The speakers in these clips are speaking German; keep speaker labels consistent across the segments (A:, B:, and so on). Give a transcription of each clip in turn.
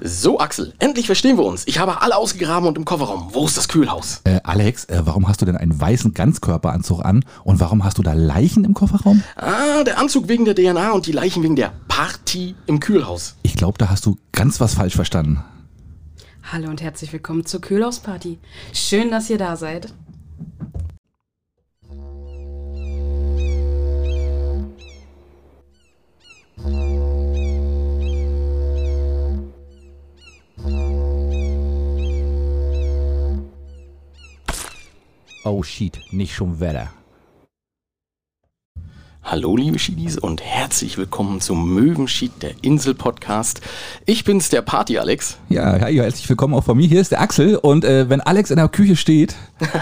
A: So, Axel, endlich verstehen wir uns. Ich habe alle ausgegraben und im Kofferraum. Wo ist das Kühlhaus?
B: Äh, Alex, äh, warum hast du denn einen weißen Ganzkörperanzug an und warum hast du da Leichen im Kofferraum?
A: Ah, der Anzug wegen der DNA und die Leichen wegen der Party im Kühlhaus.
B: Ich glaube, da hast du ganz was falsch verstanden.
C: Hallo und herzlich willkommen zur Kühlhausparty. Schön, dass ihr da seid.
B: Oh shit, nicht schon Wetter.
A: Hallo, liebe Schiedis und herzlich willkommen zum Möwenschied der Insel Podcast. Ich bin's, der Party Alex.
B: Ja, ja, ja, herzlich willkommen auch von mir. Hier ist der Axel und äh, wenn Alex in der Küche steht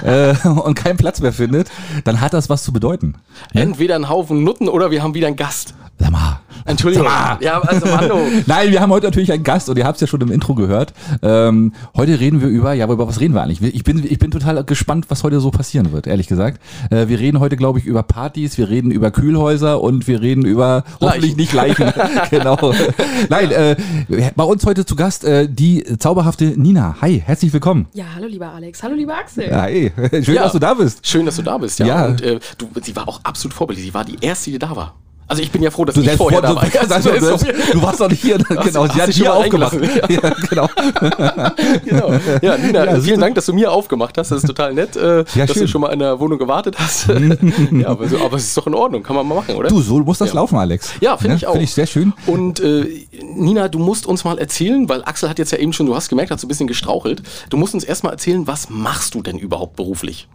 B: äh, und keinen Platz mehr findet, dann hat das was zu bedeuten.
A: Entweder ein Haufen Nutten oder wir haben wieder einen Gast.
B: Sag mal.
A: Entschuldigung.
B: Sag mal.
A: Ja, also hallo.
B: Nein, wir haben heute natürlich einen Gast und ihr habt es ja schon im Intro gehört. Ähm, heute reden wir über, ja, aber über was reden wir eigentlich? Ich bin, ich bin total gespannt, was heute so passieren wird, ehrlich gesagt. Äh, wir reden heute, glaube ich, über Partys, wir reden über Kühlhäuser und wir reden über hoffentlich nicht Leichen. genau. Nein, äh, bei uns heute zu Gast äh, die zauberhafte Nina. Hi, herzlich willkommen.
C: Ja, hallo lieber Alex. Hallo lieber Axel.
B: Hi, schön,
A: Ja.
B: dass du da bist.
A: Schön, dass du da bist.
B: Ja.
A: Und äh, du, sie war auch absolut vorbildlich. Sie war die erste, die da war. Also ich bin ja froh, dass ich
B: selbst
A: vorher da
B: vor-
A: war.
B: du- also,
A: Also,
B: selbst, du warst doch nicht hier. genau,
A: hast
B: sie hat
A: dich schon
B: hier
A: mal
B: aufgemacht.
A: eingelassen,
B: Ja, genau.
A: genau. Ja, Nina,
B: Ja, also
A: vielen Dank, dass du mir aufgemacht hast. Das ist total nett, äh,
B: Ja,
A: dass
B: schön.
A: du schon mal in der Wohnung gewartet hast. ja, aber, so, aber es ist doch in Ordnung, kann man mal machen, oder?
B: Du, so muss das
A: Ja.
B: laufen, Alex. Ne?
A: Ja, finde ich auch.
B: Finde ich sehr schön.
A: Und äh, Nina, du musst uns mal erzählen, weil Axel hat jetzt ja eben schon, du hast gemerkt, hat so ein bisschen gestrauchelt. Du musst uns erstmal erzählen, was machst du denn überhaupt beruflich?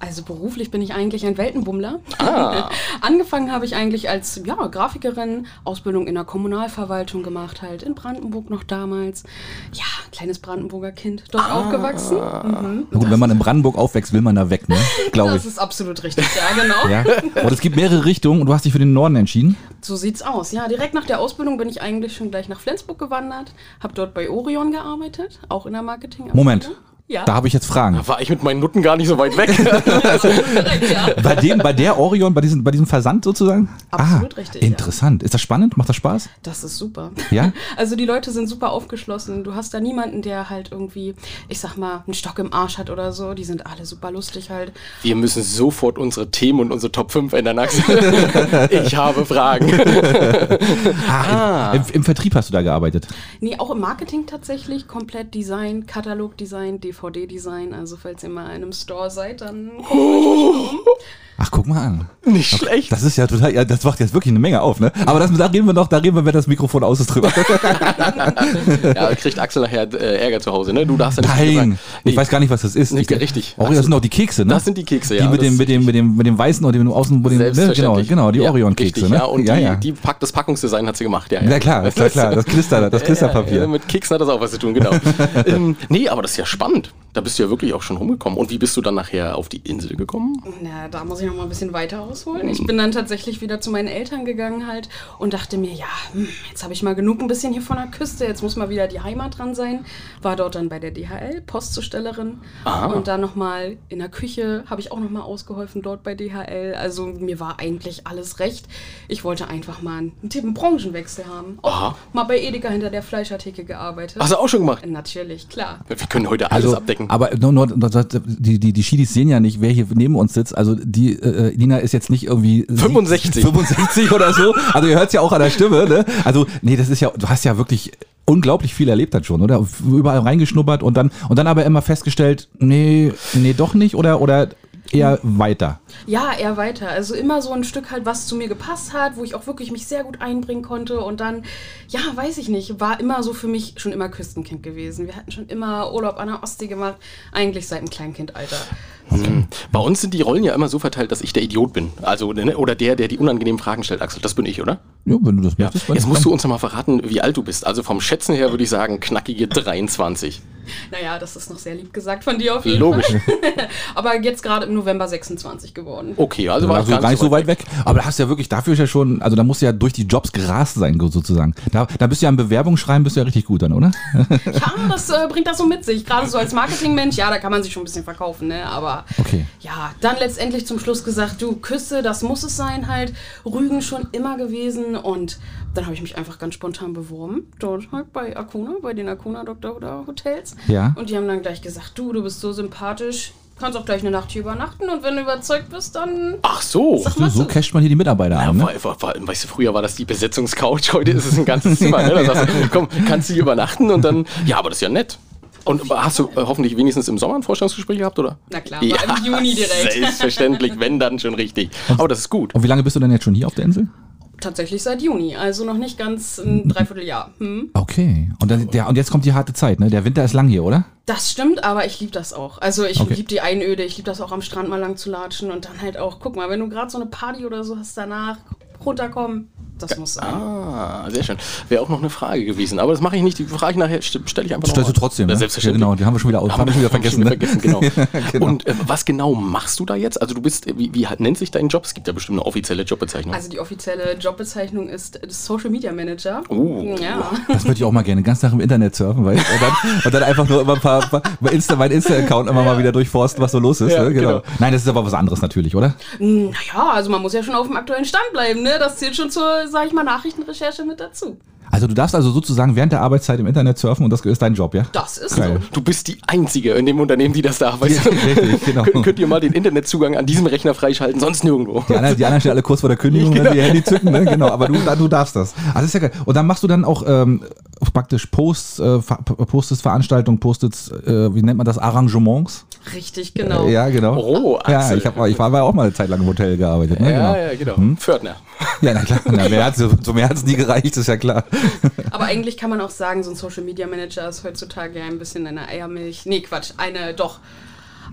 C: Also beruflich bin ich eigentlich ein Weltenbummler.
A: Ah.
C: Angefangen habe ich eigentlich als ja, Grafikerin, Ausbildung in der Kommunalverwaltung gemacht, halt in Brandenburg noch damals. Ja, kleines Brandenburger Kind, dort
B: Ah.
C: aufgewachsen. Mhm.
B: Na gut, wenn man in Brandenburg aufwächst, will man da weg, ne?
A: Genau.
B: Glaube
C: Das
B: ich.
C: ist absolut richtig, ja genau.
B: Ja. Und es gibt mehrere Richtungen und du hast dich für den Norden entschieden.
C: So sieht's aus. Ja, direkt nach der Ausbildung bin ich eigentlich schon gleich nach Flensburg gewandert, habe dort bei Orion gearbeitet, auch in der Marketing.
B: Moment.
C: Ja.
B: Da habe ich jetzt Fragen.
A: Da war ich mit meinen Nutten gar nicht so weit weg.
C: Korrekt, ja.
B: Bei dem, bei der Orion, bei diesem, bei diesem Versand sozusagen? Ah,
C: Absolut richtig, ja.
B: Interessant. Ist das spannend? Macht das Spaß?
C: Das ist super.
B: Ja?
C: Also die Leute sind super aufgeschlossen. Du hast da niemanden, der halt irgendwie, ich sag mal, einen Stock im Arsch hat oder so. Die sind alle super lustig halt.
A: Wir müssen sofort unsere Themen und unsere Top 5 ändern, Axel. ich habe Fragen.
B: Ah, Im, Im Vertrieb hast du da gearbeitet.
C: Nee, auch im Marketing tatsächlich. Komplett Design, Katalogdesign, DVD-Design. Also falls ihr mal in einem Store seid, dann guckt euch bestimmt um.
B: Ach, guck mal an.
A: Nicht schlecht.
B: Das ist ja total, ja, das macht jetzt wirklich eine Menge auf, ne? Aber das, da reden wir noch, da reden wir, wenn das Mikrofon aus ist drüber.
A: Ja, da kriegt Axel nachher äh, Ärger zu Hause, ne? Du darfst ja nicht viel
B: Nein,
A: sagen.
B: ich weiß gar nicht, was das ist.
A: Nicht
B: ich,
A: richtig.
B: Orion das sind auch die Kekse, ne?
A: Das sind die Kekse,
B: die
A: ja,
B: Mit
A: das
B: dem,
A: ist
B: mit, dem, mit, dem, mit dem weißen und dem Oßen, wo dem, ne? Genau,
A: Selbstverständlich.
B: genau, die
A: Ja,
B: Orion-Kekse,
A: richtig,
B: ne?
A: Ja, und die, Die Pack, das Packungsdesign hat sie gemacht. Ja,
B: ja, klar, klar, klar, das Klister, das Klisterpapier.
A: Ja, mit Keksen hat das auch was zu tun, genau. ähm, nee, aber das ist ja spannend. Da bist du ja wirklich auch schon rumgekommen. Und wie bist du dann nachher auf die Insel gekommen?
C: Na, da muss ich noch mal ein bisschen weiter ausholen. Ich bin dann tatsächlich wieder zu meinen Eltern gegangen halt und dachte mir, ja, hm, jetzt habe ich mal genug ein bisschen hier von der Küste, jetzt muss mal wieder die Heimat dran sein. War dort dann bei der DHL Postzustellerin
A: Ah.
C: und dann noch mal in der Küche habe ich auch noch mal ausgeholfen dort bei DHL. Also mir war eigentlich alles recht. Ich wollte einfach mal einen Tippen Branchenwechsel haben. Auch
A: Aha.
C: mal bei Edeka hinter der Fleischertheke gearbeitet.
A: Hast du auch schon gemacht?
C: Natürlich, klar.
A: Wir können heute alles
B: Also,
A: abdecken.
B: aber nur, nur, nur, die, die, die Schiedis sehen ja nicht, wer hier neben uns sitzt. Also die äh, Nina ist jetzt nicht irgendwie
A: 65.
B: 65 oder so. Also ihr hört es ja auch an der Stimme. Ne? Also nee, das ist ja, du hast ja wirklich unglaublich viel erlebt dann schon, oder? Überall reingeschnuppert und dann und dann aber immer festgestellt, nee, nee, doch nicht oder oder eher weiter.
C: Ja, eher weiter. Also immer so ein Stück halt, was zu mir gepasst hat, wo ich auch wirklich mich sehr gut einbringen konnte. Und dann, ja, weiß ich nicht, war immer so für mich schon immer Küstenkind gewesen. Wir hatten schon immer Urlaub an der Ostsee gemacht, eigentlich seit dem Kleinkindalter.
A: Hm. Bei uns sind die Rollen ja immer so verteilt, dass ich der Idiot bin. Also, ne, oder der, der die unangenehmen Fragen stellt, Axel. Das bin ich, oder?
B: Ja, wenn du das möchtest.
A: Jetzt musst du uns noch mal verraten, wie alt du bist. Also vom Schätzen her würde ich sagen, knackige 23.
C: Naja, das ist noch sehr lieb gesagt von dir auf jeden
A: Logisch.
C: Fall. Aber jetzt gerade im November 26 geworden.
A: Okay, also war
B: also
A: ich
B: gar nicht so weit weg. Aber da hast du ja wirklich, dafür ist ja schon, also da musst du ja durch die Jobs gerast sein, sozusagen. Da, da bist du ja am Bewerbung schreiben, bist du ja richtig gut dann, oder?
C: Ja, das äh, bringt das so mit sich. Gerade so als Marketingmensch, ja, da kann man sich schon ein bisschen verkaufen, ne? Aber
B: Okay.
C: ja, dann letztendlich zum Schluss gesagt, du, Küsse, das muss es sein halt. Rügen schon immer gewesen und Dann habe ich mich einfach ganz spontan beworben, dort halt bei Akuna, bei den Akuna Dr. Huda Hotels.
B: Ja.
C: Und die haben dann gleich gesagt, du, du bist so sympathisch, kannst auch gleich eine Nacht hier übernachten und wenn du überzeugt bist, dann
A: Ach so.
C: sag
B: So,
C: mal
B: so
C: zu.
B: casht man hier die Mitarbeiter ein, ne?
A: War, war, war, weißt du, früher war das die Besetzungscouch, heute ist es ein ganzes Zimmer. Ne? Da sagst du, komm, kannst du hier übernachten und dann, ja, aber das ist ja nett. Und aber hast du äh, hoffentlich wenigstens im Sommer ein Vorstellungsgespräch gehabt, oder?
C: Na klar, war im Juni direkt.
A: Selbstverständlich, wenn dann schon richtig. Aber das ist gut.
B: Und wie lange bist du denn jetzt schon hier auf der Insel?
C: Tatsächlich seit Juni, also noch nicht ganz ein Dreivierteljahr. Hm?
B: Okay. Und, dann, der, und jetzt kommt die harte Zeit, ne? Der Winter ist lang hier, oder?
C: Das stimmt, aber ich liebe das auch. Also ich
B: Okay.
C: liebe die Einöde, ich liebe das auch am Strand mal lang zu latschen und dann halt auch, guck mal, wenn du gerade so eine Party oder so hast, danach runterkommen, das muss sein.
A: Ah, sehr schön. Wäre auch noch eine Frage gewesen. Aber das mache ich nicht. Die frage ich nachher stelle ich einfach
B: Stellst du
A: nochmal.
B: trotzdem,
A: Ja,
B: ne?
A: Selbstverständlich.
B: Ja, genau, die haben wir schon wieder aus- haben wir schon wieder vergessen,
A: Schon
B: ne?
A: wieder vergessen, genau.
B: Genau.
A: Und äh, was genau machst du da jetzt? Also du bist, äh, wie, wie hat- nennt sich dein Job? Es gibt ja bestimmt eine offizielle Jobbezeichnung.
C: Also die offizielle Jobbezeichnung ist äh, Social Media Manager.
A: Oh.
C: Ja.
B: Das würde ich auch mal gerne, ganz nach dem Internet surfen, weißt du? Und dann, und dann einfach nur immer ein paar, paar bei Insta, mein Insta-Account immer mal wieder durchforsten, was so los ist,
A: Ja,
B: ne? Genau.
A: genau.
B: Nein, das ist aber was anderes natürlich, oder?
C: Naja, also man muss ja schon auf dem aktuellen Stand bleiben, ne? Das zählt schon zur, sag ich mal, Nachrichtenrecherche mit dazu.
B: Also du darfst also sozusagen während der Arbeitszeit im Internet surfen und das ist dein Job, ja?
C: Das ist
B: Geil.
A: Du bist die Einzige in dem Unternehmen, die das darf. Weißt du?
B: Richtig, genau.
A: Könnt, könnt ihr mal den Internetzugang an diesem Rechner freischalten, sonst nirgendwo.
B: Die anderen, die anderen stehen alle kurz vor der Kündigung, wenn sie ihr Handy zücken, ne? genau. Aber du, da- du darfst das. Also das ist ja geil. Und dann machst du dann auch ähm, praktisch Posts, äh, Ver- Postest Veranstaltungen, Postets, äh, wie nennt man das, Arrangements?
C: so. Richtig, genau.
B: Äh, ja, genau.
A: Oh,
B: ja,
A: Axel.
B: ich, hab, mal- ich war, war ja auch mal eine Zeit lang im Hotel gearbeitet. Ne?
A: Ja,
B: genau.
A: ja, genau. Pförtner.
B: ja, na klar. Na, mehr hat's, zum mehr hat es nie gereicht, ist ja klar.
C: Aber eigentlich kann man auch sagen, so ein Social Media Manager ist heutzutage ja ein bisschen eine Eiermilch. Nee, Quatsch, eine doch.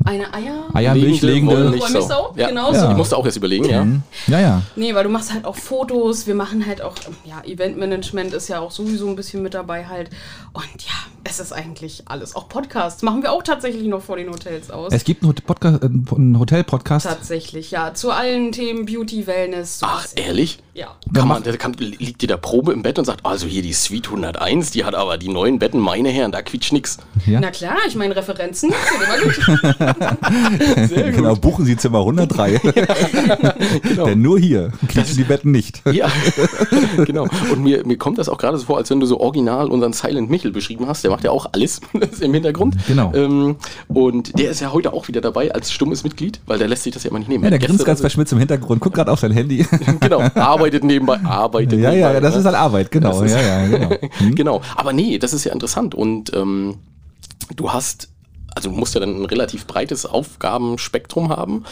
C: Eine Eier.
B: Eiermilch Ah legende. Mhm.
C: Wollmilchsau.
A: Ja.
C: Genau
A: Ja.
B: so.
A: Ich musste auch erst überlegen, ja.
B: Ja, ja.
C: Nee, weil du machst halt auch Fotos, wir machen halt auch, ja, Eventmanagement ist ja auch sowieso ein bisschen mit dabei halt. Und ja, es ist eigentlich alles. Auch Podcasts machen wir auch tatsächlich noch vor den Hotels aus.
B: Es gibt einen Hot- Podca- äh, einen Hotel-Podcast.
C: tatsächlich, ja. Zu allen Themen Beauty, Wellness.
A: Ach,
C: sowas.
A: ehrlich?
C: Ja.
A: Kann man, da kann, liegt dir da Probe im Bett und sagt, also hier die Suite 101, die hat aber die neuen Betten, meine Herren, da quietscht nix.
B: Ja.
C: Na klar, ich meine Referenzen. sind immer gut.
B: Genau, buchen Sie Zimmer 103.
A: genau.
B: Denn nur hier quietschen die Betten nicht.
A: Ja, genau. Und mir, mir kommt das auch gerade so vor, als wenn du so original unseren Silent Michel beschrieben hast. Der macht ja auch alles im Hintergrund.
B: Genau.
A: Ähm, und der ist ja heute auch wieder dabei als stummes Mitglied, weil der lässt sich das ja immer nicht nehmen.
B: Ja, der
A: Gäste, also
B: grinst ganz
A: das
B: verschmitzt im Hintergrund, guckt gerade auf sein Handy.
A: ist- Genau, arbeitet nebenbei, arbeitet
B: Ja,
A: nebenbei.
B: ja, das
A: ne?
B: ist halt Arbeit, genau.
A: Das ist-
B: Ja, ja, genau.
A: Genau. Aber nee, das ist ja interessant. Und ähm, du hast, also du musst ja dann ein relativ breites Aufgabenspektrum haben.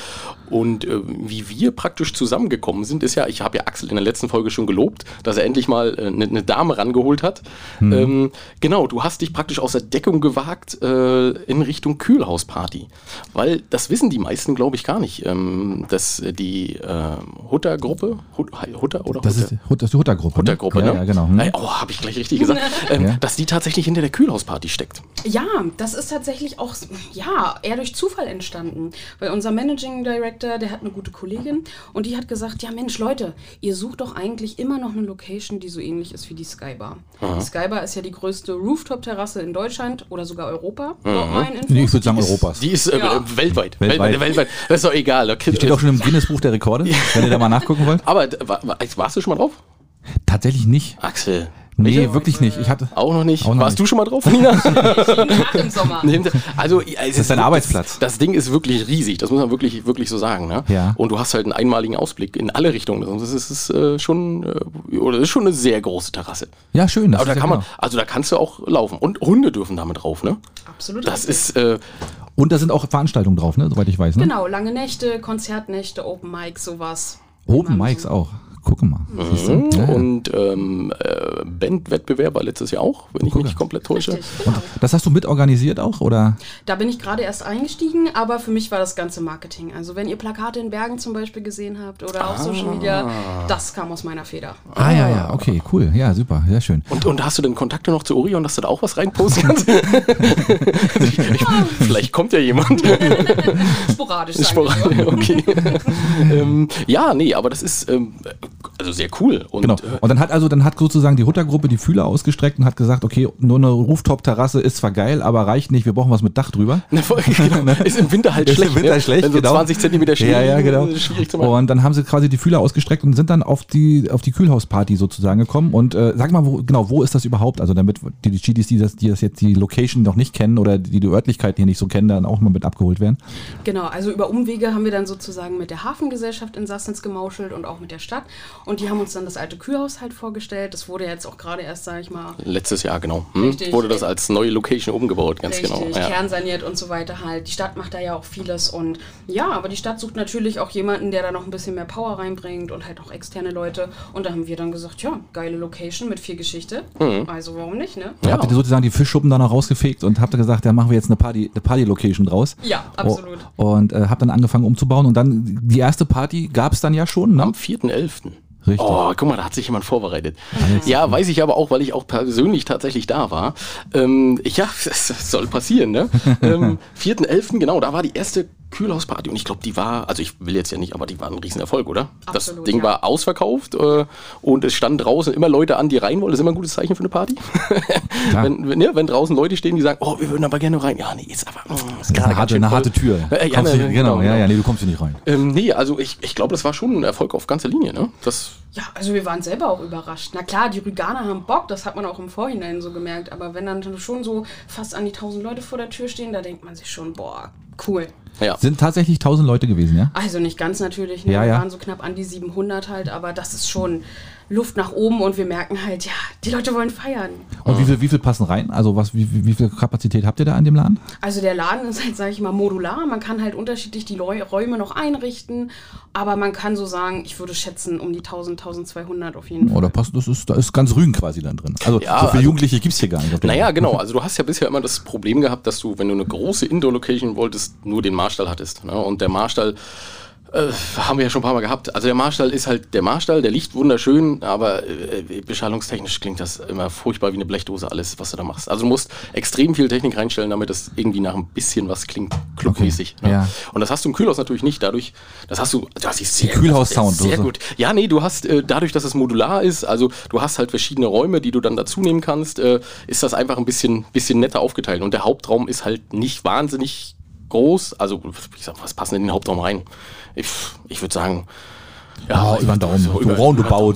A: Und äh, wie wir praktisch zusammengekommen sind, ist ja, ich habe ja Axel in der letzten Folge schon gelobt, dass er endlich mal eine äh, ne- ne Dame rangeholt hat.
B: Hm.
A: Ähm, genau, du hast dich praktisch aus der Deckung gewagt äh, in Richtung Kühlhausparty. Weil das wissen die meisten, glaube ich, gar nicht. Ähm, dass äh, die äh, Hutter-Gruppe, Hut- Hutter oder
B: Das ist, das ist die Huttergruppe. ne?
A: Untergruppe, ne?
B: ja, Ja, genau.
A: Hm.
B: Hm.
A: Oh, habe ich gleich richtig gesagt. ähm,
B: Ja.
A: Dass die tatsächlich hinter der Kühlhausparty steckt.
C: Ja, das ist tatsächlich auch, ja, eher durch Zufall entstanden. Weil unser Managing Director, der hat eine gute Kollegin und die hat gesagt, ja Mensch, Leute, ihr sucht doch eigentlich immer noch eine Location, die so ähnlich ist wie die Skybar. Die Skybar ist ja die größte Rooftop-Terrasse in Deutschland oder sogar Europa. Laut meinen Infos.
B: Nee, ich würde sagen Europas.
A: Die ist äh,
C: Ja.
A: äh, weltweit.
B: Weltweit.
A: Weltweit. weltweit. Das ist doch egal. Okay.
B: Steht auch schon im Guinness-Buch der Rekorde, wenn ihr da mal nachgucken wollt.
A: Aber d- wa- wa- warst du schon mal drauf? Ah,
B: Tatsächlich nicht.
A: Axel.
B: Nee, wirklich nicht. Ich hatte.
A: Auch noch nicht.
B: noch
A: warst
B: nicht.
A: du schon mal drauf, Nina?
C: Jeden Tag im Sommer.
A: Nee, also, ja, es das
B: ist dein Arbeitsplatz.
A: Das, das Ding ist wirklich riesig, das muss man wirklich, wirklich so sagen. Ne?
B: Ja.
A: Und du hast halt einen einmaligen Ausblick in alle Richtungen. Das ist, ist äh, schon, äh, oder das ist schon eine sehr große Terrasse.
B: Ja, schön. das
A: Aber da
B: ist ja
A: kann man,
B: genau.
A: also da kannst du auch laufen. Und Hunde dürfen damit drauf, ne?
C: Absolut.
A: Das
C: richtig.
A: ist, äh,
B: Und da sind auch Veranstaltungen drauf, ne? Soweit ich weiß. Ne?
C: Genau, lange Nächte, Konzertnächte, Open Mic, sowas.
B: Open Mics auch. Gucke mal. Siehst du? Ja, ja.
A: Mhm. Und ähm, äh, Bandwettbewerb war letztes Jahr auch, wenn ich mich nicht komplett täusche.
C: Richtig, genau.
B: Das hast du mitorganisiert auch, oder?
C: Da bin ich gerade erst eingestiegen, aber für mich war das ganze Marketing. Also wenn ihr Plakate in Bergen zum Beispiel gesehen habt oder auf Social Media, das kam aus meiner Feder.
B: Ah, ja, ja. Okay, cool. Ja, super. Sehr schön.
A: Und, und hast du denn Kontakte noch zu Orion, dass du da auch was reinposten kannst? ich, ich, vielleicht kommt ja jemand.
C: Sporadisch. sagen wir.
A: Sporadisch, okay. ähm, ja, nee, aber das ist, ähm, also sehr cool. Und,
B: Genau.
A: äh,
B: Und dann hat also, dann hat sozusagen die Huttergruppe die Fühler ausgestreckt und hat gesagt, okay, nur eine Rooftop-Terrasse ist zwar geil, aber reicht nicht, wir brauchen was mit Dach drüber.
A: Na, voll, genau. Ist im Winter halt
B: Ne? Ist im
A: schlecht.
B: Winter
A: ne?
B: schlecht,
A: Wenn so
B: genau.
A: 20 Zentimeter Schnee
B: Ja, ja,
A: liegen,
B: genau.
A: äh, schwierig zu machen.
B: Und dann haben sie quasi die Fühler ausgestreckt und sind dann auf die, auf die Kühlhausparty sozusagen gekommen. Und äh, sag mal, wo, genau, wo ist das überhaupt? Also damit die, die GDs, die das, die das jetzt die Location noch nicht kennen oder die die Örtlichkeiten hier nicht so kennen, dann auch mal mit abgeholt werden.
C: Genau, also über Umwege haben wir dann sozusagen mit der Hafengesellschaft in Sassnitz gemauschelt und auch mit der Stadt. Und die haben uns dann das alte Kühlhaus halt vorgestellt. Das wurde jetzt auch gerade erst, sage ich mal,
A: Letztes Jahr, genau. Hm?
C: Richtig.
A: Wurde das als neue Location umgebaut, ganz
C: richtig
A: genau. Ja.
C: kernsaniert und so weiter halt. Die Stadt macht da ja auch vieles und ja, aber die Stadt sucht natürlich auch jemanden, der da noch ein bisschen mehr Power reinbringt und halt auch externe Leute. Und da haben wir dann gesagt, ja, geile Location mit viel Geschichte.
A: Mhm.
C: Also warum nicht, ne?
B: Da
A: Ja.
B: habt ihr sozusagen die Fischschuppen dann noch rausgefegt und habt ihr gesagt, da machen wir jetzt eine Party, eine Party-Location draus.
C: Ja, absolut.
B: Oh, und äh, habt dann angefangen umzubauen und dann die erste Party gab es dann ja schon, ne?
A: Am 4.11.
B: Richtig.
A: Oh, guck mal, da hat sich jemand vorbereitet. Ja, weiß ich aber auch, weil ich auch persönlich tatsächlich da war. Ähm, ja, es soll passieren, ne? ähm, 4.11., genau, da war die erste Kühlhausparty und ich glaube, die war, also ich will jetzt ja nicht, aber die war ein Riesenerfolg, oder? das
C: Absolut,
A: Ding
C: ja.
A: war ausverkauft äh, und es standen draußen immer Leute an, die rein wollten. Das ist immer ein gutes Zeichen für eine Party.
B: Klar.
A: wenn, wenn, ja, wenn draußen Leute stehen, die sagen, oh, wir würden aber gerne rein. Ja, nee, ist aber mm, ist
B: Das ist
A: gerade
B: eine
A: ganz
B: harte,
A: schön
B: eine
A: voll.
B: harte Tür.
A: Äh, ja,
B: Kommst
A: ne,
B: du- genau, ja, ja, nee, du kommst hier nicht rein.
A: ähm, nee, also ich, ich glaube, das war schon ein Erfolg auf ganzer Linie, ne? Das,
C: Ja, also wir waren selber auch überrascht. Na klar, die Rüganer haben Bock, das hat man auch im Vorhinein so gemerkt. Aber wenn dann schon so fast an die 1000 Leute vor der Tür stehen, da denkt man sich schon, boah, cool.
A: ja.
B: Sind tatsächlich 1000 Leute gewesen, ja?
C: Also nicht ganz natürlich, ne?
B: Ja,
C: wir
B: ja.
C: waren so knapp an die 700 halt, aber das ist schon Luft nach oben und wir merken halt, ja, die Leute wollen feiern.
B: Und wie viel, wie viel passen rein? Also was, wie, wie wie viel Kapazität habt ihr da an dem Laden?
C: Also der Laden ist halt, sage ich mal, modular. Man kann halt unterschiedlich die Leu Räume noch einrichten, aber man kann so sagen, ich würde schätzen, um die 1000, 1200 auf jeden Fall.
B: Oder passt, das ist, da ist ganz Rügen quasi dann drin. Also
A: Ja,
B: so viele
A: also-
B: Jugendliche gibt's hier gar nicht. auf der
A: Naja,
B: Welt.
A: genau. Also du hast ja bisher immer das Problem gehabt, dass du, wenn du eine große Indoor-Location wolltest, nur den Marstall hattest. Ne? Und der Marstall äh, haben wir ja schon ein paar Mal gehabt. Also der Marstall ist halt der Marstall, der liegt wunderschön, aber äh, beschallungstechnisch klingt das immer furchtbar wie eine Blechdose alles, was du da machst. Also du musst extrem viel Technik reinstellen, damit das irgendwie nach ein bisschen was klingt, clubmäßig.
B: Okay,
A: Ne?
B: ja.
A: Und das hast du im Kühlhaus natürlich nicht. Dadurch, das hast du, das ist sehr,
B: Kühlhaus-Sound,
A: sehr
B: so.
A: gut. Ja, nee, du hast äh, dadurch, dass es modular ist, also du hast halt verschiedene Räume, die du dann dazu nehmen kannst, äh, ist das einfach ein bisschen, bisschen netter aufgeteilt. Und der Hauptraum ist halt nicht wahnsinnig groß. Also, ich sag, was passen in den Hauptraum rein? Ich, ich würde sagen,
B: Ja, Oh, über den Daumen. So roundabout.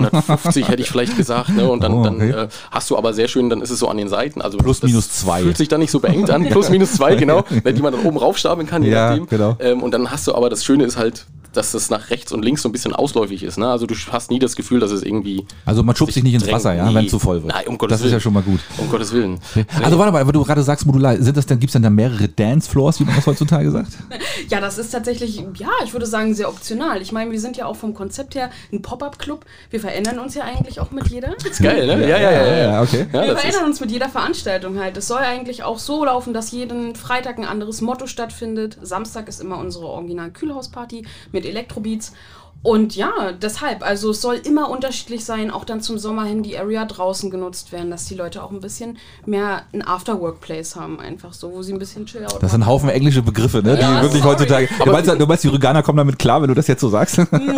A: 350 hätte ich vielleicht gesagt. Ne? Und dann,
B: Oh,
A: dann
B: okay.
A: äh, hast du aber sehr schön, dann ist es so an den Seiten. Also
B: Plus,
A: das
B: minus zwei.
A: Fühlt sich dann nicht so beengt an. Plus minus zwei, genau. Wenn die man dann oben raufstapeln kann, je
B: Ja,
A: nachdem.
B: genau.
A: Ähm, und dann hast du aber das Schöne ist halt, dass das nach rechts und links so ein bisschen ausläufig ist. Ne? Also du hast nie das Gefühl, dass es irgendwie.
B: Also man schubst sich nicht ins
A: drängt.
B: Wasser, ja,
A: Nee.
B: wenn zu voll wird.
A: Nein, um Gottes
B: das ist ja
A: Willen.
B: schon mal gut.
A: Um Gottes Willen.
B: Also warte mal, aber du gerade sagst modular, sind das dann, gibt's dann da mehrere Dancefloors, wie man das heutzutage sagt?
C: Ja, das ist tatsächlich, ja, ich würde sagen, sehr optional. Ich meine, wir sind ja auch vom Konzept her ein Pop-Up-Club. Wir verändern uns ja eigentlich auch mit jeder.
A: Geil, ne? Ja, ja, ja. ja, ja.
B: okay.
A: Ja,
C: wir
A: das ist,
C: verändern uns mit jeder Veranstaltung halt. Es soll eigentlich auch so laufen, dass jeden Freitag ein anderes Motto stattfindet. Samstag ist immer unsere original Kühlhausparty mit Elektrobeats. Und ja, deshalb, also es soll immer unterschiedlich sein, auch dann zum Sommer hin die Area draußen genutzt werden, dass die Leute auch ein bisschen mehr ein After-Workplace haben, einfach so, wo sie ein bisschen chill out
B: Das sind ein Haufen englische Begriffe, ne, die
C: Ja,
B: wirklich
C: sorry.
B: heutzutage. Du meinst, du meinst, die Rüganer kommen damit klar, wenn du das jetzt so sagst?
C: Naja, Hm,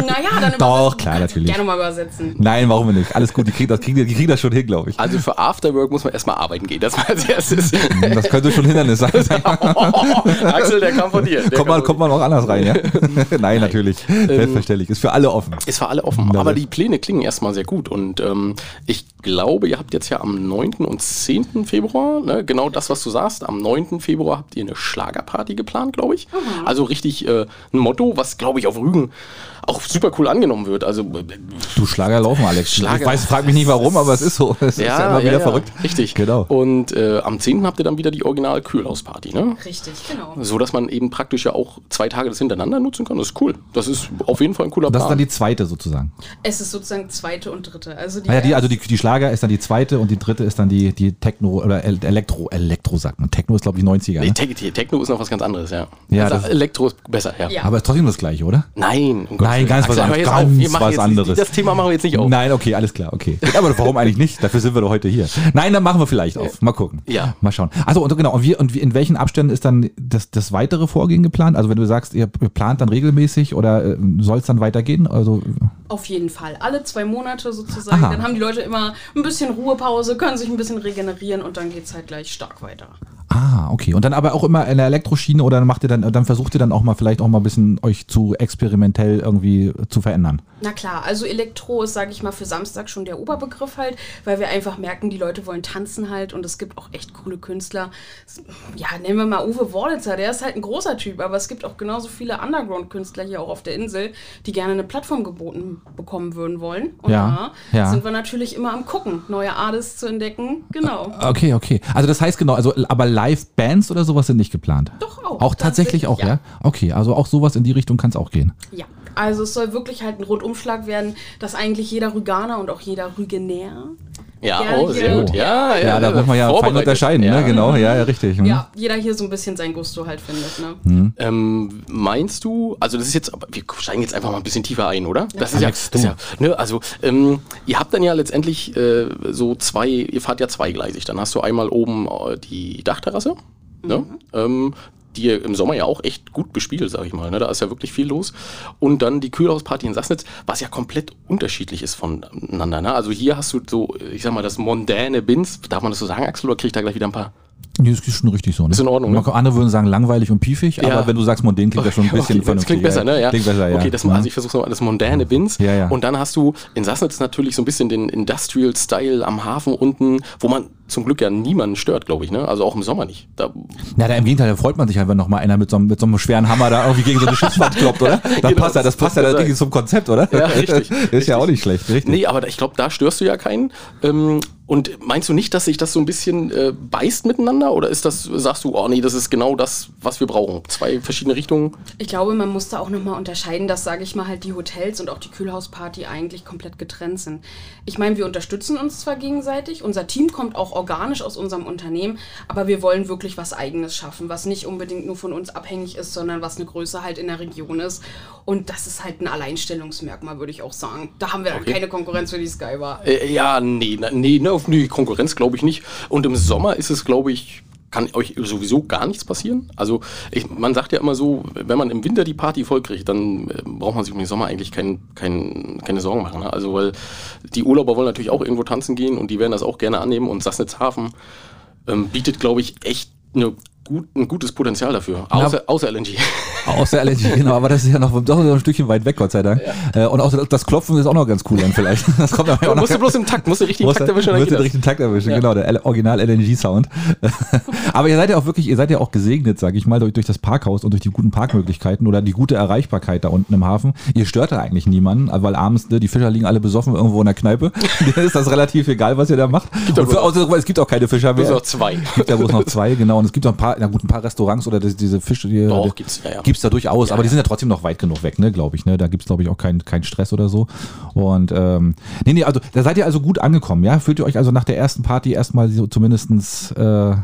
C: dann
B: Doch,
C: übersetzen.
B: klar, natürlich.
C: Gerne mal übersetzen.
B: Nein, warum denn nicht? Alles gut, die kriegen das, kriegen, die kriegen das schon hin, glaube ich.
A: also für Afterwork muss man erstmal arbeiten gehen. Das war als erstes.
B: Das könnte schon Hindernis sein.
A: Genau. Axel, der kam von dir. Der
B: kommt,
A: kam
B: man,
A: von
B: kommt man auch anders rein, ja? Nein, natürlich. Selbstverständlich. Ist für alle offen.
A: Ist für alle offen.
B: Wunderbar.
A: Aber die Pläne klingen erstmal sehr gut. Und ähm, ich glaube, ihr habt jetzt ja am 9. und 10. Februar, ne, genau das, was du sagst, am 9. Februar habt ihr eine Schlagerparty geplant, glaube ich. Also richtig äh, ein Motto, was, glaube ich, auf Rügen auch super cool angenommen wird. Also äh,
B: Du Schlager laufen, Alex.
A: Schlager.
B: Ich weiß, frag mich nicht warum, aber es ist so. Es ist ja immer wieder verrückt.
A: Richtig.
B: Genau.
A: Und äh, am 10. habt ihr dann wieder die Original-Kühlhausparty, ne?
C: Richtig, genau.
A: So dass man eben praktisch ja auch zwei Tage das hintereinander nutzen kann. Das ist cool. Das ist auf jeden Fall ein cooler
B: Das ist dann
A: Plan.
B: die zweite sozusagen.
C: Es ist sozusagen zweite und dritte. Also die,
B: Ah Ja, die, also die, die Schlager ist dann die zweite und die dritte ist dann die, die Techno oder El- Elektro, Elektro sagt man. Techno ist glaube ich 90er.
A: Nee,
B: Ne?
A: Tech- Techno ist noch was ganz anderes, ja.
B: Ja, das-
A: also Elektro ist besser, ja.
C: Ja.
B: Aber ist trotzdem das gleiche, oder?
A: Nein, um Gottes
B: Nein, ganz was
A: Axel, aber
B: anderes.
A: jetzt- wir
B: Ganz
A: machen
B: was
A: jetzt,
B: anderes.
A: Das Thema machen wir jetzt nicht auf.
B: Nein, okay, alles klar, okay. Aber warum eigentlich nicht? Dafür sind wir doch heute hier. Nein, dann machen wir vielleicht auf. Mal gucken.
A: Ja.
B: Mal schauen. Also und genau, und, wie, und wie, in welchen Abständen ist dann das, das weitere Vorgehen geplant? Also wenn du sagst, ihr plant dann regelmäßig oder soll es dann weitergehen? Also
C: Auf jeden Fall. Alle zwei Monate sozusagen.
B: Aha.
C: Dann haben die Leute immer ein bisschen Ruhepause, können sich ein bisschen regenerieren und dann geht's halt gleich stark weiter.
B: Ah, okay. Und dann aber auch immer in der Elektroschiene oder macht ihr dann, dann versucht ihr dann auch mal vielleicht auch mal ein bisschen euch zu experimentell irgendwie zu verändern.
C: Na klar, also Elektro ist, sage ich mal, für Samstag schon der Oberbegriff halt, weil wir einfach merken, die Leute wollen tanzen halt und es gibt auch echt coole Künstler. Ja, nehmen wir mal Uwe Worditzer, der ist halt ein großer Typ, aber es gibt auch genauso viele Underground-Künstler hier auch auf der Insel, die gerne eine Plattform geboten bekommen würden wollen. Und
B: Ja,
C: da
B: ja.
C: sind wir natürlich immer am Gucken, neue Artists zu entdecken. Genau.
B: Okay, okay. Also das heißt genau, also aber Live-Bands oder sowas sind nicht geplant.
C: Doch auch.
B: Auch tatsächlich auch, ja.
C: Ja.
B: Okay, also auch sowas in die Richtung kann es auch gehen.
C: Ja, also es soll wirklich halt ein Rundumschlag werden, dass eigentlich jeder Rüganer und auch jeder Rügenär,
A: Ja,
C: Ja,
A: oh, sehr
C: ja.
A: gut. Ja,
B: Ja, da muss man ja fein
A: vorbereitet.
B: unterscheiden,
A: Ja.
B: ne? Genau, ja, ja richtig. hm.
C: ja, jeder hier so ein bisschen sein Gusto halt findet, ne?
A: Ähm, meinst du, also das ist jetzt, aber wir steigen jetzt einfach mal ein bisschen tiefer ein, oder? Das ist ja, das ist ja ne, also ähm, ihr habt dann ja letztendlich äh, so zwei, ihr fahrt ja zweigleisig. Dann hast du einmal oben äh, die Dachterrasse, ne? Ähm, die ihr im Sommer ja auch echt gut bespielt, sag ich mal. Ne? Da ist ja wirklich viel los. Und dann die Kühlhausparty in Sassnitz, was ja komplett unterschiedlich ist voneinander. Ne? Also hier hast du so, ich sag mal, das mondäne Bins. Darf man das so sagen, Axel, oder krieg ich da gleich wieder ein paar
B: Nee, das ist schon richtig so. Ne?
A: Ist in Ordnung,
B: Man-
A: ne?
B: Andere würden sagen langweilig und piefig,
A: Ja.
B: aber wenn du sagst Mondän, klingt das schon ein bisschen
A: okay, das
B: vernünftig.
A: klingt besser, ne? Ja.
B: Klingt besser, ja. Mhm.
A: Okay, das, also ich versuche nochmal, das moderne Bins.
B: Ja, ja.
A: Und dann hast du in Sassnitz natürlich so ein bisschen den Industrial-Style am Hafen unten, wo man zum Glück ja niemanden stört, glaube ich, ne? Also auch im Sommer nicht. Da,
B: Na, da im Gegenteil, da freut man sich halt, wenn nochmal einer mit so, einem, mit so einem schweren Hammer da irgendwie gegen so eine Schiffswand kloppt, oder? Das
A: Genau,
B: passt ja, das
A: das
B: passt ja
A: kann
B: das
A: sein.
B: Ding zum Konzept, oder?
A: Ja, richtig,
B: Ist ja auch nicht schlecht, richtig.
A: nee, aber da, ich glaube, da störst du ja keinen. Ähm, und meinst du nicht, dass sich das so ein bisschen äh, beißt miteinander? Oder ist das, sagst du, oh nee, das ist genau das, was wir brauchen? Zwei verschiedene Richtungen?
C: Ich glaube, man muss da auch nochmal unterscheiden, dass, sage ich mal, halt die Hotels und auch die Kühlhausparty eigentlich komplett getrennt sind. Ich meine, wir unterstützen uns zwar gegenseitig, unser Team kommt auch organisch aus unserem Unternehmen, aber wir wollen wirklich was Eigenes schaffen, was nicht unbedingt nur von uns abhängig ist, sondern was eine Größe halt in der Region ist. Und das ist halt ein Alleinstellungsmerkmal, würde ich auch sagen. Da haben wir dann keine Konkurrenz für die Skybar.
A: Äh, ja, nee, na, nee, ne, auf nee, Konkurrenz glaube ich nicht. Und im Sommer ist es, glaube ich, kann euch sowieso gar nichts passieren. Also ich, man sagt ja immer so, wenn man im Winter die Party voll kriegt, dann äh, braucht man sich um den Sommer eigentlich kein, kein, keine Sorgen machen. Ne? Also weil die Urlauber wollen natürlich auch irgendwo tanzen gehen und die werden das auch gerne annehmen. Und Sassnitzhafen ähm, bietet, glaube ich, echt eine gut, ein gutes Potenzial dafür. Außer, außer LNG.
B: Außer allergisch, genau, aber das ist ja noch, doch noch ein Stückchen weit weg, Gott sei Dank. Äh, Und auch das- das Klopfen ist auch noch ganz cool dann vielleicht. Das kommt aber auch noch.
A: musst du bloß im Takt, musst du richtig
B: Musst
A: Takt erwischen. dann
B: musst
A: geht
B: den
A: das.
B: richtigen Takt erwischen, genau, der L- original LNG-Sound. aber ihr seid ja auch wirklich, ihr seid ja auch gesegnet, sag ich mal, durch, durch das Parkhaus und durch die guten Parkmöglichkeiten oder die gute Erreichbarkeit da unten im Hafen. Ihr stört da eigentlich niemanden, weil abends, ne, die Fischer liegen alle besoffen irgendwo in der Kneipe. Da ist das relativ egal, was ihr da macht. Und für, außer, es gibt auch keine Fischer mehr.
A: Das sind noch zwei.
B: Es gibt ja bloß noch zwei, genau. Und es gibt noch ein paar, na gut, ein paar Restaurants oder das- diese Fische, die
A: Doch,
B: die-
A: gibt's, ja, ja.
B: gibt's da durchaus, aber die sind ja trotzdem noch weit genug weg, ne, glaube ich. Ne? Da gibt's glaub glaube ich, auch keinen keinen Stress oder so. Und ähm, nee, nee, also da seid ihr also gut angekommen, ja? Fühlt ihr euch also nach der ersten Party erstmal so zumindestens äh,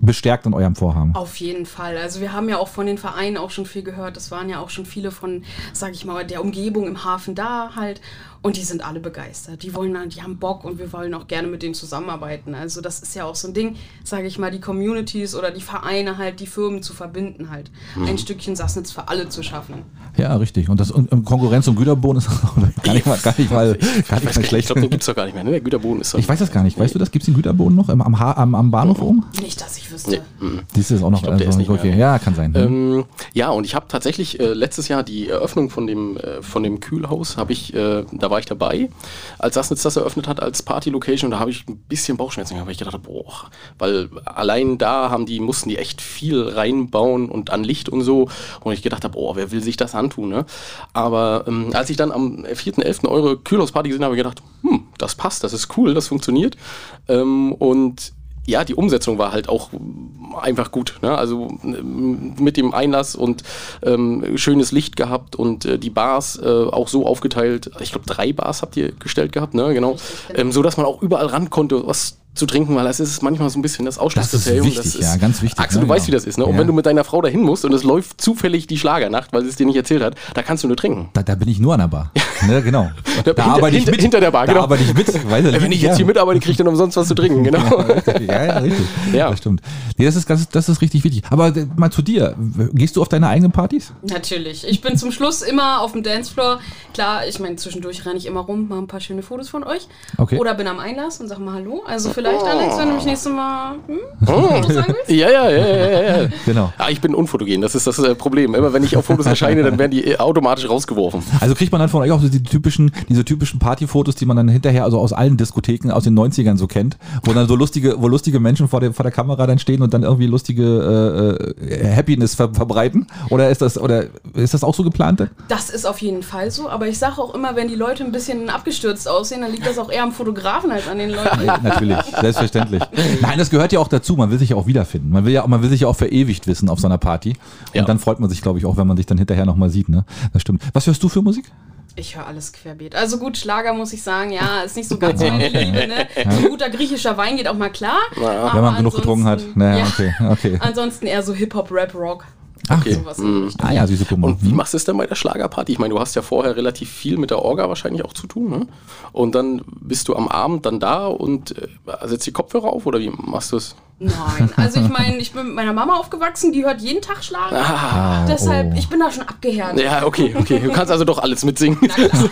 B: bestärkt in eurem Vorhaben?
C: Auf jeden Fall. Also wir haben ja auch von den Vereinen auch schon viel gehört. Es waren ja auch schon viele von, sag ich mal, der Umgebung im Hafen da halt. Und die sind alle begeistert. Die wollen, die haben Bock und wir wollen auch gerne mit denen zusammenarbeiten. Also das ist ja auch so ein Ding, sage ich mal, die Communities oder die Vereine halt, die Firmen zu verbinden halt. Ein Stückchen Sassnitz für alle zu schaffen.
B: Ja, richtig. Und das und, und Konkurrenz um Güterbohnen ist auch gar nicht mal, gar nicht mal, gar
A: Ich weiß
B: nicht
A: gar
B: mal
A: nicht, ich
B: schlecht.
A: glaube, den gibt's doch gar nicht mehr. Ne? Der Güterboden ist
B: Ich weiß das gar nicht. Weißt du das? Gibt's den Güterboden noch am, am, Ha- am, am Bahnhof oben?
C: Nicht, dass ich wüsste.
B: Dies ist auch noch.
A: Oh.
B: Also
A: glaub, der ist nicht mehr.
B: okay. Ja, kann sein. ne?
A: Ähm, ja, und ich habe tatsächlich äh, letztes Jahr die Eröffnung von dem, äh, von dem Kühlhaus, habe ich, äh, da war ich dabei, als Sassnitz das eröffnet hat als Party-Location, da habe ich ein bisschen Bauchschmerzen gehabt, weil ich gedacht habe, boah, weil allein da haben die, mussten die echt viel reinbauen und an Licht und so und ich gedacht habe, oh, wer will sich das antun, ne? Aber ähm, als ich dann am 4.11. eure Kühlhausparty gesehen habe, habe ich gedacht, hm, das passt, das ist cool, das funktioniert ähm, und ja, die Umsetzung war halt auch einfach gut. Ne? Also ähm, mit dem Einlass und ähm, schönes Licht gehabt und äh, die Bars äh, auch so aufgeteilt. Ich glaube, drei Bars habt ihr gestellt gehabt, ne? Genau.
C: Richtig, genau.
A: Ähm, so dass man auch überall ran konnte, was zu trinken, weil das ist manchmal so ein bisschen das Ausschlusskriterium.
B: wichtig, ja, ganz wichtig,
A: Axel,
B: ja,
A: du weißt, wie
B: genau.
A: das ist, ne? Und
B: Ja.
A: wenn du mit deiner Frau dahin musst und es läuft zufällig die Schlagernacht, weil sie es dir nicht erzählt hat, da kannst du nur trinken.
B: Da, da bin ich nur an der Bar. Ne, genau. Da,
A: hinter- hinter- hinter der Bar,
B: da
A: genau.
B: arbeite ich mit. Weil
A: Wenn ich jetzt hier mitarbeite, kriege ich dann umsonst was zu trinken, genau.
B: Ja, ja, richtig.
A: Ja.
B: Das stimmt. Nee, das ist, ganz, das ist richtig wichtig. Aber äh, mal zu dir. Gehst du auf deine eigenen Partys?
C: Natürlich. Ich bin zum Schluss immer auf dem Dancefloor. Klar, ich meine, zwischendurch renne ich immer rum, mache ein paar schöne Fotos von euch.
B: Okay.
C: Oder bin am Einlass und sag mal Hallo. Also vielleicht, Alex, wenn du mich nächstes Mal hm, was sagen willst.
A: Ja, ja, ja, ja, ja, ja.
B: Genau.
A: Ah, ich bin unfotogen, das ist das äh, Problem. Immer wenn ich auf Fotos erscheine, dann werden die äh, automatisch rausgeworfen.
B: Also kriegt man dann von euch auch so die typischen, diese typischen Partyfotos, die man dann hinterher also aus allen Diskotheken aus den 90ern so kennt, wo dann so lustige, wo lustige Menschen vor der, vor der Kamera dann stehen und dann irgendwie lustige äh, äh, Happiness ver verbreiten? Oder ist das, oder ist das auch so geplant?
C: Das ist auf jeden Fall so. Aber ich sage auch immer, wenn die Leute ein bisschen abgestürzt aussehen, dann liegt das auch eher am Fotografen als an den Leuten.
B: Ja, natürlich, selbstverständlich. Nein, das gehört ja auch dazu. Man will sich ja auch wiederfinden. Man will ja, man will sich ja auch verewigt wissen auf so einer Party. Und
A: Ja.
B: dann freut man sich, glaube ich, auch, wenn man sich dann hinterher nochmal sieht. Ne? Das stimmt. Was hörst du für Musik?
C: Ich höre alles querbeet. Also gut, Schlager muss ich sagen, ja, ist nicht so ganz meine Liebe. Ne? Ein guter griechischer Wein geht auch mal klar. aber
B: Wenn man genug getrunken hat.
C: Ah, ansonsten-
B: Naja,
C: ja.
B: okay, okay.
C: Ansonsten eher so Hip-Hop, Rap, Rock.
B: Ach,
C: Sowas in die Richtung.
B: Ah ja, süße Kummer.
A: Und wie machst du es denn bei der Schlagerparty? Ich meine, du hast ja vorher relativ viel mit der Orga wahrscheinlich auch zu tun. Ne? Und dann bist du am Abend dann da und äh, setzt die Kopfhörer auf oder wie machst du es?
C: Nein, also ich meine, ich bin mit meiner Mama aufgewachsen, die hört jeden Tag Schlager. Deshalb,
B: Ah, oh.
C: ich bin da schon abgehärtet.
A: Ah, Ja, okay, okay. Du kannst also doch alles mitsingen.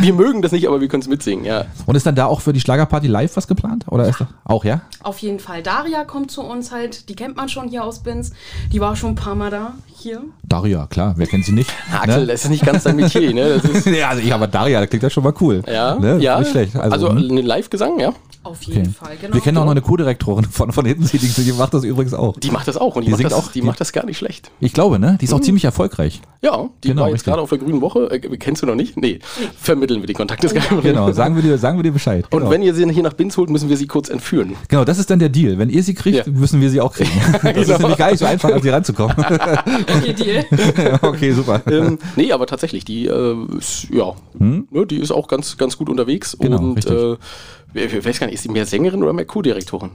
A: wir mögen das nicht, aber wir können es mitsingen, ja.
B: Und ist dann da auch für die Schlagerparty live was geplant? Oder ist da auch, ja?
C: Auf jeden Fall, Daria kommt zu uns halt, die kennt man schon hier aus Binz. Die war schon ein paar Mal da, hier.
B: Daria, klar, wer kennt sie nicht?
A: Axel,
B: ne?
A: das ist nicht ganz dein Metier, ne? Das ist,
B: ja, also ich, aber Daria, das klingt ja schon mal cool.
A: ja,
B: ne?
A: ja.
B: Nicht schlecht.
A: Also,
B: hm.
A: einen Live-Gesang, ja.
C: Auf
B: Okay.
C: jeden Fall, genau.
B: Wir kennen auch noch eine Co-Direktorin von, von hinten, die, die macht das übrigens auch.
A: Die Mhm. macht das auch und die,
B: Die
A: macht,
B: singt
A: das,
B: auch,
A: die
B: die-
A: macht das gar nicht schlecht.
B: Ich glaube, ne? Die ist auch ziemlich erfolgreich.
A: Ja, die
B: Genau,
A: war jetzt
B: richtig.
A: gerade auf der Grünen Woche. Äh, kennst du noch nicht? Nee, vermitteln wir die Kontaktesgeheimnisse.
B: Genau, sagen wir dir, sagen wir dir Bescheid.
A: Und
B: Genau.
A: wenn ihr sie hier nach Binz holt, müssen wir sie kurz entführen.
B: genau, das ist dann der Deal. Wenn ihr sie kriegt,
A: Ja.
B: müssen wir sie auch kriegen. Das
A: Genau.
B: ist nämlich gar nicht so einfach, an sie ranzukommen.
C: Okay, Deal.
B: okay, super.
A: ähm, nee, aber tatsächlich, die äh, ist, ja, ne, die ist auch ganz, ganz gut unterwegs.
B: Hm? Genau,
A: und
B: richtig.
A: äh, ich ich weiß gar nicht, ist sie mehr Sängerin oder mehr Co-Direktorin?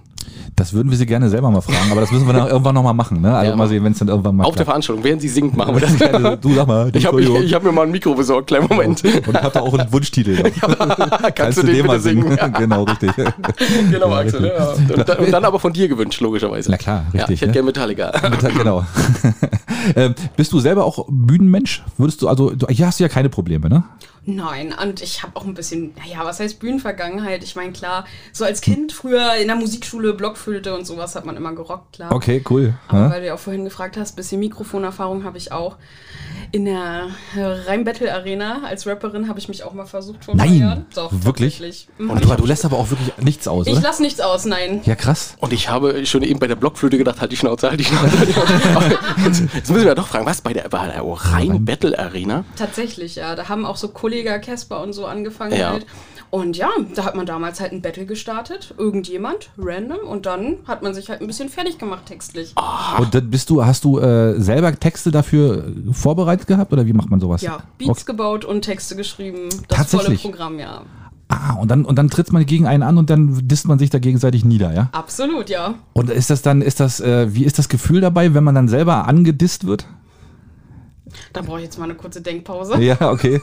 B: Das würden wir sie gerne selber mal fragen, aber das müssen wir dann irgendwann nochmal machen. Ne? Also
A: Ja.
B: mal sehen, wenn es dann irgendwann mal
A: Auf der
B: klappt.
A: Veranstaltung, während sie singt, machen wir das.
B: Also, Du Oh. sag mal,
A: Ich habe ich,
B: Entschuldigung.
A: ich hab mir mal ein Mikro besorgt, kleinen Moment.
B: Und ich hab da auch einen Wunschtitel.
A: Kannst, du den, bitte singen?
B: genau, richtig.
A: Ja, genau, Axel. Ja. Und, dann- und dann aber von dir gewünscht, logischerweise.
B: Na
A: Ja,
B: klar,
A: ich
B: richtig,
A: hätte
B: ne?
A: gerne Metallica.
B: genau. ähm, bist du selber auch Bühnenmensch? Würdest du, also, du, hier hast du ja keine Probleme, ne?
C: Nein, und ich habe auch ein bisschen, naja, was heißt Bühnenvergangenheit? Ich meine, klar, so als Kind früher in der Musikschule Blockflöte und sowas hat man immer gerockt, klar.
B: Okay, cool. ne?
C: Aber
B: Ja?
C: weil du ja auch vorhin gefragt hast, bisschen Mikrofonerfahrung habe ich auch. In der Rhein-Battle-Arena als Rapperin habe ich mich auch mal versucht vor ein paar
B: Nein,
C: Jahren. Doch,
B: wirklich?
C: tatsächlich. Hm,
B: Und du, du lässt aber auch wirklich nichts aus,
C: Ich
B: oder?
C: lasse nichts aus, nein.
B: Ja, krass.
A: Und ich habe schon eben bei der Blockflöte gedacht, halt die Schnauze, halt die Schnauze. Halt die Schnauze. Jetzt müssen wir doch fragen, was bei der, bei der Rhein-Battle-Arena?
C: Tatsächlich, ja. Da haben auch so Kollega Casper und so angefangen
A: Ja.
C: halt. Und ja, da hat man damals halt ein Battle gestartet, irgendjemand, random, und dann hat man sich halt ein bisschen fertig gemacht textlich.
B: Und dann bist du, hast du äh, selber Texte dafür äh, vorbereitet gehabt oder wie macht man sowas?
C: Ja, Beats
B: Okay.
C: gebaut und Texte geschrieben. Das volle
B: Tatsächlich?
C: Programm, ja.
B: Ah, und dann, und dann tritt man gegen einen an und dann disst man sich da gegenseitig nieder, ja?
C: Absolut, ja.
B: Und ist das dann, ist das, äh, wie ist das Gefühl dabei, wenn man dann selber angedisst wird?
C: Da brauche ich jetzt mal eine kurze Denkpause.
B: Ja, okay.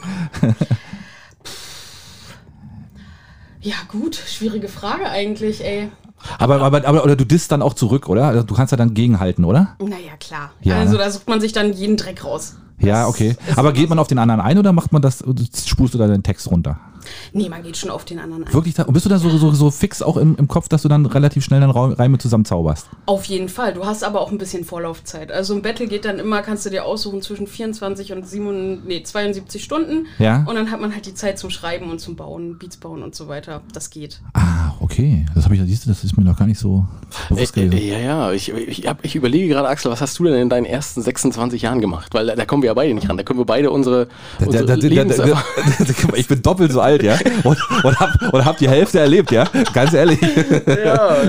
C: Ja, gut, schwierige Frage eigentlich, ey.
B: Aber, aber, aber oder du disst dann auch zurück, oder? Also Du kannst ja dann gegenhalten, oder?
C: Naja, klar.
B: Ja,
C: also
B: ne?
C: da sucht man sich dann jeden Dreck raus.
B: Ja,
C: Das
B: okay.
C: ist
B: Aber
C: immer
B: geht man
C: so.
B: auf den anderen ein oder macht man das, spulst du da deinen Text runter?
C: Nee, man geht schon auf den anderen ein.
B: Wirklich, da, und bist du da so, so, so fix auch im, im Kopf, dass du dann relativ schnell dann Ra- Reime zusammenzauberst?
C: Auf jeden Fall. Du hast aber auch ein bisschen Vorlaufzeit. Also im Battle geht dann immer, kannst du dir aussuchen, zwischen 24 und 7, nee, 72 Stunden.
B: Ja.
C: Und dann hat man halt die Zeit zum Schreiben und zum Bauen, Beats bauen und so weiter. Das geht.
B: Ah, okay. Das habe ich, siehst du, das ist mir noch gar nicht so bewusst
A: Äh,
B: gewesen.
A: äh, ja, ja, ich, ich, hab, ich überlege gerade, Axel, was hast du denn in deinen ersten 26 Jahren gemacht? Weil da, da kommen wir ja beide nicht ran. Da können wir beide unsere,
B: Da-
A: unsere
B: da- da- da- da-
A: Lebenserfahrung-
B: da- da- Ich bin doppelt so alt, ja. Und, und, hab, und hab die Hälfte erlebt, ja. Ganz ehrlich.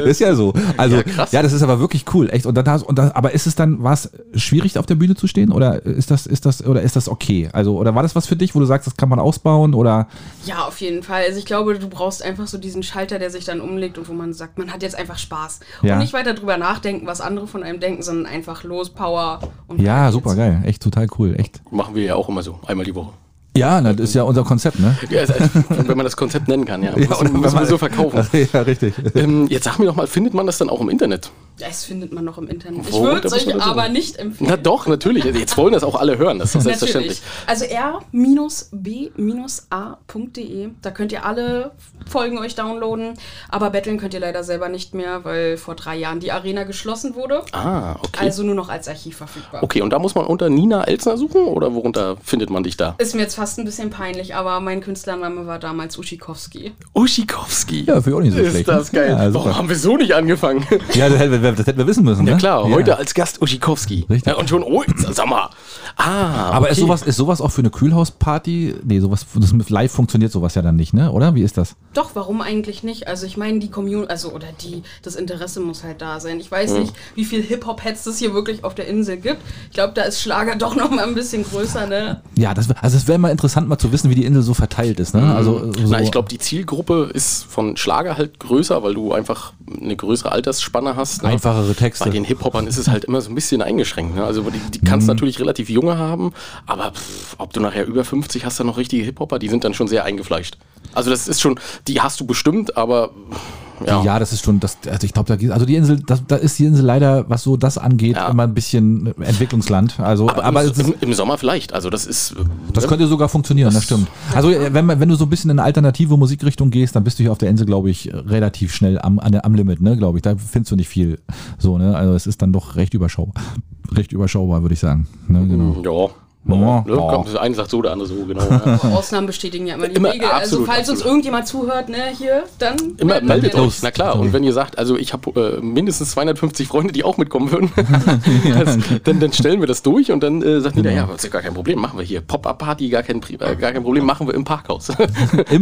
B: ist ja so. Also, ja,
A: Ja, krass.
B: das ist aber wirklich cool, echt. Und dann, hast- und dann, aber ist es dann, war es schwierig, auf der Bühne zu stehen? Oder ist das, ist das, oder ist das okay? Also, oder war das was für dich, wo du sagst, das kann man ausbauen? Oder
C: Ja, auf jeden Fall. Also ich glaube, du brauchst einfach so diesen Schalter, der sich dann umlegt und wo man sagt, man hat jetzt einfach Spaß.
B: Ja.
C: Und nicht weiter drüber nachdenken, was andere von einem denken, sondern einfach los, Power und
B: ja,
C: weiter
B: super
C: geht's.
B: geil. Echt total cool, echt.
A: Machen wir ja auch immer so, einmal die Woche.
B: Ja, na, das ist ja unser Konzept, ne?
A: Ja, also, wenn man das Konzept nennen kann, ja. Muss,
B: und wenn
A: muss man
B: man-
A: so verkaufen.
B: ja, richtig.
A: Ähm, jetzt sag mir doch mal, findet man das dann auch im Internet?
C: Das findet man noch im Internet. Ich
A: Wo? Da
C: würde
A: muss man
C: solche
A: das
C: aber
A: suchen.
C: nicht empfehlen.
A: Na doch, natürlich. Jetzt wollen das auch alle hören, das ist doch selbstverständlich.
C: Also r-b-a.de, da könnt ihr alle Folgen euch downloaden, aber betteln könnt ihr leider selber nicht mehr, weil vor drei Jahren die Arena geschlossen wurde.
A: Ah, okay.
C: Also nur noch als Archiv verfügbar.
A: okay, und da muss man unter Nina Elsner suchen oder worunter findet man dich da?
C: Ist mir jetzt fast ein bisschen peinlich, aber mein Künstlername war damals Uschikowski.
A: Uschikowski.
B: Ja, finde ich auch nicht so
A: ist
B: schlecht. ne?
A: das geil.
B: Ja, super.
A: Warum haben wir so nicht angefangen?
B: Ja, das hätten wir, das hätten wir wissen müssen, ne?
A: Ja klar, heute als Gast Uschikowski.
B: Richtig.
A: Ja, und schon, oh, sag mal. Ah,
B: Aber ist,
A: okay.
B: sowas, ist sowas auch für eine Kühlhausparty? Nee, sowas, das mit live funktioniert sowas ja dann nicht, ne? Oder? Wie ist das?
C: Doch, warum eigentlich nicht? Also ich meine, die Community, also oder die, das Interesse muss halt da sein. Ich weiß
A: Hm.
C: nicht, wie viel Hip-Hop-Heads es hier wirklich auf der Insel gibt. Ich glaube, da ist Schlager doch noch mal ein bisschen größer, ne?
B: Ja, das, also es wäre mal interessant, mal zu wissen, wie die Insel so verteilt ist, ne? Also, so,
A: Na, ich glaube, die Zielgruppe ist von Schlager halt größer, weil du einfach eine größere Altersspanne hast. Ne?
B: Einfachere Texte.
A: Bei den Hip-Hopern ist es halt immer so ein bisschen eingeschränkt. Ne? Also die, die kannst
B: Mhm.
A: natürlich relativ junge haben, aber pff, ob du nachher über 50 hast, dann noch richtige Hip-Hopper, die sind dann schon sehr eingefleischt. Also das ist schon, die hast du bestimmt, aber ja.
B: Ja. das ist schon, das, also ich glaube, da geht, also die Insel, das, da ist die Insel leider, was so das angeht,
A: Ja.
B: immer ein bisschen Entwicklungsland. Also, aber,
A: im,
B: es ist,
A: im, im Sommer vielleicht. Also das ist.
B: das könnte sogar funktionieren, das, stimmt. Also äh, wenn, man- wenn du so ein bisschen in eine alternative Musikrichtung gehst, dann bist du hier auf der Insel, glaube ich, relativ schnell am, an, der- am Limit, ne, glaube ich. Da findest du nicht viel. So, ne? Also es ist dann doch recht überschaubar. Recht überschaubar, würde ich sagen. Ne? Genau.
A: ja.
B: Ja.
A: Ja, ne? Kommt, der eine sagt so, der andere so, genau. Ja.
C: Ausnahmen bestätigen ja immer die
A: Immer,
C: Regel.
A: absolut,
C: also falls uns
A: absolut.
C: irgendjemand zuhört, ne, hier, dann
A: Immer meldet
C: euch.
A: euch, na klar. Und wenn ihr sagt, also ich habe äh, mindestens 250 Freunde, die auch mitkommen würden, das, dann, dann stellen wir das durch und dann äh, sagt jeder, ja, ist ja gar kein Problem, machen wir hier. Pop-Up-Party, gar, kein Pri- äh, gar kein Problem, machen wir im Parkhaus.
B: Im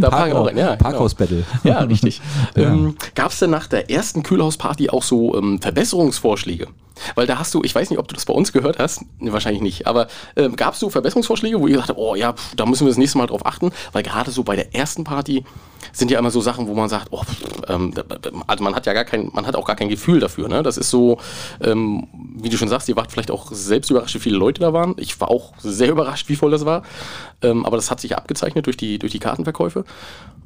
A: Da
B: Park,
A: parken auch rein, ja, genau.
B: Parkhaus-Battle.
A: Ja, richtig. Ähm, Gab es denn nach der ersten Kühlhausparty auch so ähm, Verbesserungsvorschläge? Weil da hast du, ich weiß nicht, ob du das bei uns gehört hast, nee, wahrscheinlich nicht, aber ähm, gab es so Verbesserungsvorschläge, wo ihr gesagt habt, oh ja, pf, da müssen wir das nächste Mal drauf achten, weil gerade so bei der ersten Party sind ja immer so Sachen, wo man sagt, oh, pf, ähm, da- da- also man hat ja gar kein, man hat auch gar kein Gefühl dafür. Ne? Das ist so, ähm, wie du schon sagst, ihr wart vielleicht auch selbst überrascht, wie viele Leute da waren. Ich war auch sehr überrascht, wie voll das war. Ähm, aber das hat sich ja abgezeichnet durch die, durch die Kartenverkäufe.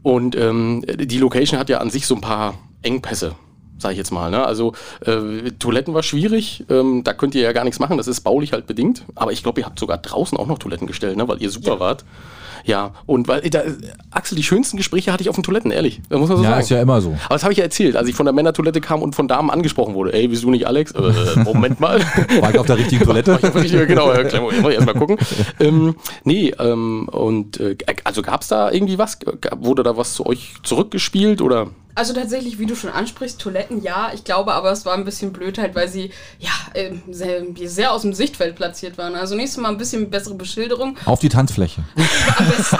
A: Und ähm, die Location hat ja an sich so ein paar Engpässe, sage ich jetzt mal. Ne? Also äh, Toiletten war schwierig, ähm, da könnt ihr ja gar nichts machen, das ist baulich halt bedingt. Aber ich glaube, ihr habt sogar draußen auch noch Toiletten gestellt, ne? weil ihr super wart. Ja, und weil, da, Axel, die schönsten Gespräche hatte ich auf den Toiletten, ehrlich. Da muss man so
B: Ja,
A: sagen.
B: ist ja immer so.
A: Aber das habe ich ja erzählt, als ich von der Männertoilette kam und von Damen angesprochen wurde. Ey, wieso nicht Alex? Äh, Moment mal.
B: War ich auf der richtigen Toilette?
A: Ja, richtig, genau, ja, klar, muss ich erstmal gucken. Ähm, nee, ähm, und äh, also gab es da irgendwie was? Gab- Wurde da was zu euch zurückgespielt oder?
C: Also tatsächlich, wie du schon ansprichst, Toiletten, ja, ich glaube, aber es war ein bisschen blöd halt, weil sie ja ähm, sehr, sehr aus dem Sichtfeld platziert waren. Also nächstes Mal ein bisschen bessere Beschilderung.
B: Auf die Tanzfläche.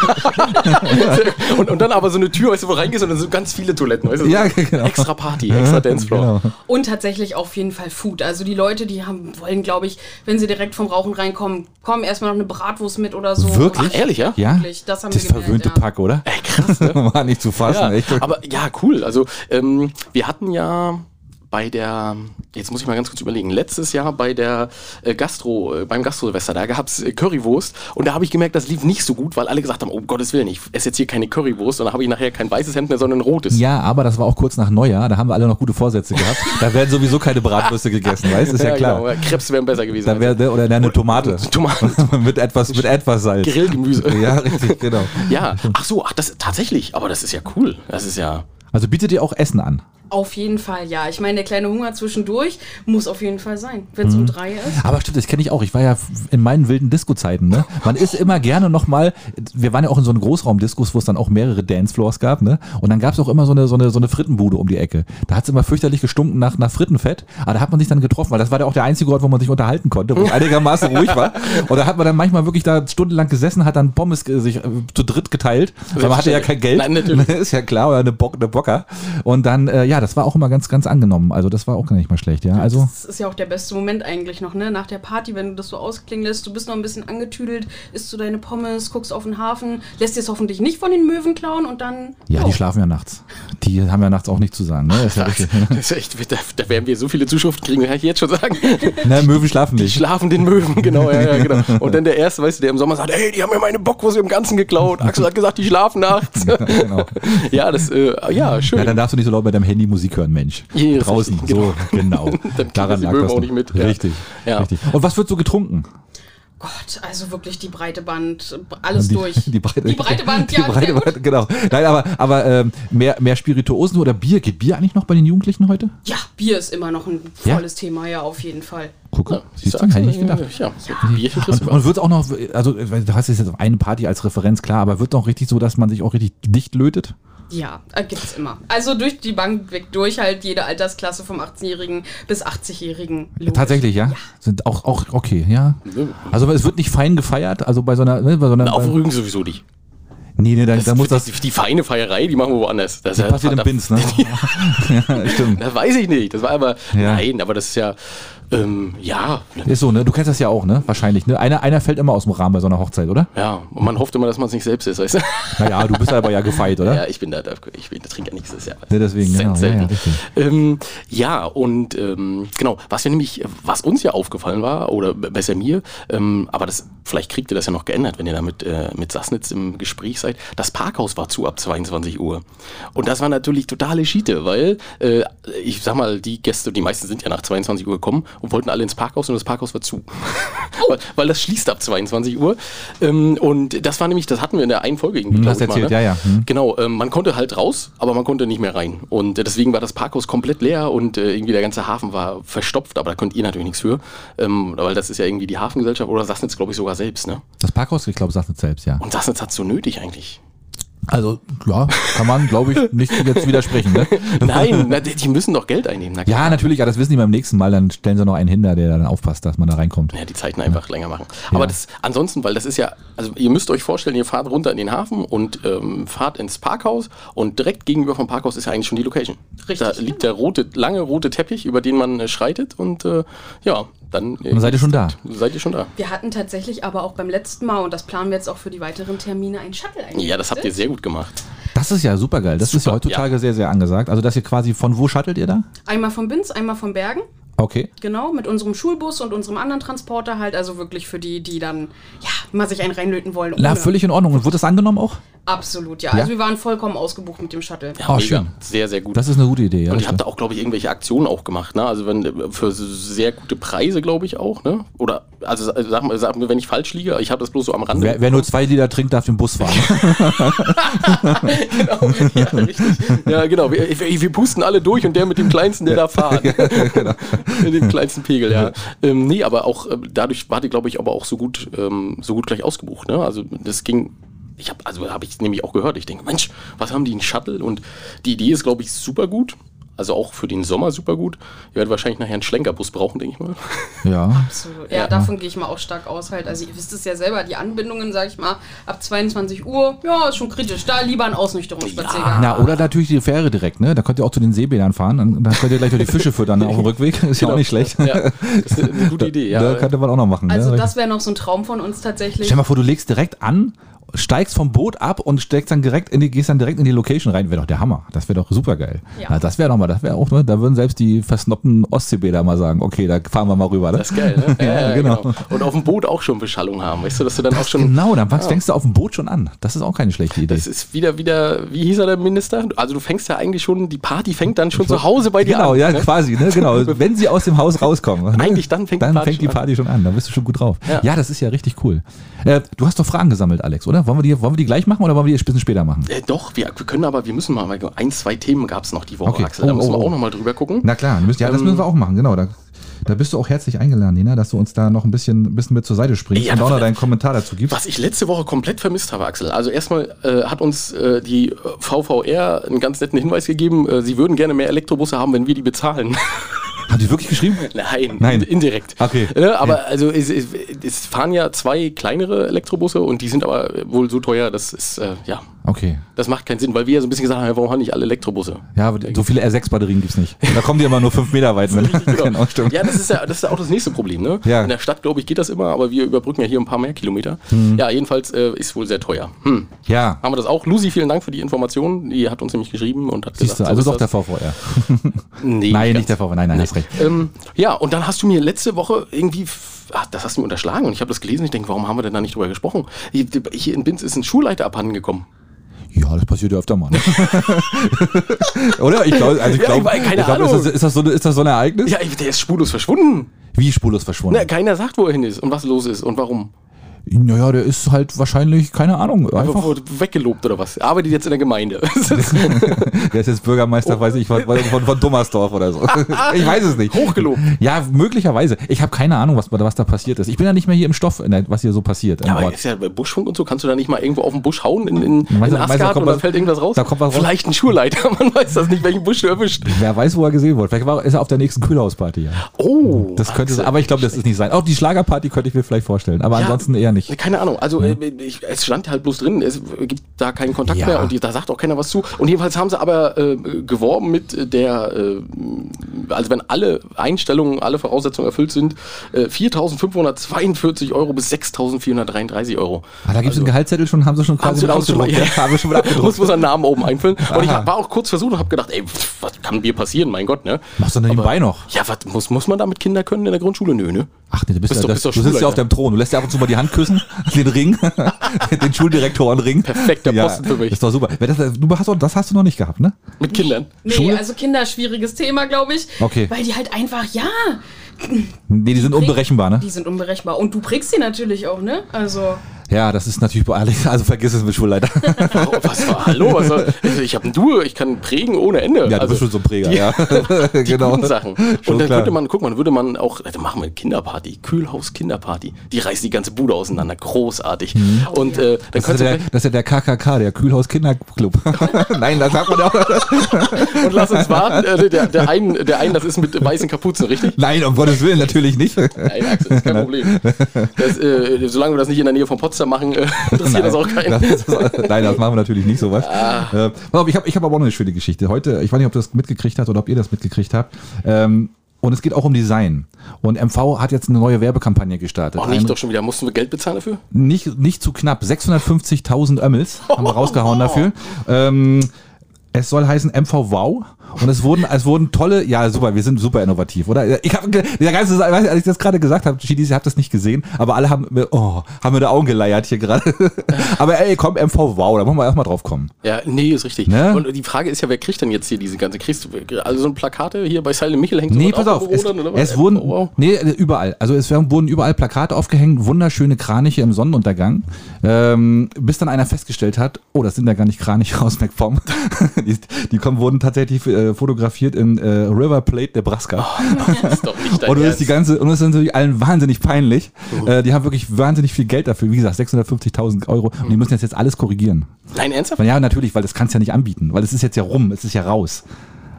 A: Und, und dann aber so eine Tür, weißt du, wo reingehst und dann so ganz viele Toiletten, weißt du?
B: Ja,
A: so
B: genau.
A: Extra Party, extra Dancefloor.
C: Und tatsächlich auf jeden Fall Food. Also die Leute, die haben, wollen, glaube ich, wenn sie direkt vom Rauchen reinkommen, kommen erstmal noch eine Bratwurst mit oder so.
B: Wirklich?
A: Ach, ehrlich, ja?
B: Ja?
C: Wirklich, das haben
B: das
C: wir gemerkt,
B: verwöhnte
C: ja.
B: Pack, oder? Ey, krass, ne? War nicht zu fassen,
A: Ja,
B: echt.
A: aber ja, cool. Also ähm, wir hatten ja bei der, jetzt muss ich mal ganz kurz überlegen, letztes Jahr bei der äh, Gastro, äh, beim Gastro-Silvester, da gab es äh, Currywurst und da habe ich gemerkt, das lief nicht so gut, weil alle gesagt haben, oh um Gottes Willen, ich esse jetzt hier keine Currywurst und dann habe ich nachher kein weißes Hemd mehr, sondern ein rotes.
B: Ja, aber das war auch kurz nach Neujahr, da haben wir alle noch gute Vorsätze gehabt. Da werden sowieso keine Bratwürste gegessen, weißt du? Ist ja klar.
A: genau, ja, Krebs wären besser gewesen.
B: Da wär, oder eine Tomate.
A: Tomaten,
B: mit etwas, mit etwas Salz.
A: Grillgemüse.
B: Ja, richtig, genau.
A: Ja, ach so, ach das tatsächlich, aber das ist ja cool. Das ist ja
B: Also bietet ihr auch Essen an?
C: Auf jeden Fall, ja. Ich meine, der kleine Hunger zwischendurch muss auf jeden Fall sein, wenn
A: Mhm.
C: es um drei ist.
B: Aber stimmt, das kenne ich auch. Ich war ja in meinen wilden Disco-Zeiten. Ne? Man ist immer gerne nochmal, wir waren ja auch in so einem Großraumdiskos, wo es dann auch mehrere Dancefloors gab. Ne? Und dann gab es auch immer so eine, so, eine, so eine Frittenbude um die Ecke. Da hat es immer fürchterlich gestunken nach, nach Frittenfett. Aber da hat man sich dann getroffen, weil das war ja auch der einzige Ort, wo man sich unterhalten konnte, wo es einigermaßen ruhig war. Und da hat man dann manchmal wirklich da stundenlang gesessen, hat dann Pommes äh, sich äh, zu dritt geteilt. Weil man hatte ja kein Geld.
A: Nein, natürlich.
B: ist ja klar, oder eine, Bock, eine Bocker. Und dann, äh, ja, das war auch immer ganz, ganz angenommen. Also das war auch gar nicht mal schlecht, ja. Also
C: Das ist ja auch der beste Moment eigentlich noch, ne? Nach der Party, wenn du das so ausklingen lässt, du bist noch ein bisschen angetüdelt, isst du deine Pommes, guckst auf den Hafen, lässt dir es hoffentlich nicht von den Möwen klauen und dann.
B: Ja,
C: Oh.
B: die schlafen ja nachts. Die haben ja nachts auch nichts zu sagen. Ne? Ist ja richtig.
A: Das ist echt, da, da werden wir so viele Zuschriften kriegen, kann ich jetzt schon sagen.
B: Ne, Möwen schlafen
A: Die
B: nicht.
A: schlafen den Möwen, genau, ja, ja, genau. Und dann der Erste, weißt du, der im Sommer sagt, hey, die haben mir meine Bockwurst im Ganzen geklaut. Axel hat gesagt, die schlafen nachts.
B: genau.
A: ja, das, äh, ja, schön.
B: Ja, dann darfst du nicht so laut bei deinem Handy Musik hören, Mensch.
A: Ja, ist
B: Draußen,
A: richtig,
B: so, genau.
A: Dann kriegen die Möwen auch nicht mit. Ja.
B: Richtig,
A: Ja.
B: richtig. Und was wird so getrunken?
C: Gott, also wirklich die breite Band, alles
B: die,
C: durch.
B: Die breite,
C: die breite Band, ja.
B: Die breite
C: sehr gut.
B: Band, genau. Nein, aber, aber ähm, mehr, mehr Spirituosen oder Bier. Geht Bier eigentlich noch bei den Jugendlichen heute?
C: Ja, Bier ist immer noch ein
B: Ja?
C: volles Thema, ja, auf jeden Fall.
B: Gucke,
A: Ja,
B: siehst du,
A: Axel,
B: hätte ich nicht gedacht.
A: Ja, so ein Bierchen kriegst
B: Und,
A: du
B: und wird auch noch, also äh, du hast es jetzt auf eine Party als Referenz, klar, aber wird auch richtig so, dass man sich auch richtig dicht lötet?
C: Ja, äh, gibt's immer. Also durch die Bank weg, durch halt jede Altersklasse vom 18-Jährigen bis 80-Jährigen. logisch.
B: Tatsächlich, ja? Sind auch, auch, okay, ja.
A: Nö.
B: Also es wird nicht fein gefeiert, also bei so einer, ne, bei so einer
A: Auf
B: bei,
A: dem Rügen sowieso nicht.
B: nee, nee, dann, dann muss das,
A: die, die feine Feierei, die machen wir woanders. Das,
B: das passiert im
A: da-
B: Bins, ne? ja, stimmt.
A: Das weiß ich nicht. Das war aber,
B: Ja.
A: nein, aber das ist ja, ähm, ja,
B: Ist so, ne? Du kennst das ja auch, ne? Wahrscheinlich, ne? Einer, einer fällt immer aus dem Rahmen bei so einer Hochzeit, oder?
A: ja. Und man hofft immer, dass man es nicht selbst ist, weißt du?
B: Naja, du bist aber ja gefeit, oder?
A: Ja, ich bin da, da- ich bin, da trinke ja nichts, das ist ja
B: Ne, deswegen,
A: sehr
B: genau, ja,
A: selten.
B: ja, richtig.
A: ähm, ja, und ähm, genau, was wir nämlich, was uns ja aufgefallen war, oder b- besser mir, ähm, aber das, vielleicht kriegt ihr das ja noch geändert, wenn ihr da mit, äh, mit Sassnitz im Gespräch seid, das Parkhaus war zu ab 22 Uhr. Und das war natürlich totale Schiete, weil äh, ich sag mal, die Gäste, die meisten sind ja nach 22 Uhr gekommen und wollten alle ins Parkhaus und das Parkhaus war zu. weil, weil das schließt ab 22 Uhr. Ähm, und das war nämlich, das hatten wir in der einen Folge irgendwie,
B: Hm,
A: glaub
B: hast
A: ich mal,
B: erzählt,
A: ne?
B: ja, ja. Hm.
A: Genau, ähm, man konnte halt raus, aber man konnte nicht mehr rein. Und äh, deswegen war das Parkhaus komplett leer und äh, irgendwie der ganze Hafen war verstopft, aber da könnt ihr natürlich nichts für. Ähm, weil das ist ja irgendwie die Hafengesellschaft oder Sassnitz, glaube ich, sogar selbst, ne?
B: Das Parkhaus, ich glaube, sagt es selbst, ja.
A: Und Sassnitz hat so nötig eigentlich.
B: Also, ja, kann man, glaube ich, nicht jetzt widersprechen, ne?
A: Nein, na, die die müssen doch Geld einnehmen. Na, klar.
B: Ja, natürlich, ja, das wissen die beim nächsten Mal, dann stellen sie noch einen hin, da, der dann aufpasst, dass man da reinkommt.
A: Ja, die Zeiten einfach länger machen. Aber das ansonsten, weil das ist ja, also ihr müsst euch vorstellen, ihr fahrt runter in den Hafen und ähm, fahrt ins Parkhaus und direkt gegenüber vom Parkhaus ist ja eigentlich schon die Location.
C: Richtig,
A: Da liegt der rote, lange rote Teppich, über den man äh, schreitet und äh, ja, dann, äh,
B: Dann seid ihr schon da.
A: seid ihr schon da.
C: Wir hatten tatsächlich aber auch beim letzten Mal, und das planen wir jetzt auch für die weiteren Termine, einen Shuttle eingerichtet.
A: Ja, das habt ihr sehr gut gemacht.
B: Das ist ja super geil. Das ist ja
A: Super,
B: heutzutage sehr, sehr angesagt. Also, dass ihr quasi von wo shuttelt ihr da?
C: Einmal von Binz, einmal von Bergen,
B: Okay.
C: genau, mit unserem Schulbus und unserem anderen Transporter halt, also wirklich für die, die dann, ja, mal sich einen reinlöten wollen.
B: Na,
C: ohne.
B: völlig in Ordnung. Und wurde das angenommen auch?
C: Absolut, ja.
B: Ja?
C: Also wir waren vollkommen ausgebucht mit dem Shuttle.
A: Ja,
B: Oh,
A: mega.
B: schön.
A: Sehr, sehr gut.
B: Das ist eine gute Idee, ja.
A: und
B: das
A: ihr habt
B: stimmt.
A: da auch, glaube ich, irgendwelche Aktionen auch gemacht, ne? Also wenn für sehr gute Preise, glaube ich, auch, ne? Oder also sag mal, sag mir, wenn ich falsch liege, ich habe das bloß so am Rande.
B: Wer, wer nur zwei Liter trinkt, darf den Bus fahren.
A: genau. Ja, richtig. Ja, genau. Wir, wir, wir pusten alle durch und der mit dem kleinsten, der da fahren.
B: genau.
A: Mit dem kleinsten Pegel, ja. Ähm, nee, aber auch ähm, dadurch war die, glaube ich, aber auch so gut, ähm, so gut gleich ausgebucht. Ne? Also das ging. Ich habe, also habe ich nämlich auch gehört. Ich denke, Mensch, was haben die einen Shuttle? Und die Idee ist, glaube ich, super gut. Also auch für den Sommer super gut. Ihr werdet wahrscheinlich nachher einen Schlenkerbus brauchen, denke ich mal.
B: ja.
C: Absolut. Ja, davon gehe ich mal auch stark aus halt. Also ihr wisst es ja selber, die Anbindungen, sag ich mal, ab 22 Uhr, ja, ist schon kritisch. Da lieber ein Ausnüchterungsspaziergang.
B: Na, ne, oder natürlich die Fähre direkt, ne? Da könnt ihr auch zu den Seebädern fahren. Dann, dann könnt ihr gleich noch die Fische füttern ne? auf dem Rückweg. Ist ja auch nicht schlecht.
A: Ja, das ist eine gute Idee, ja.
B: Da könnte man auch noch machen.
C: Also
B: ne?
C: das wäre noch so ein Traum von uns tatsächlich.
B: Stell mal vor, du legst direkt an, steigst vom Boot ab und steigst dann direkt in die, gehst dann direkt in die Location rein. Wäre doch der Hammer. Das wäre doch super geil.
C: Ja.
B: Na, das wäre doch mal, das wäre auch, ne? Da würden selbst die versnoppten Ostseebäder mal sagen, okay, da fahren wir mal rüber. Ne?
A: Das ist geil, ne?
B: Ja, genau.
A: Und auf dem Boot auch schon Beschallung haben, weißt du, dass du dann auch schon.
B: genau, dann fängst, fängst du auf dem Boot schon an. Das ist auch keine schlechte Idee.
A: Das ist wieder, wieder, wie hieß er der Minister? Also du fängst ja eigentlich schon, die Party fängt dann schon zu Hause bei dir
B: genau,
A: an.
B: ja,
A: ne?
B: quasi, ne? Genau. Wenn sie aus dem Haus rauskommen. ne?
A: Eigentlich dann fängt die
B: dann
A: Party
B: fängt die
A: schon an.
B: Party schon an. Da bist du schon gut drauf.
A: Ja.
B: Ja, das ist ja richtig cool. Äh, du hast doch Fragen gesammelt, Alex, oder? Ja, wollen wir, die, wollen wir die gleich machen oder wollen wir die ein bisschen später machen?
A: Äh, doch, wir, wir können aber, wir müssen mal, weil ein, zwei Themen gab es noch die Woche,
B: Okay.
A: Axel. Da
B: Oh,
A: müssen wir
B: oh, oh.
A: auch nochmal drüber gucken.
B: Na klar, müsst, ja, das
A: Ähm.
B: müssen wir auch machen, genau. Da, da bist du auch herzlich eingeladen, Nina, dass du uns da noch ein bisschen, ein bisschen mit zur Seite springst
A: Ja,
B: und auch noch
A: aber-
B: deinen Kommentar dazu gibst.
A: Was ich letzte Woche komplett vermisst habe, Axel. Also erstmal äh, hat uns äh, die äh, VVR einen ganz netten Hinweis gegeben. Äh, sie würden gerne mehr Elektrobusse haben, wenn wir die bezahlen.
B: Haben die wirklich geschrieben?
A: Nein,
B: Nein.
A: ind- indirekt.
B: Okay.
A: Ne, aber also es, es, es fahren ja zwei kleinere Elektrobusse und die sind aber wohl so teuer, das ist äh, ja,
B: Okay.
A: das macht keinen Sinn, weil wir ja so ein bisschen gesagt haben, ja, warum haben nicht alle Elektrobusse?
B: Ja, aber so viele R6-Batterien gibt's nicht. Da kommen die immer nur fünf Meter weit, wenn keine Ausstellung.
A: Genau. Ja, das ist ja, das ist ja auch das nächste Problem, ne?
B: Genau. Ja.
A: In der Stadt, glaube ich, geht das immer, aber wir überbrücken ja hier ein paar mehr Kilometer.
B: Hm.
A: Ja, jedenfalls äh, ist wohl sehr teuer. Hm.
B: Ja,
A: Haben wir das auch? Lucy, vielen Dank für die Information. Die hat uns nämlich geschrieben und hat
B: siehst du,
A: gesagt,
B: also
A: ist
B: doch der
A: das.
B: VVR.
A: Nee,
B: Nein,
A: ganz.
B: nicht der VVR, nein, nein, hast recht.
A: Ähm, ja, und dann hast du mir letzte Woche irgendwie, f- ach, das hast du mir unterschlagen und ich habe das gelesen. Ich denke, warum haben wir denn da nicht drüber gesprochen? Hier- Hier in Binz ist ein Schulleiter abhanden gekommen.
B: Ja, das passiert ja öfter mal. Ne? Oder? Ich glaube, also ich
A: Ja, ich
B: glaube,
A: meine, keine
B: ist,
A: Ahnung.
B: das, ist, das so, eine- ist das so ein Ereignis?
A: Ja, der ist spurlos verschwunden.
B: Wie spurlos verschwunden?
A: Na, keiner sagt, wo er hin ist und was los ist und warum.
B: naja, der ist halt wahrscheinlich, keine Ahnung, einfach.
A: Wurde weggelobt oder was. Arbeitet jetzt in der Gemeinde. Das ist
B: Der ist jetzt
A: Oh.
B: Bürgermeister, weiß ich, von, von, von Dummersdorf oder so. Ich weiß es nicht.
A: Hochgelobt.
B: Ja, möglicherweise. Ich habe keine Ahnung, was, was da passiert ist. Ich bin ja nicht mehr hier im Stoff, in der- was hier so passiert. Im
A: Ja, aber ist ja bei Buschfunk und so kannst du da nicht mal irgendwo auf den Busch hauen in, in,
B: Meinst
A: in
B: du- meinst du, da
A: Asgard
B: kommt
A: und dann
B: was-
A: fällt irgendwas raus.
B: da kommt was raus?
A: Vielleicht ein Schulleiter, man weiß das nicht, welchen Busch du erwischt.
B: Wer weiß, wo er gesehen wurde. Vielleicht war, ist er auf der nächsten Kühlhausparty. Ja.
A: Oh,
B: Das könnte,
A: Axel.
B: aber ich glaube, das ist nicht sein. Auch die Schlagerparty könnte ich mir vielleicht vorstellen, aber
A: Ja,
B: ansonsten eher nicht.
A: Keine Ahnung. Also äh, ich, es stand halt bloß drin, es gibt da keinen Kontakt
B: Ja.
A: mehr und die, da sagt auch keiner was zu. Und jedenfalls haben sie aber äh, geworben mit der, äh, also wenn alle Einstellungen, alle Voraussetzungen erfüllt sind, äh, 4.542 Euro bis 6.433 Euro.
B: Ah, da gibt es einen Gehaltszettel schon, haben sie schon quasi
A: sie- Also
B: mit
A: haben sie schon mal-
B: ausgedruckt. Ja, haben sie schon mit
A: Muss
B: abgedruckt.
A: muss einen Namen oben einfüllen. Und ich
B: Aha.
A: war auch kurz versucht und habe gedacht, ey, pff, was kann mir passieren, mein Gott, ne?
B: Machst du dann nebenbei noch?
A: Ja, was muss, muss man da mit Kinder können in der Grundschule? Nö, ne?
B: Ach nee, du, bist
A: Bist
B: ja,
A: doch-
B: das,
A: bist doch
B: du sitzt ja
A: Schulleiter.
B: auf deinem Thron. Du lässt ja ab und zu mal die Hand küssen, den Ring, den Schuldirektorenring.
A: Perfekter
B: ja,
A: Posten für mich.
B: Ist doch super. Wer Das, du hast, doch- das hast du noch nicht gehabt, ne?
A: Mit Kindern.
C: Nee,
B: Schule?
C: also Kinder, schwieriges Thema, glaube ich.
B: Okay.
C: Weil die halt einfach, ja,
B: Nee, die sind unberechenbar, ne?
C: die sind unberechenbar. Und du prägst sie natürlich auch, ne? Also,
B: Ja, das ist natürlich bei Alex. Also vergiss es mit Schulleiter.
A: Oh, was war? Hallo, was soll, ich habe ein Dur, ich kann prägen ohne Ende. Also,
B: Ja, du bist schon so ein Präger, ja. genau.
A: guten Sachen.
B: Schon
A: Und dann
B: klar.
A: könnte man, guck mal, dann würde man auch, also machen wir eine Kinderparty, Kühlhaus Kinderparty. Die reißt die ganze Bude auseinander, großartig. Und äh, dann
B: Mhm. Das ist,
A: könntest
B: ja der,
A: du
B: das ist ja der KKK, der Kühlhaus Kinderclub. Nein, das sagt man ja auch.
A: gleich, und lass uns warten, äh, der, der einen, der einen, das ist mit weißen Kapuzen, richtig?
B: Nein, um Gottes Willen, natürlich nicht.
A: Nein, Axel, ist kein Problem. Das, äh, solange wir das nicht in der Nähe von Potsdam machen, äh, interessiert das auch keinen. Ah.
B: Das ist- nein, das machen wir natürlich nicht sowas. Äh, pass auf, ich habe ich hab aber auch noch eine schöne Geschichte. Heute, ich weiß nicht, ob du das mitgekriegt hast oder ob ihr das mitgekriegt habt. Ähm, und es geht auch um Design. Und MV hat jetzt eine neue Werbekampagne gestartet.
A: Auch nicht
B: Ein-
A: doch schon wieder. Mussten wir Geld bezahlen dafür?
B: nicht, nicht zu knapp. 650.000 Ömmels haben wir rausgehauen dafür. Ähm, es soll heißen MV Wow und es wurden es wurden tolle ja super wir sind super innovativ oder ich habe der ganze als ich das gerade gesagt habe Chidi, ihr habt das nicht gesehen aber alle haben mir oh haben mir da Augen geleiert hier gerade aber ey komm MV Wow da machen wir erstmal drauf kommen
A: Ja, nee, ist richtig.
B: Ne?
A: Und die Frage ist ja, wer kriegt denn jetzt hier diese ganze? Kriegst du also so ein Plakate hier bei Silent Michel hängt
B: Nee,
A: sowas
B: pass auf.
A: irgendwo
B: Es,
A: dran, oder was?
B: es wurden,
A: Oh, wow.
B: nee, überall. Also es werden- wurden überall Plakate aufgehängt, wunderschöne Kraniche im Sonnenuntergang. Ähm, bis dann einer festgestellt hat, oh, das sind ja gar nicht Kraniche aus MacPom. die die kommen, wurden tatsächlich äh, fotografiert in äh, River Plate, Nebraska.
A: Das ist doch nicht dein
B: und es
A: Ernst.
B: ist die ganze, und es ist natürlich allen wahnsinnig peinlich.
A: Oh.
B: Äh, die haben wirklich wahnsinnig viel Geld dafür. Wie gesagt, 650.000 Euro. Und die müssen jetzt, jetzt alles korrigieren.
A: Nein, ernsthaft?
B: Ja, natürlich, weil das kannst du ja nicht anbieten, weil es ist jetzt ja rum, es ist ja raus.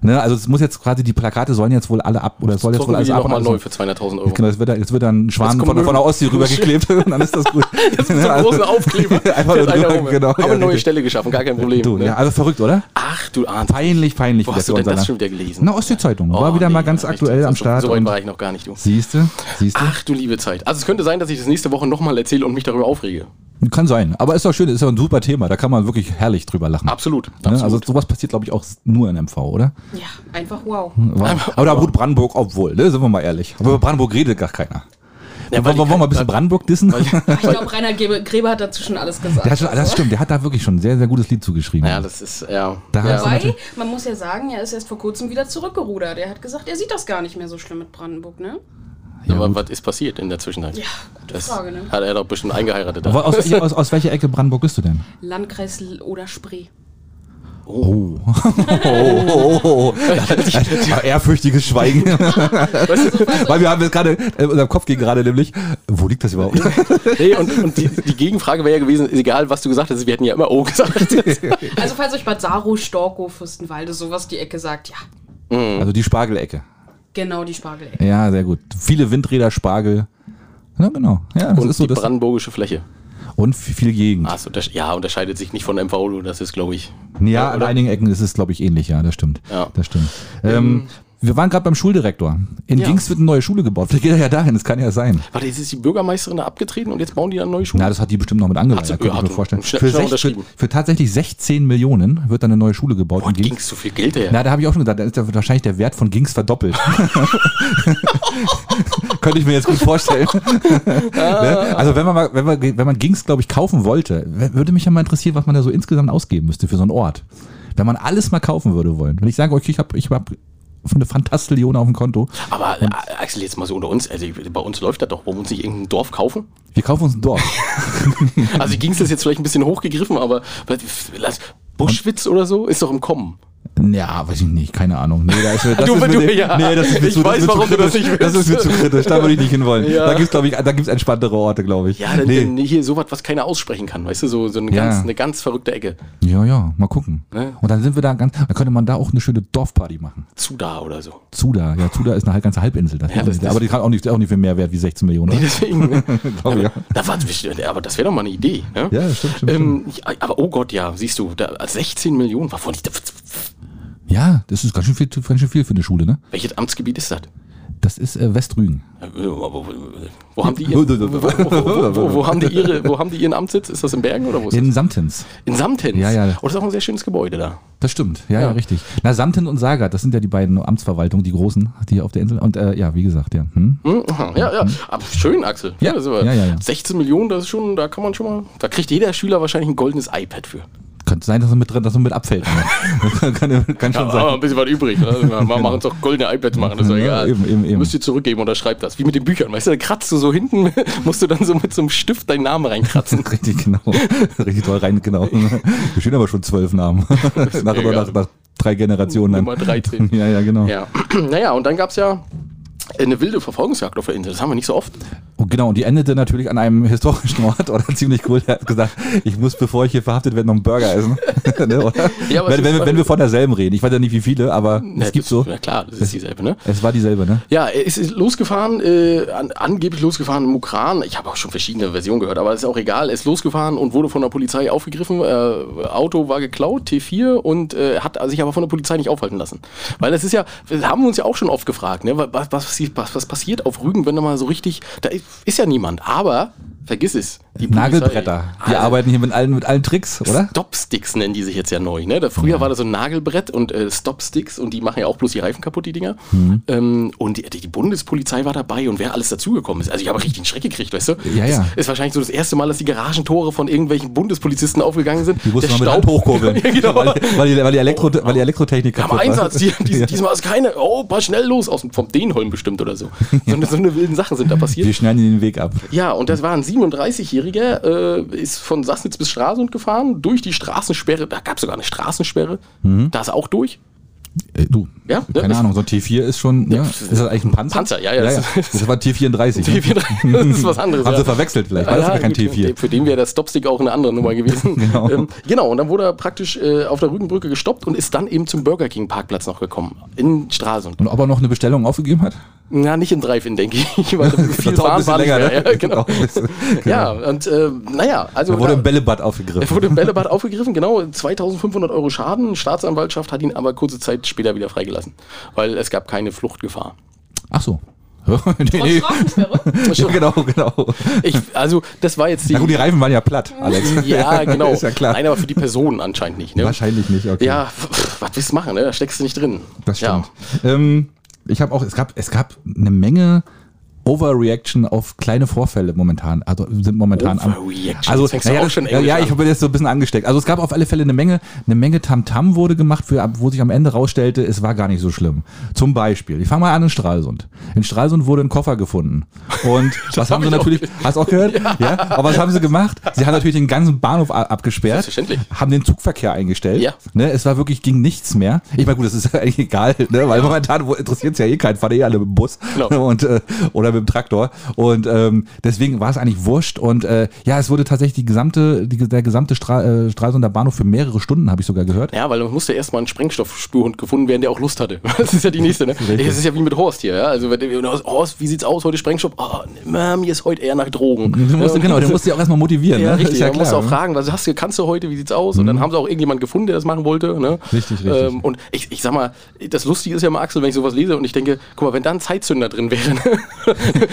B: Ne? Also es muss jetzt quasi, die Plakate sollen jetzt wohl alle ab oder es soll jetzt
A: Drucken
B: wohl
A: wir
B: alles
A: die
B: ab. und
A: nochmal
B: alles-
A: neu für 200.000 Euro.
B: Genau, jetzt wird, da- jetzt wird dann ein Schwan
A: Jetzt kommt
B: von, von der
A: Müll.
B: Ostsee rübergeklebt und dann ist das gut. Jetzt
A: Mit so einem großen Aufkleber.
B: Einfach nur
A: Fährt einer
B: drüber,
A: rum.
B: genau.
A: Haben wir
B: ja,
A: eine neue
B: richtig.
A: Stelle geschaffen, gar kein Problem.
B: Du,
A: ne?
B: ja, also verrückt, oder?
A: Ach, du Ahnst.
B: Peinlich, peinlich.
A: Wo
B: wie
A: hast du
B: für
A: denn
B: unser
A: das schon
B: Land-
A: wieder gelesen?
B: Na, Ostsee-Zeitung. War
A: Oh,
B: wieder
A: nee,
B: mal ganz
A: ja,
B: aktuell
A: richtig.
B: am
A: So-
B: Start.
A: So weit
B: und-
A: war ich Ah. noch gar nicht, du.
B: Siehst du? Siehst du?
A: Ach du liebe Zeit. Also es könnte sein, dass ich das nächste Woche nochmal erzähle und mich darüber aufrege.
B: Kann sein. Aber ist doch schön, ist doch ein super Thema. Da kann man wirklich herrlich drüber lachen.
A: Absolut.
B: Ne?
A: absolut.
B: Also sowas passiert, glaube ich, auch nur in MV, oder?
C: ja, einfach wow.
B: Aber da gut Brandenburg, obwohl, ne, sind wir mal ehrlich. Aber über Brandenburg redet gar
A: Ja,
B: keiner.
A: weil
B: wollen,
A: die-
B: wollen wir mal ein bisschen Brandenburg dissen?
C: Ich glaube, Rainer Gebe- Gräber hat dazu schon alles gesagt.
B: Der hat schon, das stimmt, der hat da wirklich schon ein sehr, sehr gutes Lied zugeschrieben.
A: ja, das ist, ja.
B: Da hast du
A: ja.
B: natürlich-
C: Wobei, man muss ja sagen, er ist erst vor kurzem wieder zurückgerudert. Er hat gesagt, er sieht das gar nicht mehr so schlimm mit Brandenburg, ne?
B: Ja,
A: Aber
B: gut.
A: was ist passiert in der Zwischenzeit?
C: Ja, gute
A: das
C: Frage, ne?
A: hat er doch bestimmt eingeheiratet.
B: Aber aus, welcher- aus, aus welcher Ecke Brandenburg bist du denn?
C: Landkreis L- oder Spree.
B: Oh. oh, oh, oh. Ehrfürchtiges Schweigen. Weil wir haben jetzt gerade, äh, unser Kopf ging gerade nämlich, wo liegt das überhaupt?
A: Mhm. nee, und und die, die Gegenfrage wäre ja gewesen, ist egal was du gesagt hast, wir hätten ja immer Oh gesagt.
C: Also falls euch Bad Saro, Storkow, Fürstenwalde, sowas die Ecke sagt, ja,
B: Also die Spargelecke.
C: genau die Spargelecke.
B: Ja, sehr gut. Viele Windräder, Spargel. Ja, genau. Ja, das
A: Und
B: ist so
A: die
B: das.
A: brandenburgische Fläche.
B: Und viel Gegend.
A: Ah, es untersch ja, unterscheidet sich nicht von MVO, das ist, glaube ich.
B: Ja, an
A: oder?
B: einigen Ecken ist es, glaube ich, ähnlich, ja, das stimmt.
A: Ja.
B: Das stimmt. Ähm, wir waren gerade beim Schuldirektor. In
A: Ja.
B: Dings wird eine neue Schule gebaut. Vielleicht geht er ja dahin, das kann ja sein.
A: Warte, jetzt ist die Bürgermeisterin da abgetreten und jetzt bauen die dann neue Schulen?
B: Na, das hat die bestimmt noch mit angeleiert,
A: Hat sie-
B: könnte
A: ja,
B: ich
A: hat
B: mir
A: sie
B: vorstellen.
A: schnell-
B: Für,
A: schnell
B: sech- für,
A: unterschrieben.
B: für tatsächlich 16 Millionen wird dann eine neue Schule gebaut.
A: Boah,
B: in Gings.
A: ging so viel Geld her.
B: Na, da habe ich auch schon gedacht, da ist ja wahrscheinlich der Wert von Gings verdoppelt. Könnte ich mir jetzt gut vorstellen. ne? Also wenn man mal, wenn man, wenn man Gings, glaube ich, kaufen wollte, w- würde mich ja mal interessieren, was man da so insgesamt ausgeben müsste für so einen Ort. Wenn man alles mal kaufen würde wollen. Wenn ich sage, okay, ich habe ich hab eine Fantastillion auf dem Konto.
A: Aber äh, Axel, jetzt mal so unter uns, also bei uns läuft das doch. Wollen wir uns nicht irgendein Dorf kaufen?
B: Wir kaufen uns ein Dorf.
A: Also ging es jetzt vielleicht ein bisschen hochgegriffen, aber was- lass- Buschwitz oder so ist doch im Kommen.
B: Ja, weiß ich nicht, keine Ahnung. Nee, da ist mir, das
A: Du-
B: ist mir,
A: du-
B: dem-
A: ja.
B: nee, das ist mir
A: Ich
B: zu,
A: weiß,
B: das ist mir
A: warum
B: zu
A: du das
B: kritisch.
A: nicht
B: Das ist
A: willst.
B: mir zu kritisch, da würde ich nicht hinwollen.
A: Ja.
B: Da gibt's glaube ich, da gibt's entspanntere Orte, glaube ich.
A: Ja, denn,
B: nee.
A: denn hier sowas, was keiner aussprechen kann, weißt du, so, so eine,
B: Ja.
A: ganz, eine ganz verrückte Ecke.
B: Ja, ja, mal gucken.
A: Ne?
B: Und dann sind wir da ganz, dann könnte man da auch eine schöne Dorfparty machen.
A: Zuda oder so.
B: Zuda, ja, Zuda ist eine halb- ganze Halbinsel. Das
A: Ja, das- das-
B: aber die kann auch nicht, auch nicht viel mehr wert wie 16 Millionen. oder?
A: Deswegen, ne?
B: Glaub ich, ja.
A: da war's bestimmt- aber das wäre doch mal eine Idee. Ne?
B: Ja, stimmt, stimmt,
A: Ähm, ja, aber oh Gott, ja, siehst du, da, 16 Millionen, wovon ich,
B: ja, das ist ganz schön, viel, ganz schön viel für eine Schule, ne?
A: welches Amtsgebiet ist das?
B: Das ist äh, Westrügen.
A: Ja, Wo, wo, wo, haben die ihren, wo, wo, wo, wo, haben die ihre, wo haben die ihren Amtssitz? Ist das in Bergen oder wo ist das?
B: In Samtens.
A: In Samtens.
B: Ja, ja.
A: Und das ist auch ein sehr schönes Gebäude da.
B: Das stimmt, ja, ja,
A: Ja.
B: richtig. Na, Samten und Sagat, das sind ja die beiden Amtsverwaltungen, die großen, die auf der Insel. Und äh, ja, wie gesagt, ja. Hm?
A: Hm? aha, Ja, ja. Aber schön, Axel.
B: Ja,
A: das ist aber
B: ja, ja, ja.
A: 16 Millionen, das ist schon, da kann man schon mal, da kriegt jeder Schüler wahrscheinlich ein goldenes iPad für.
B: Könnte sein, dass er mit, drin- dass er mit abfällt. kann kann schon
A: Ja, aber
B: sein.
A: Ah, ein bisschen was übrig. Ne? Wir machen uns doch goldene iPads machen, das ist doch
B: Ja,
A: egal.
B: eben, eben, eben.
A: Müsst ihr zurückgeben oder schreibt das. Wie mit den Büchern, weißt du, da kratzt du so hinten, musst du dann so mit so einem Stift deinen Namen reinkratzen.
B: Richtig, genau. Richtig toll rein, genau. Wir stehen aber schon zwölf Namen. nach,
A: egal.
B: nach, nach drei Generationen dann.
A: Nummer 13.
B: Ja, ja, genau.
A: Ja, naja, und dann gab es ja eine wilde Verfolgungsjagd auf der Insel. Das haben wir nicht so oft.
B: Und genau, und die endete natürlich an einem historischen Ort oder ziemlich cool. Er hat gesagt, ich muss, bevor ich hier verhaftet werde, noch einen Burger essen. ne, oder?
A: Ja, aber es
B: wenn, wenn,
A: ist-
B: wir- wenn wir von derselben reden. Ich weiß ja nicht, wie viele, aber
A: Ja,
B: es gibt
A: das-
B: so.
A: Na klar, das ist dieselbe, ne?
B: Es war dieselbe, ne?
A: Ja, er ist losgefahren, äh, an, angeblich losgefahren in Mukran. Ich habe auch schon verschiedene Versionen gehört, aber ist auch egal. Er ist losgefahren und wurde von der Polizei aufgegriffen. Äh, Auto war geklaut, T4, und äh, hat sich aber von der Polizei nicht aufhalten lassen. Weil das ist ja, das haben wir uns ja auch schon oft gefragt, ne? was, was, was, was passiert auf Rügen, wenn da mal so richtig, da ist, ist ja niemand. Aber, vergiss es, die
B: Nagelbretter. Die
A: Alle-
B: arbeiten hier mit allen, mit allen Tricks, oder?
A: Stopsticks nennen die sich jetzt ja neu. Ne? Da, früher war das so ein Nagelbrett und äh, Stopsticks und die machen ja auch bloß die Reifen kaputt, die Dinger.
B: Mhm.
A: Ähm, und die, die Bundespolizei war dabei und wer alles dazugekommen ist. Also ich habe richtig einen Schreck gekriegt, weißt du?
B: Ja, ja.
A: Ist, ist wahrscheinlich so das erste Mal, dass die Garagentore von irgendwelchen Bundespolizisten aufgegangen sind.
B: Die mussten mal mit der Hand hochkurbeln.
A: ja, genau.
B: weil, weil, die, weil, die Elektro, weil die Elektrotechnik
A: Am
B: kaputt war.
A: Einsatz, die, die, diesmal ist keine, oh, pass schnell los, aus, dem- vom Denholm bestimmt oder so. So, eine- so eine wilden Sachen sind da passiert.
B: Wir schneiden ihnen den Weg ab.
A: Ja, und das war ein 37-Jähriger, äh, ist von Sassnitz bis Stralsund gefahren, durch die Straßensperre, da gab es sogar eine Straßensperre,
B: Mhm.
A: da ist er auch durch.
B: Äh, du,
A: Ja, ne?
B: keine Ahnung, so ein T4 ist schon, ja, ist das eigentlich ein Panzer?
A: Panzer, ja, ja,
B: Das,
A: das-
B: war T34. ne?
A: T34, das ist was anderes.
B: Haben
A: ja.
B: sie verwechselt vielleicht, war das gar kein
A: gut,
B: T4.
A: Für den wäre der Stopstick auch eine andere Nummer gewesen.
B: Genau.
A: Ähm, genau, und dann wurde er praktisch äh, auf der Rügenbrücke gestoppt und ist dann eben zum Burger King Parkplatz noch gekommen, in Stralsund.
B: Und ob er noch eine Bestellung aufgegeben hat?
A: Na, nicht in Drive-In, denke ich, weil viel
B: dauert ein
A: fahren
B: bisschen
A: war nicht
B: länger,
A: mehr.
B: ne?
A: Ja, genau. ja, und äh, naja, also...
B: Er wurde
A: da-
B: im Bällebad
A: Er
B: aufgegriffen.
A: wurde im Bällebad aufgegriffen, genau, 2500 Euro Schaden. Staatsanwaltschaft hat ihn aber kurze Zeit später wieder freigelassen, weil es gab keine Fluchtgefahr.
B: Ach so. nee,
C: Trotz
B: nee.
C: Straßensperre?
B: Ja, genau, genau.
A: Ich, also, das war jetzt die.
B: Na gut, die Reifen waren ja platt, Alex.
A: ja, genau.
B: ist ja klar.
A: Nein, aber für die Personen anscheinend nicht. Ne?
B: Wahrscheinlich nicht, okay.
A: Ja, pff, was willst du machen? Ne? Da steckst du nicht drin.
B: Das
A: Ja.
B: stimmt. Ähm, ich habe auch, es gab, es gab eine Menge Overreaction auf kleine Vorfälle momentan, also sind momentan am-
A: Overreaction.
B: Also
A: Jetzt fängst du
B: naja,
A: auch
B: das-
A: schon
B: ja,
A: Englisch
B: ja, ich
A: an.
B: habe jetzt so ein bisschen angesteckt. Also es gab auf alle Fälle eine Menge, eine Menge Tamtam wurde gemacht, für, wo sich am Ende rausstellte, es war gar nicht so schlimm. Zum Beispiel, ich fange mal an in Stralsund. In Stralsund wurde ein Koffer gefunden. Und was
A: hab
B: haben sie
A: ich auch
B: natürlich, hast du auch gehört? Ja. Aber was haben sie gemacht? Sie haben natürlich den ganzen Bahnhof a- abgesperrt.
A: Selbstverständlich.
B: Haben den Zugverkehr eingestellt.
A: Ja.
B: Ne, es war wirklich, ging nichts mehr. Ich meine, gut, das ist eigentlich egal, ne, weil momentan interessiert es ja eh keinen, fahren eh alle mit dem Bus
A: Genau.
B: und, äh, oder mit dem Traktor. Und ähm, deswegen war es eigentlich wurscht. Und äh, ja, es wurde tatsächlich die gesamte, die, der gesamte Stra äh, Stralsunder Bahnhof für mehrere Stunden, habe ich sogar gehört.
A: Ja, weil man musste erstmal ein Sprengstoffspürhund gefunden werden, der auch Lust hatte. Das ist ja die nächste, ne?
B: richtig.
A: Das ist ja wie mit Horst hier, ja? Also, wenn du- Horst, wie sieht's aus? Heute Sprengstoff? Oh, Mom, mir ist heute eher nach Drogen.
B: Du musst,
A: Ja, und-
B: genau, der musste ja auch erstmal motivieren.
A: Ja,
B: ne?
A: richtig.
B: Ist
A: Ja, musst du auch
B: ne? Mhm.
A: fragen, was hast du, kannst du heute, wie sieht's aus? Und dann haben sie auch irgendjemanden gefunden, der das machen wollte. Ne?
B: Richtig, richtig.
A: Ähm, und ich, ich sag mal, das Lustige ist ja mal, Axel, wenn ich sowas lese und ich denke, guck mal, wenn da ein Zeitzünder drin wäre, ne?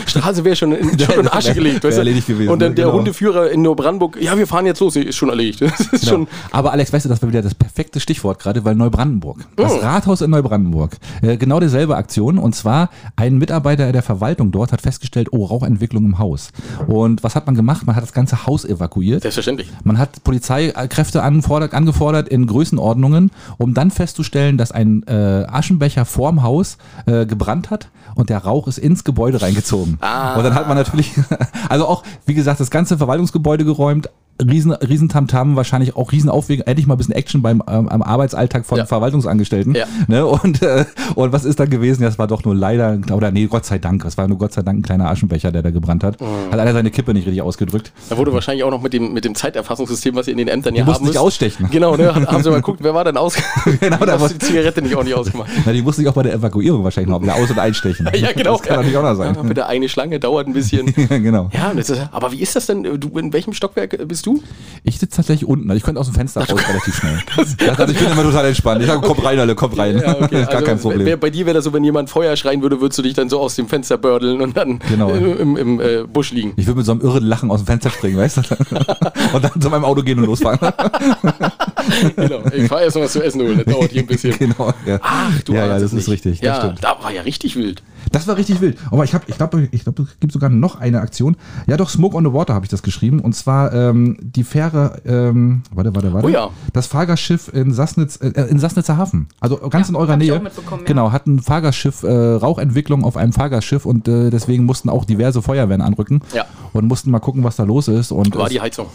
A: Straße wäre schon, in- schon in
B: wär-
A: Asche gelegt.
B: wär
A: weißt du?
B: erledigt gewesen,
A: Und dann
B: ne?
A: der
B: Genau.
A: Hundeführer in Neubrandenburg, ja, wir fahren jetzt los, ist schon erledigt. Das ist
B: Genau.
A: schon,
B: Aber Alex, weißt du, das war wieder das perfekte Stichwort gerade, weil Neubrandenburg, das
A: Mhm.
B: Rathaus in Neubrandenburg, äh, genau dieselbe Aktion. Und zwar ein Mitarbeiter der Verwaltung dort hat festgestellt, oh, Rauchentwicklung im Haus. Und was hat man gemacht? Man hat das ganze Haus evakuiert.
A: selbstverständlich.
B: Man hat Polizeikräfte angefordert, angefordert in Größenordnungen, um dann festzustellen, dass ein äh, Aschenbecher vorm Haus äh, gebrannt hat und der Rauch ist ins Gebäude reingezogen.
A: Ah.
B: Und dann hat man natürlich, also auch, wie gesagt, das ganze Verwaltungsgebäude geräumt. Riesen, riesen Tamtam, wahrscheinlich auch riesen Aufwegen, endlich mal ein bisschen Action beim ähm, am Arbeitsalltag von
A: Ja.
B: Verwaltungsangestellten.
A: Ja.
B: Ne? Und, äh, und was ist dann gewesen? Das war doch nur leider, oder nee, Gott sei Dank, es war nur Gott sei Dank ein kleiner Aschenbecher, der da gebrannt hat.
A: Mhm.
B: Hat einer seine Kippe nicht richtig ausgedrückt.
A: Da wurde wahrscheinlich auch noch mit dem, mit dem Zeiterfassungssystem, was ihr in den Ämtern ja
B: musst
A: haben
B: nicht ausstechen.
A: Genau, ne? haben sie mal geguckt, wer war denn aus?
B: Genau, da
A: hast
B: war-
A: du die Zigarette nicht ordentlich ausgemacht.
B: Na, die musste ich auch bei der Evakuierung wahrscheinlich noch wieder aus- und einstechen.
A: Ja, genau.
B: Das kann natürlich auch noch sein.
A: Ja, bitte eine Schlange, dauert ein bisschen.
B: Ja, genau.
A: Ja, und das ist, aber wie ist das denn? Du, in welchem Stockwerk äh, bist du?
B: Ich sitze tatsächlich unten. Also ich könnte aus dem Fenster raus relativ schnell. Das, also ich bin immer total entspannt. Ich sage, komm rein, alle, komm rein. Gar
A: also,
B: kein Problem.
A: Wär, bei dir wäre das so, wenn jemand Feuer schreien würde, würdest du dich dann so aus dem Fenster bördeln und dann
B: Genau.
A: äh, im, im äh, Busch liegen.
B: ich würde mit so einem irren Lachen aus dem Fenster springen, weißt du? Und dann zu meinem Auto gehen und losfahren.
A: genau. Ich fahre erst mal was zu essen holen, das dauert hier ein bisschen.
B: genau. Ja,
A: Ach,
B: ja, ja,
A: ahnst
B: das
A: es
B: ist
A: nicht.
B: richtig.
A: Ja,
B: Das stimmt.
A: da war ja richtig wild.
B: Das war richtig wild. Aber ich habe, ich glaube, ich glaub, es gibt sogar noch eine Aktion. Ja, doch, Smoke on the Water habe ich das geschrieben. Und zwar ähm, die Fähre, ähm, warte, warte, warte.
A: Oh ja.
B: Das Fahrgastschiff in Sassnitz, äh, in Sassnitzer Hafen. Also ganz in eurer
C: hab ich
B: Nähe.
C: auch mitbekommen, ja.
B: Genau, hat ein Fahrgastschiff, äh, Rauchentwicklung auf einem Fahrgastschiff und äh, deswegen mussten auch diverse Feuerwehren anrücken.
A: Ja.
B: Und mussten mal gucken, was da los ist. Und
A: War
B: es,
A: die Heizung.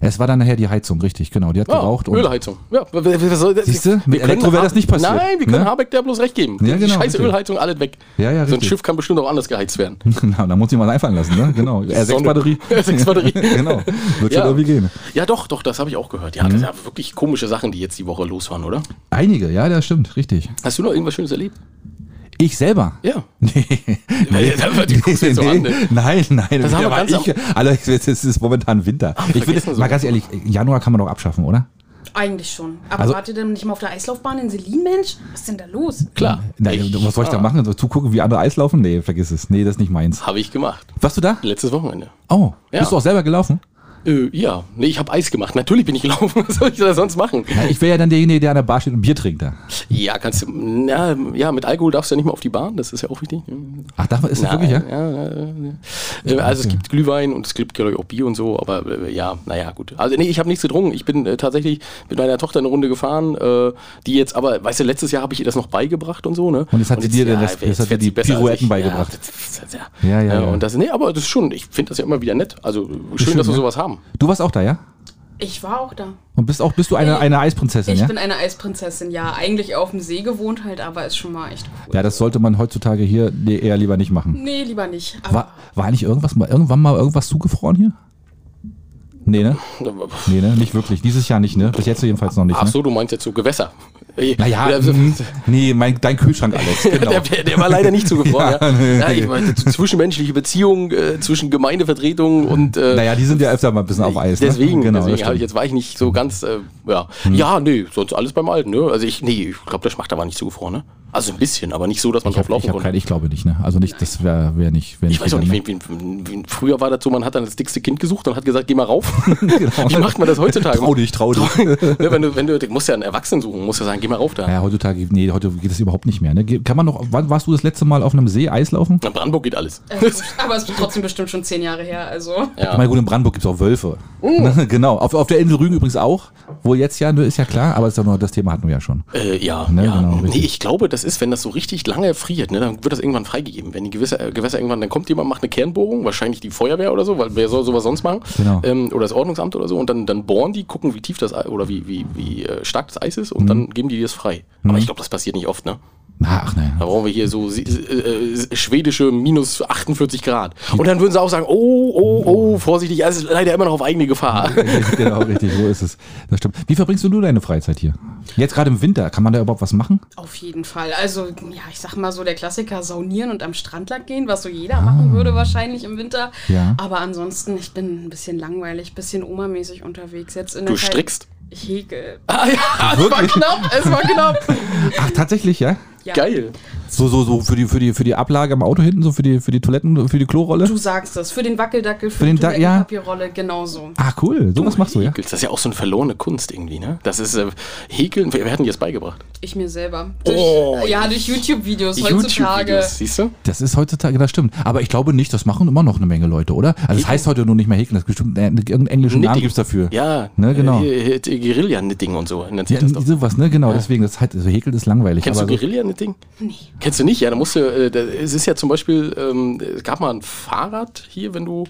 B: es war dann nachher die Heizung, richtig, genau. Die hat
A: Ja,
B: geraucht. und-
A: Ölheizung. Ja, w- w- was soll das?
B: Siehste, mit
A: Wir können
B: Elektro wäre das
A: Hab-
B: nicht passiert,
A: Nein, wir können
B: ne?
A: Habeck der bloß recht geben.
B: Ja,
A: die
B: genau,
A: scheiße
B: richtig.
A: Ölheizung, alles weg.
B: Ja,
A: so
B: ja,
A: ein
B: richtig.
A: Schiff kann bestimmt auch anders geheizt werden.
B: Na, Genau, da muss ich mal einfallen lassen, ne? Genau.
A: Sonne.
B: R6-Batterie.
A: R6-Batterie.
B: genau. Wird
A: Ja.
B: schon irgendwie gehen.
A: Ja, doch, doch, das habe ich auch gehört.
B: Mhm.
A: Ja, das sind ja wirklich komische Sachen, die jetzt die Woche los waren, oder?
B: Einige, ja, das stimmt, richtig.
A: Hast du noch irgendwas Schönes erlebt?
B: Ich selber?
A: Ja.
B: Nee.
A: Nee, die guckst du jetzt so an, ne?
B: Nein, nein.
A: Das haben wir
B: aber
A: ganz am-
B: ich, Alter, es ist momentan Winter. ich würde,
A: vergessen so.
B: mal ganz ehrlich, Januar kann man doch abschaffen, oder?
C: Eigentlich schon. Aber
B: Also-
C: wart ihr denn nicht mal auf der Eislaufbahn in Selin, Mensch? Was ist denn da los?
A: Klar. Ah.
B: Nein, was soll ich da machen? So zugucken, wie andere Eis laufen? Nee, vergiss es. Nee, das ist nicht meins.
A: Habe ich gemacht.
B: Warst du da?
A: Letztes Wochenende.
B: Oh,
A: Ja.
B: bist du auch selber gelaufen?
A: Äh, ja, nee, ich habe Eis gemacht. Natürlich bin ich gelaufen. Was soll ich da sonst machen?
B: Ich wäre ja dann derjenige, der an der Bar steht und Bier trinkt da.
A: Ja, kannst du. Na, ja, mit Alkohol darfst du ja nicht mal auf die Bahn. Das ist ja auch wichtig. ne?
B: Ach, darf man, ist das
A: Na,
B: wirklich, ja?
A: ja, ja. Äh, Also es gibt Glühwein und es gibt glaube ich auch Bier und so, aber äh, ja, naja, gut. Also nee, ich habe nichts getrunken. Ich bin äh, tatsächlich mit meiner Tochter eine Runde gefahren, äh, die jetzt aber, weißt du, letztes Jahr habe ich ihr das noch beigebracht und so, ne?
B: Und jetzt hat sie dir denn das-
A: jetzt
B: jetzt hat sie
A: wird
B: die
A: sie besser als
B: Pirouetten
A: ich.
B: beigebracht.
A: Ja, das- das-
B: Ja,
A: ja,
B: ja,
A: ja,
B: ja.
A: Und das, nee, aber das ist schon, ich finde das ja immer wieder nett. Also schön,
B: schön,
A: dass wir
B: ja.
A: sowas haben.
B: Du warst auch da, ja?
C: Ich war auch da.
B: Und bist auch, bist du eine,
C: Nee.
B: eine Eisprinzessin,
C: Ich
B: ja? ne?
C: bin eine Eisprinzessin, ja. Eigentlich auf dem See gewohnt halt, aber ist schon mal echt cool.
B: Ja, das sollte man heutzutage hier nee, eher lieber nicht machen.
C: Nee, lieber nicht. Aber
B: War, war nicht irgendwas mal, irgendwann mal irgendwas zugefroren hier? Nee, ne? Nee, ne? Nicht wirklich. Dieses Jahr nicht, ne? Bis jetzt jedenfalls noch nicht.
A: Ach
B: Ne?
A: so, du meinst jetzt so Gewässer.
B: Naja,
A: Also,
B: mm, nee, mein, dein Kühlschrank, Alex. Genau.
A: Der, der, der war leider nicht zugefroren.
B: Ja,
A: ja,
B: nee.
A: ja. ich meine, z- zwischenmenschliche Beziehungen, äh, zwischen Gemeindevertretung und äh,
B: naja, die sind ja öfter mal ein bisschen auf Eis.
A: deswegen,
B: ne? genau,
A: deswegen
B: das
A: hab ich
B: stimmt. Mhm.
A: jetzt war ich nicht Also so ganz, äh, ja. Ja, nee, sonst alles beim Alten, ne? Also ich, nee, ich glaube, der Schmachter war nicht zugefroren, ne? Also ein bisschen, aber nicht so, dass man
B: Ich, hab,
A: drauf
B: ich,
A: laufen
B: hab
A: konnte.
B: kein, ich glaube nicht, ne? Also nicht, das wäre wär nicht. Wär
A: Ich weiß auch
B: gegangen,
A: nicht,
B: ne?
A: wen, wen, wen, früher war das so, man hat dann das dickste Kind gesucht und hat gesagt, geh mal rauf.
B: Genau.
A: Wie macht man das heutzutage?
B: Trau dich, trau dich.
A: Ne, wenn du, wenn du, du musst ja einen Erwachsenen suchen, musst ja sagen, geh mal rauf da.
B: Ja, heutzutage, nee, heute geht das überhaupt nicht mehr. Ne? Ge- Kann man noch, wann warst du das letzte Mal auf einem See Eis laufen?
A: In Brandenburg geht alles.
C: Äh, aber es ist trotzdem bestimmt schon zehn Jahre her. Also
B: Ich meine, gut, in Brandenburg gibt es auch Wölfe.
A: Uh.
B: genau. Auf, auf der Insel Rügen übrigens auch. Wohl jetzt ja, ne, ist ja klar, aber ist doch nur, das Thema hatten wir ja schon.
A: Äh, ja,
B: Ne,
A: ja.
B: genau,
A: nee,
B: richtig.
A: ich glaube, das ist, wenn das so richtig lange friert, ne, dann wird das irgendwann freigegeben. Wenn die gewisse, äh, Gewässer irgendwann, dann kommt jemand, macht eine Kernbohrung, wahrscheinlich die Feuerwehr oder so, weil wer soll sowas sonst machen?
B: Genau.
A: Ähm, oder das Ordnungsamt oder so. Und dann, dann bohren die, gucken, wie tief das Ei- oder wie, wie, wie äh, stark das Eis ist und
B: Mhm.
A: dann geben die das frei. Aber ich glaube, das passiert nicht oft, ne?
B: Na, ach, naja.
A: Da brauchen wir hier so si- äh, äh, schwedische minus 48 Grad. Und dann würden sie auch sagen, oh, oh, oh, vorsichtig, es ist leider immer noch auf eigene Gefahr.
B: genau, richtig, so ist es. Das stimmt. Wie verbringst du nur deine Freizeit hier? Jetzt gerade im Winter, kann man da überhaupt was machen?
C: auf jeden Fall. Also ja, ich sag mal so der Klassiker saunieren und am Strand lang gehen, was so jeder machen würde wahrscheinlich im Winter.
B: Ah. Ja.
C: Aber ansonsten, ich bin ein bisschen langweilig, bisschen omamäßig unterwegs. Jetzt in
A: Du
C: der Zeit-
A: strickst?
C: Ich häkel.
A: Ah ja,
B: Wirklich?
C: Knapp, es war knapp.
B: Ach, tatsächlich, ja?
C: Ja.
A: geil.
B: So, so, so für die, für die, für die Ablage im Auto hinten, so für die, für die Toiletten, für die Klorolle?
C: Du sagst das. Für den Wackeldackel, für,
B: Für
C: die
B: den Da- ja.
C: Papierrolle, genauso.
B: Ach, Ah, cool. Sowas machst du, ja?
A: Häkelst, Das ist ja auch so eine verlorene Kunst irgendwie, ne? Das ist äh, Häkeln, wer wer hat denn dir das beigebracht?
C: Ich mir selber. Durch,
A: Oh.
C: ja, durch YouTube-Videos heutzutage.
A: YouTube-Videos, siehst du?
B: Das ist heutzutage, das stimmt. Aber ich glaube nicht, das machen immer noch eine Menge Leute, oder? Also, das heißt heute nur nicht mehr häkeln, das ist bestimmt äh, irgendeinen englischen Namen
A: Knitting.
B: gibt es dafür.
A: Ja,
B: Ne, genau.
A: äh, hier, hier, Guerilla-Knitting und so nennt sich
B: Ja,
A: das doch.
B: sowas, ne? Genau, deswegen, das halt, also häkeln ist langweilig.
A: Kennst du
B: aber so,
A: Guerilla-Knitting? Nee. Kennst du nicht? Ja, da musst du, äh, da, es ist ja zum Beispiel, ähm, es gab mal ein Fahrrad hier, wenn du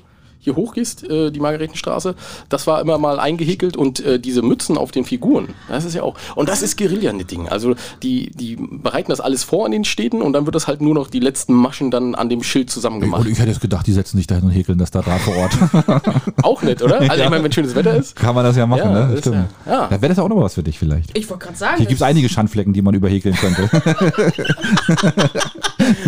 A: hier hochgehst, äh, die Margaretenstraße, das war immer mal eingehäkelt und äh, diese Mützen auf den Figuren, das ist ja auch, und das ist Guerilla-Knitting, also die, die bereiten das alles vor in den Städten und dann wird das halt nur noch die letzten Maschen dann an dem Schild
B: und
A: zusammengemacht.
B: ich hätte jetzt gedacht, die setzen sich dahin und häkeln das da dran vor Ort.
A: Auch nett, oder? Also ich meine, wenn schönes Wetter ist.
B: Kann man das ja machen,
A: Ja,
B: ne?
A: das ist
B: Stimmt.
A: ja- ja.
B: Da wäre das ja auch noch was für dich vielleicht.
C: Ich wollte gerade sagen.
B: Hier gibt es
C: das-
B: einige Schandflecken, die man überhäkeln könnte.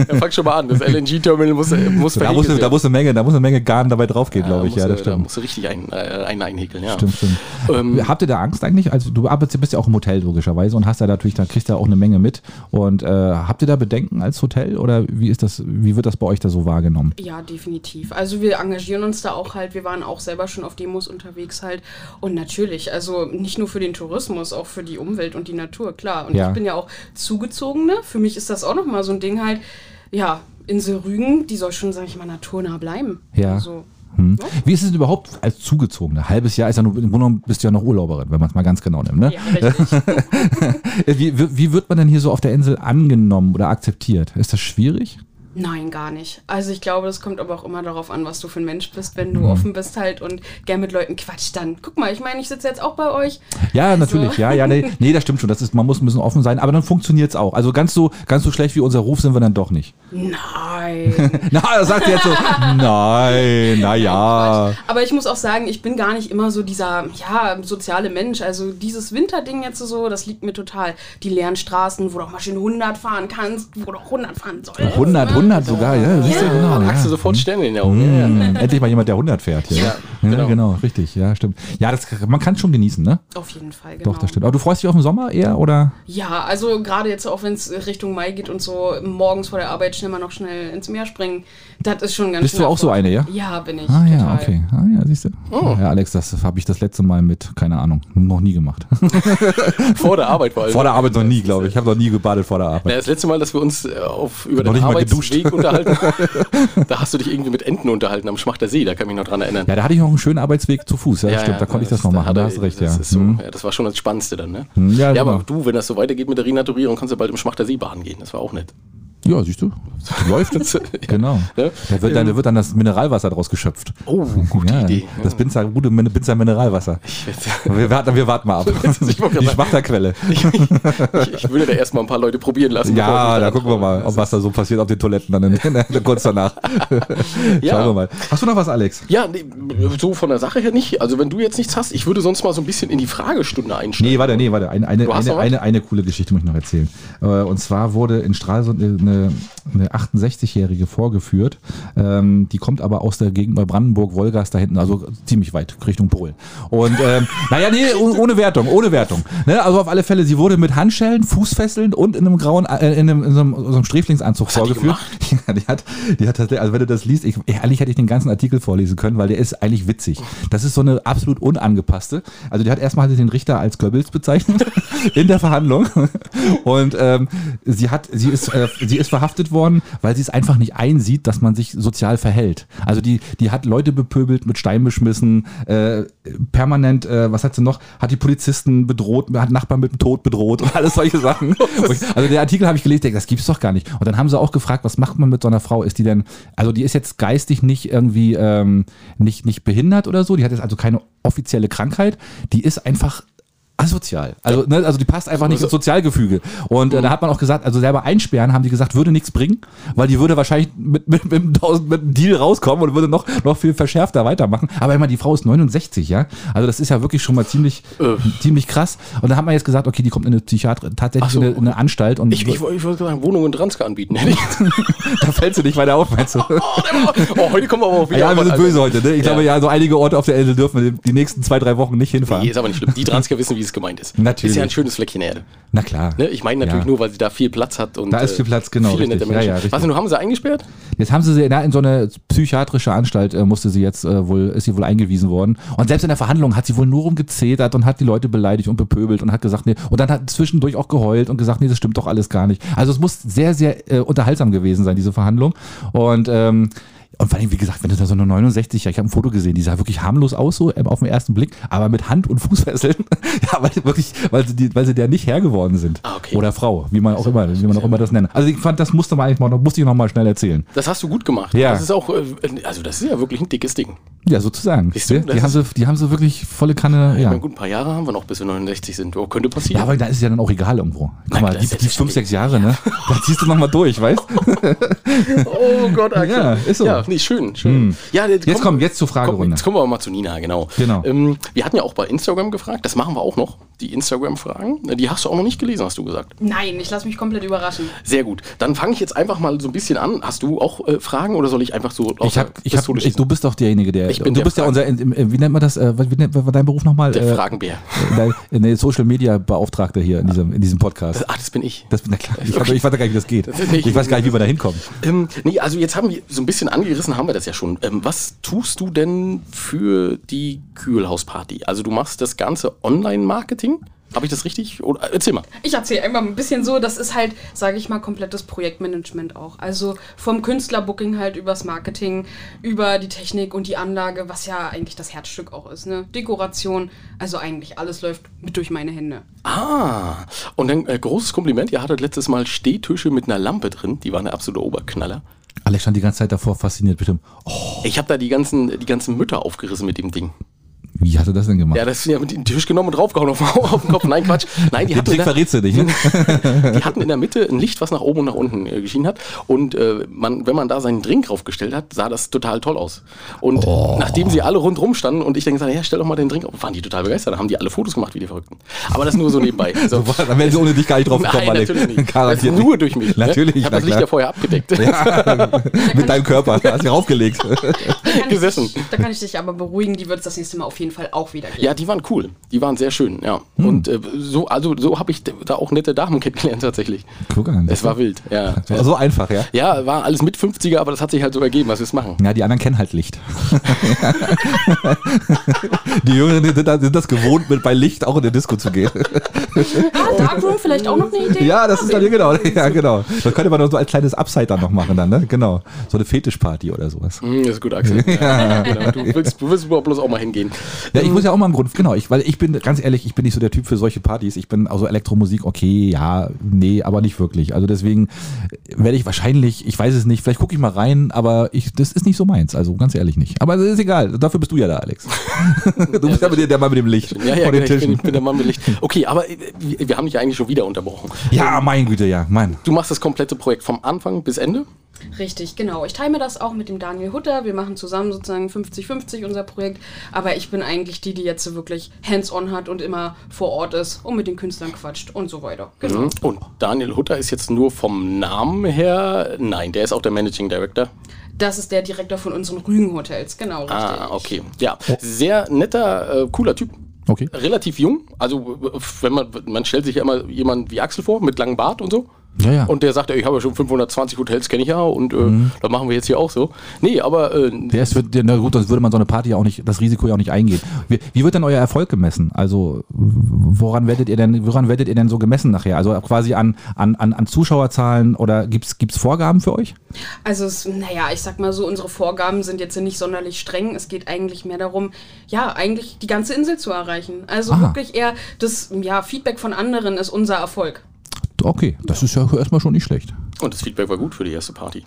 A: Ja, fang schon mal an, das LNG-Terminal muss, muss
B: da, muss,
A: verhäkelt
B: da
A: werden.
B: muss eine Menge, da muss eine Menge Garn dabei draufgehen, glaube ich.
A: Da
B: Ja, das
A: musst du- Da
B: stimmt.
A: musst du richtig ein, äh, einen einhäkeln, ja.
B: Stimmt, stimmt.
A: Ähm,
B: Habt ihr da Angst eigentlich? Also du arbeitest, bist ja auch im Hotel logischerweise und hast da natürlich, dann kriegst du ja auch eine Menge mit. Und äh, habt ihr da Bedenken als Hotel oder wie ist das, wie wird das bei euch da so wahrgenommen?
C: Ja, definitiv. Also wir engagieren uns da auch halt. Wir waren auch selber schon auf Demos unterwegs halt. Und natürlich, also nicht nur für den Tourismus, auch für die Umwelt und die Natur, klar. Und
B: Ja.
C: ich bin ja auch Zugezogene. Für mich ist das auch nochmal so ein Ding halt. Ja, Insel Rügen, die soll schon, sag ich mal, naturnah bleiben.
B: Ja.
C: Also,
B: Hm? Wie ist es denn überhaupt als zugezogene? Halbes Jahr ist ja nur, im Grunde genommen bist du ja noch Urlauberin, wenn man es mal ganz genau nimmt. Ne?
C: ja, richtig.
B: Äh, Wie, wie wie wird man denn hier so auf der Insel angenommen oder akzeptiert? Ist das schwierig?
C: Nein, gar nicht. Also ich glaube, das kommt aber auch immer darauf an, was du für ein Mensch bist, wenn du
B: Mhm.
C: offen bist halt und gern mit Leuten quatscht dann. Guck mal, ich meine, ich sitze jetzt auch bei euch.
B: Ja, natürlich, ja, ja, nee, nee, das stimmt schon. Das ist, man muss ein bisschen offen sein, aber dann funktioniert's auch. Also ganz so, ganz so schlecht wie unser Ruf sind wir dann doch nicht.
C: Nein.
B: Na, das sagt sie jetzt so, nein, naja.
C: Quatsch. Aber ich muss auch sagen, ich bin gar nicht immer so dieser, ja, soziale Mensch. Also dieses Winterding jetzt so, das liegt mir total. Die leeren Straßen, wo du auch mal schön 100 fahren kannst, wo du auch 100 fahren sollst.
B: 100, 100 sogar, ja, siehst du, genau.
A: Da
B: Ja.
A: packst du sofort Sterne in den Augen. Ja, ja.
B: Hm, Endlich mal jemand, der 100 fährt. Hier.
A: Ja,
B: ja genau.
A: genau.
B: richtig, ja, stimmt. Ja, das, man kann schon genießen, ne?
C: Auf jeden Fall, genau.
B: Doch, das stimmt. Aber du freust dich auf den Sommer eher, oder?
C: Ja, also gerade jetzt auch, wenn es Richtung Mai geht und so, morgens vor der Arbeit schnell mal noch schnell ins Meer springen. Das ist schon ganz
B: Bist du
C: schön
B: auch so
C: erfreulich.
B: eine,
C: Ja, bin ich.
B: Ah ja,
C: total.
B: okay. Ah ja, siehst du. Ja, Alex, das habe ich das letzte Mal mit, keine Ahnung, noch nie gemacht.
A: Vor der Arbeit vor allem.
B: vor der Arbeit noch nie, glaube ich. Ich habe noch nie gebadet vor der Arbeit.
A: Na, das letzte Mal, dass wir uns äh, auf, über
B: Noch
A: den
B: nicht mal geduscht.
A: Arbeitsweg unterhalten haben, da hast du dich irgendwie mit Enten unterhalten am Schmachter See, da kann ich mich noch dran erinnern.
B: Ja, da hatte ich noch einen schönen Arbeitsweg zu Fuß. Ja, stimmt, da konnte ich das noch machen.
A: hat
B: Da
A: er- eh,
B: hast du recht,
A: das
B: ja.
A: Ist so,
B: Hm.
A: ja. Das war schon das Spannendste dann, ne?
B: Hm,
A: Ja,
B: ja, genau.
A: aber du, wenn das so weitergeht mit der Renaturierung, kannst du bald im Schmachter See baden gehen. Das war auch nett.
B: Ja, siehst du. Läuft jetzt. genau.
A: Ne?
B: Da wird, dann, da wird dann das Mineralwasser draus geschöpft.
A: Oh, gute
B: ja,
A: Idee.
B: Das Binzer, gute Min- Binzer Mineralwasser. Wir warten, wir warten mal ab.
A: Ich wollte
B: Die
A: gerade sagen.
B: Schmachterquelle.
A: Ich, ich, ich würde da erstmal ein paar Leute probieren lassen. bevor ich mich
B: Ja, da
A: dran
B: gucken wir
A: traue.
B: mal, ob was da so passiert auf den Toiletten dann in, kurz danach. Schauen
A: Ja.
B: wir mal. Hast du noch was, Alex?
A: Ja, nee, so von der Sache her nicht. Also wenn du jetzt nichts hast, ich würde sonst mal so ein bisschen in die Fragestunde einsteigen.
B: Nee, warte, nee, warte. Eine, eine,
A: Du hast
B: eine,
A: noch was?
B: eine, eine coole Geschichte muss ich noch erzählen. Äh, Und zwar wurde in Stralsund eine eine, eine 68-Jährige vorgeführt. Ähm, die kommt aber aus der Gegend bei Brandenburg, Wolgast da hinten, also ziemlich weit Richtung Polen. Und ähm, naja, nee, oh- ohne Wertung, ohne Wertung. Ne? Also auf alle Fälle, sie wurde mit Handschellen, Fußfesseln und in einem grauen, äh, in, einem, in, so einem, so einem Sträflingsanzug
A: hat die
B: vorgeführt. Ja, die hat, die hat tatsächlich, also wenn du das liest, ich, ehrlich hätte ich den ganzen Artikel vorlesen können, weil der ist eigentlich witzig. Das ist so eine absolut unangepasste. Also die hat erstmal den Richter als Goebbels bezeichnet in der Verhandlung. Und ähm, sie hat, sie ist, äh, sie ist verhaftet worden, weil sie es einfach nicht einsieht, dass man sich sozial verhält. Also die, die hat Leute bepöbelt, mit Stein beschmissen, äh, permanent, äh, was hat sie noch? Hat die Polizisten bedroht, hat Nachbarn mit dem Tod bedroht und alles solche Sachen. Und ich- Also den Artikel habe ich gelesen, denk, das gibt's doch gar nicht. Und dann haben sie auch gefragt, was macht man mit so einer Frau? Ist die denn, also die ist jetzt geistig nicht irgendwie ähm, nicht, nicht behindert oder so, die hat jetzt also keine offizielle Krankheit, die ist einfach asozial. Also, ne, also die passt einfach nicht ins Sozialgefüge. Und äh, da hat man auch gesagt, also selber einsperren, haben die gesagt, würde nichts bringen, weil die würde wahrscheinlich mit, mit, mit, einem 1000 mit einem Deal rauskommen und würde noch, noch viel verschärfter weitermachen. Aber immer die Frau ist 69, ja. Also das ist ja wirklich schon mal ziemlich,
A: Äh.
B: ziemlich krass. Und da hat man jetzt gesagt, okay, die kommt in eine Psychiatrie, tatsächlich
A: Ach so.
B: in, eine, in eine Anstalt und
A: Ich, ich, woll- ich wollte sagen, Wohnung und Transke anbieten. hätte ich gesagt.
B: da fällt sie nicht weiter auf, meinst du?
A: oh, der war- oh, heute kommen wir aber auch wieder.
B: Ja,
A: auf
B: wir
A: was
B: sind
A: anderes.
B: böse heute, ne? Ich
A: Ja.
B: glaube ja, so einige Orte auf der Insel dürfen wir die nächsten zwei, drei Wochen nicht hinfahren.
A: Nee, ist aber nicht schlimm. Die Transker wissen, wie es gemeint ist.
B: Natürlich.
A: Ist ja ein schönes Fleckchen Erde.
B: Na klar.
A: Ne? Ich meine natürlich
B: Ja.
A: nur, weil sie da viel Platz hat. Und,
B: Da ist
A: äh,
B: viel Platz, genau,
A: Viele nette
B: richtig. Ja,
A: Menschen.
B: ja, richtig.
A: Was denn, haben sie eingesperrt?
B: Jetzt haben sie sie in, in so eine psychiatrische Anstalt äh, musste sie jetzt äh, wohl ist sie wohl eingewiesen worden und selbst in der Verhandlung hat sie wohl nur rumgezetert und hat die Leute beleidigt und bepöbelt und hat gesagt nee und dann hat zwischendurch auch geheult und gesagt nee das stimmt doch alles gar nicht. Also es muss sehr sehr äh, unterhaltsam gewesen sein diese Verhandlung und ähm, und vor allem, wie gesagt, wenn du da so eine 69er, ich habe ein Foto gesehen, die sah wirklich harmlos aus, so ähm, auf den ersten Blick, aber mit Hand- und Fußfesseln. ja, weil, wirklich, weil, sie die, weil sie der nicht Herr geworden sind.
A: Ah, okay. Also,
B: Oder Frau, wie man auch immer, wie man auch immer das nennt. Also ich fand, das musste man eigentlich mal, noch- musste ich nochmal schnell erzählen.
A: Das hast du gut gemacht.
B: Ja.
A: Das ist auch, äh, also das ist ja wirklich ein dickes Ding.
B: Ja, sozusagen.
A: Siehst du,
B: Ja,
A: das
B: die, haben
A: ist-
B: sie, die haben sie wirklich volle Kanne.
A: Ich
B: Ja.
A: meine, gut, ein paar Jahre haben wir noch, bis wir 69 sind. Oh, könnte passieren.
B: ja, aber da ist es ja dann auch egal irgendwo. Guck
A: Na,
B: mal,
A: das
B: die,
A: ist
B: die fünf,
A: selbstverständlich.
B: sechs Jahre, ne? Da ziehst du nochmal durch, weißt?
A: oh Gott, Axel.
B: Ja, ist so. Hm.
A: Ja, nee, schön, schön. Ja,
B: Jetzt komm, jetzt zur Fragerunde.
A: Komm, jetzt kommen wir mal zu Nina, genau.
B: Genau.
A: Ähm, wir hatten ja auch bei Instagram gefragt, das machen wir auch noch, die Instagram-Fragen. Die hast du auch noch nicht gelesen, hast du gesagt.
C: Nein, ich lasse mich komplett überraschen.
A: Sehr gut. Dann fange ich jetzt einfach mal so ein bisschen an. Hast du auch äh, Fragen oder soll ich einfach so aus
B: Ich hab,
A: der
B: ich hab,
A: Pistole
B: ich,
A: schießen?
B: du bist doch derjenige, der.
A: Ich bin
B: du
A: der
B: bist ja unser, äh, wie nennt man das, äh, wie nennt man deinen Beruf nochmal?
A: Der
B: äh,
A: Fragenbär.
B: der- der Social Media Beauftragte hier in diesem, in diesem Podcast.
A: Ah, das bin ich.
B: Das, na klar, ich, ich weiß gar nicht, wie das geht.
A: ist nicht-
B: Ich weiß gar nicht, wie wir da hinkommen.
A: Ähm, nee, also jetzt haben wir so ein bisschen angerissen, haben wir das ja schon. Ähm, was tust du denn für die Kühlhausparty? Also du machst das ganze Online-Marketing? Habe ich das richtig? Oder, erzähl mal.
C: Ich erzähle einfach mal ein bisschen so, das ist halt, sage ich mal, komplettes Projektmanagement auch. Also vom Künstlerbooking halt übers Marketing, über die Technik und die Anlage, was ja eigentlich das Herzstück auch ist, ne? Dekoration, also eigentlich alles läuft mit durch meine Hände.
A: Ah, und dann äh, großes Kompliment. Ihr hattet letztes Mal Stehtische mit einer Lampe drin. Die waren der absolute Oberknaller.
B: Alex stand die ganze Zeit davor fasziniert, bitte. Oh,
A: Ich habe da die ganzen, die ganzen Mütter aufgerissen mit dem Ding.
B: wie hat er das denn gemacht?
A: Ja, das sind ja mit dem Tisch genommen und draufgehauen auf, auf den Kopf. Nein, Quatsch. Nein, die
B: Den
A: hatten, in
B: Trick
A: der,
B: verrätst du nicht, ne?
A: die hatten in der Mitte ein Licht, was nach oben und nach unten äh, geschienen hat. Und äh, man, wenn man da seinen Drink draufgestellt hat, sah das total toll aus. Und
B: Oh.
A: nachdem sie alle rundrum standen und ich dann gesagt habe, ja, stell doch mal den Drink auf, waren die total begeistert. Dann haben die alle Fotos gemacht, wie die Verrückten. Aber das nur so nebenbei. So. also
B: Boah, Dann wären sie ohne dich gar nicht drauf gekommen,
A: Nein,
B: Alex.
A: natürlich nicht.
B: Garantiert
A: Das ist nur durch mich.
B: Natürlich,
A: Ne? Ich habe
B: na
A: das Licht
B: klar.
A: ja vorher abgedeckt.
B: Mit deinem Körper. Da hast du raufgelegt.
C: Da kann
A: Gesessen.
C: Ich, da kann ich dich aber beruhigen, die wird es das nächste Mal auf jeden Fall auch wieder geben.
A: Ja, die waren cool. Die waren sehr schön, ja. Und äh, so, also so habe ich da auch nette Damen kennengelernt tatsächlich.
B: Guck an.
A: Es war wild, ja.
B: so, so einfach, ja.
A: Ja, war alles mit 50er, aber das hat sich halt so ergeben, was wir es machen.
B: Ja, die anderen kennen halt Licht. die Jüngeren sind, da- sind das gewohnt, mit bei Licht auch in der Disco zu gehen.
C: Ah, Darkroom vielleicht auch noch eine Idee?
B: ja, das ist dann genau. Ja, genau. Das könnte man doch so als kleines Upside dann noch machen, dann, ne? Genau. So eine Fetischparty oder sowas.
A: Hm, ist gut, Axel. Ja, genau. Du willst, du willst bloß auch mal hingehen.
B: Ja,
A: Mhm.
B: ich muss ja auch mal im Grund, genau, ich, weil ich bin, ganz ehrlich, ich bin nicht so der Typ für solche Partys. Ich bin also Elektromusik, okay, ja, nee, aber nicht wirklich. Also deswegen werde ich wahrscheinlich, ich weiß es nicht, vielleicht gucke ich mal rein, aber ich, das ist nicht so meins, also ganz ehrlich nicht. Aber das ist egal, dafür bist du ja da, Alex. du bist aber der, der Mann mit dem Licht
A: Ja, ja,
B: vor
A: genau,
B: den
A: ich bin,
B: Tischen.
A: ich bin der Mann mit Licht. Okay, aber äh, wir wir haben dich eigentlich schon wieder unterbrochen.
B: Ja, mein Güte, ja, Mann.
A: Du machst das komplette Projekt vom Anfang bis Ende.
C: Richtig, genau. Ich teile mir das auch mit dem Daniel Hutter. Wir machen zusammen sozusagen 50-50 unser Projekt. Aber ich bin eigentlich die, die jetzt wirklich hands-on hat und immer vor Ort ist und mit den Künstlern quatscht und so weiter. Genau.
A: Mhm. Und Daniel Hutter ist jetzt nur vom Namen her, nein, der ist auch der Managing Director.
C: Das ist der Direktor von unseren Rügen-Hotels, genau, richtig.
A: Ah, okay. Ja, sehr netter, äh, cooler Typ.
B: Okay.
A: Relativ jung, also äh, wenn man, man stellt sich ja immer jemanden wie Axel vor, mit langem Bart und so.
B: Ja, ja. Mhm.
A: Und der sagt, ey, ich habe ja schon 520 Hotels, kenne ich ja, und äh, das machen wir jetzt hier auch so. Nee, aber äh,
B: Der ist, wird- na gut, das würde man so eine Party ja auch nicht, das Risiko ja auch nicht eingehen. Wie, wie wird denn euer Erfolg gemessen? Also, woran werdet ihr denn, woran werdet ihr denn so gemessen nachher? Also quasi an, an, an, an Zuschauerzahlen oder gibt's, gibt's Vorgaben für euch?
C: Also, es, naja, ich sag mal so, unsere Vorgaben sind jetzt nicht sonderlich streng. Es geht eigentlich mehr darum, ja, eigentlich die ganze Insel zu erreichen. Also
B: Ah.
C: wirklich eher das ja, Feedback von anderen ist unser Erfolg.
B: Okay, das ist ja erstmal schon nicht schlecht.
A: und das Feedback war gut für die erste Party.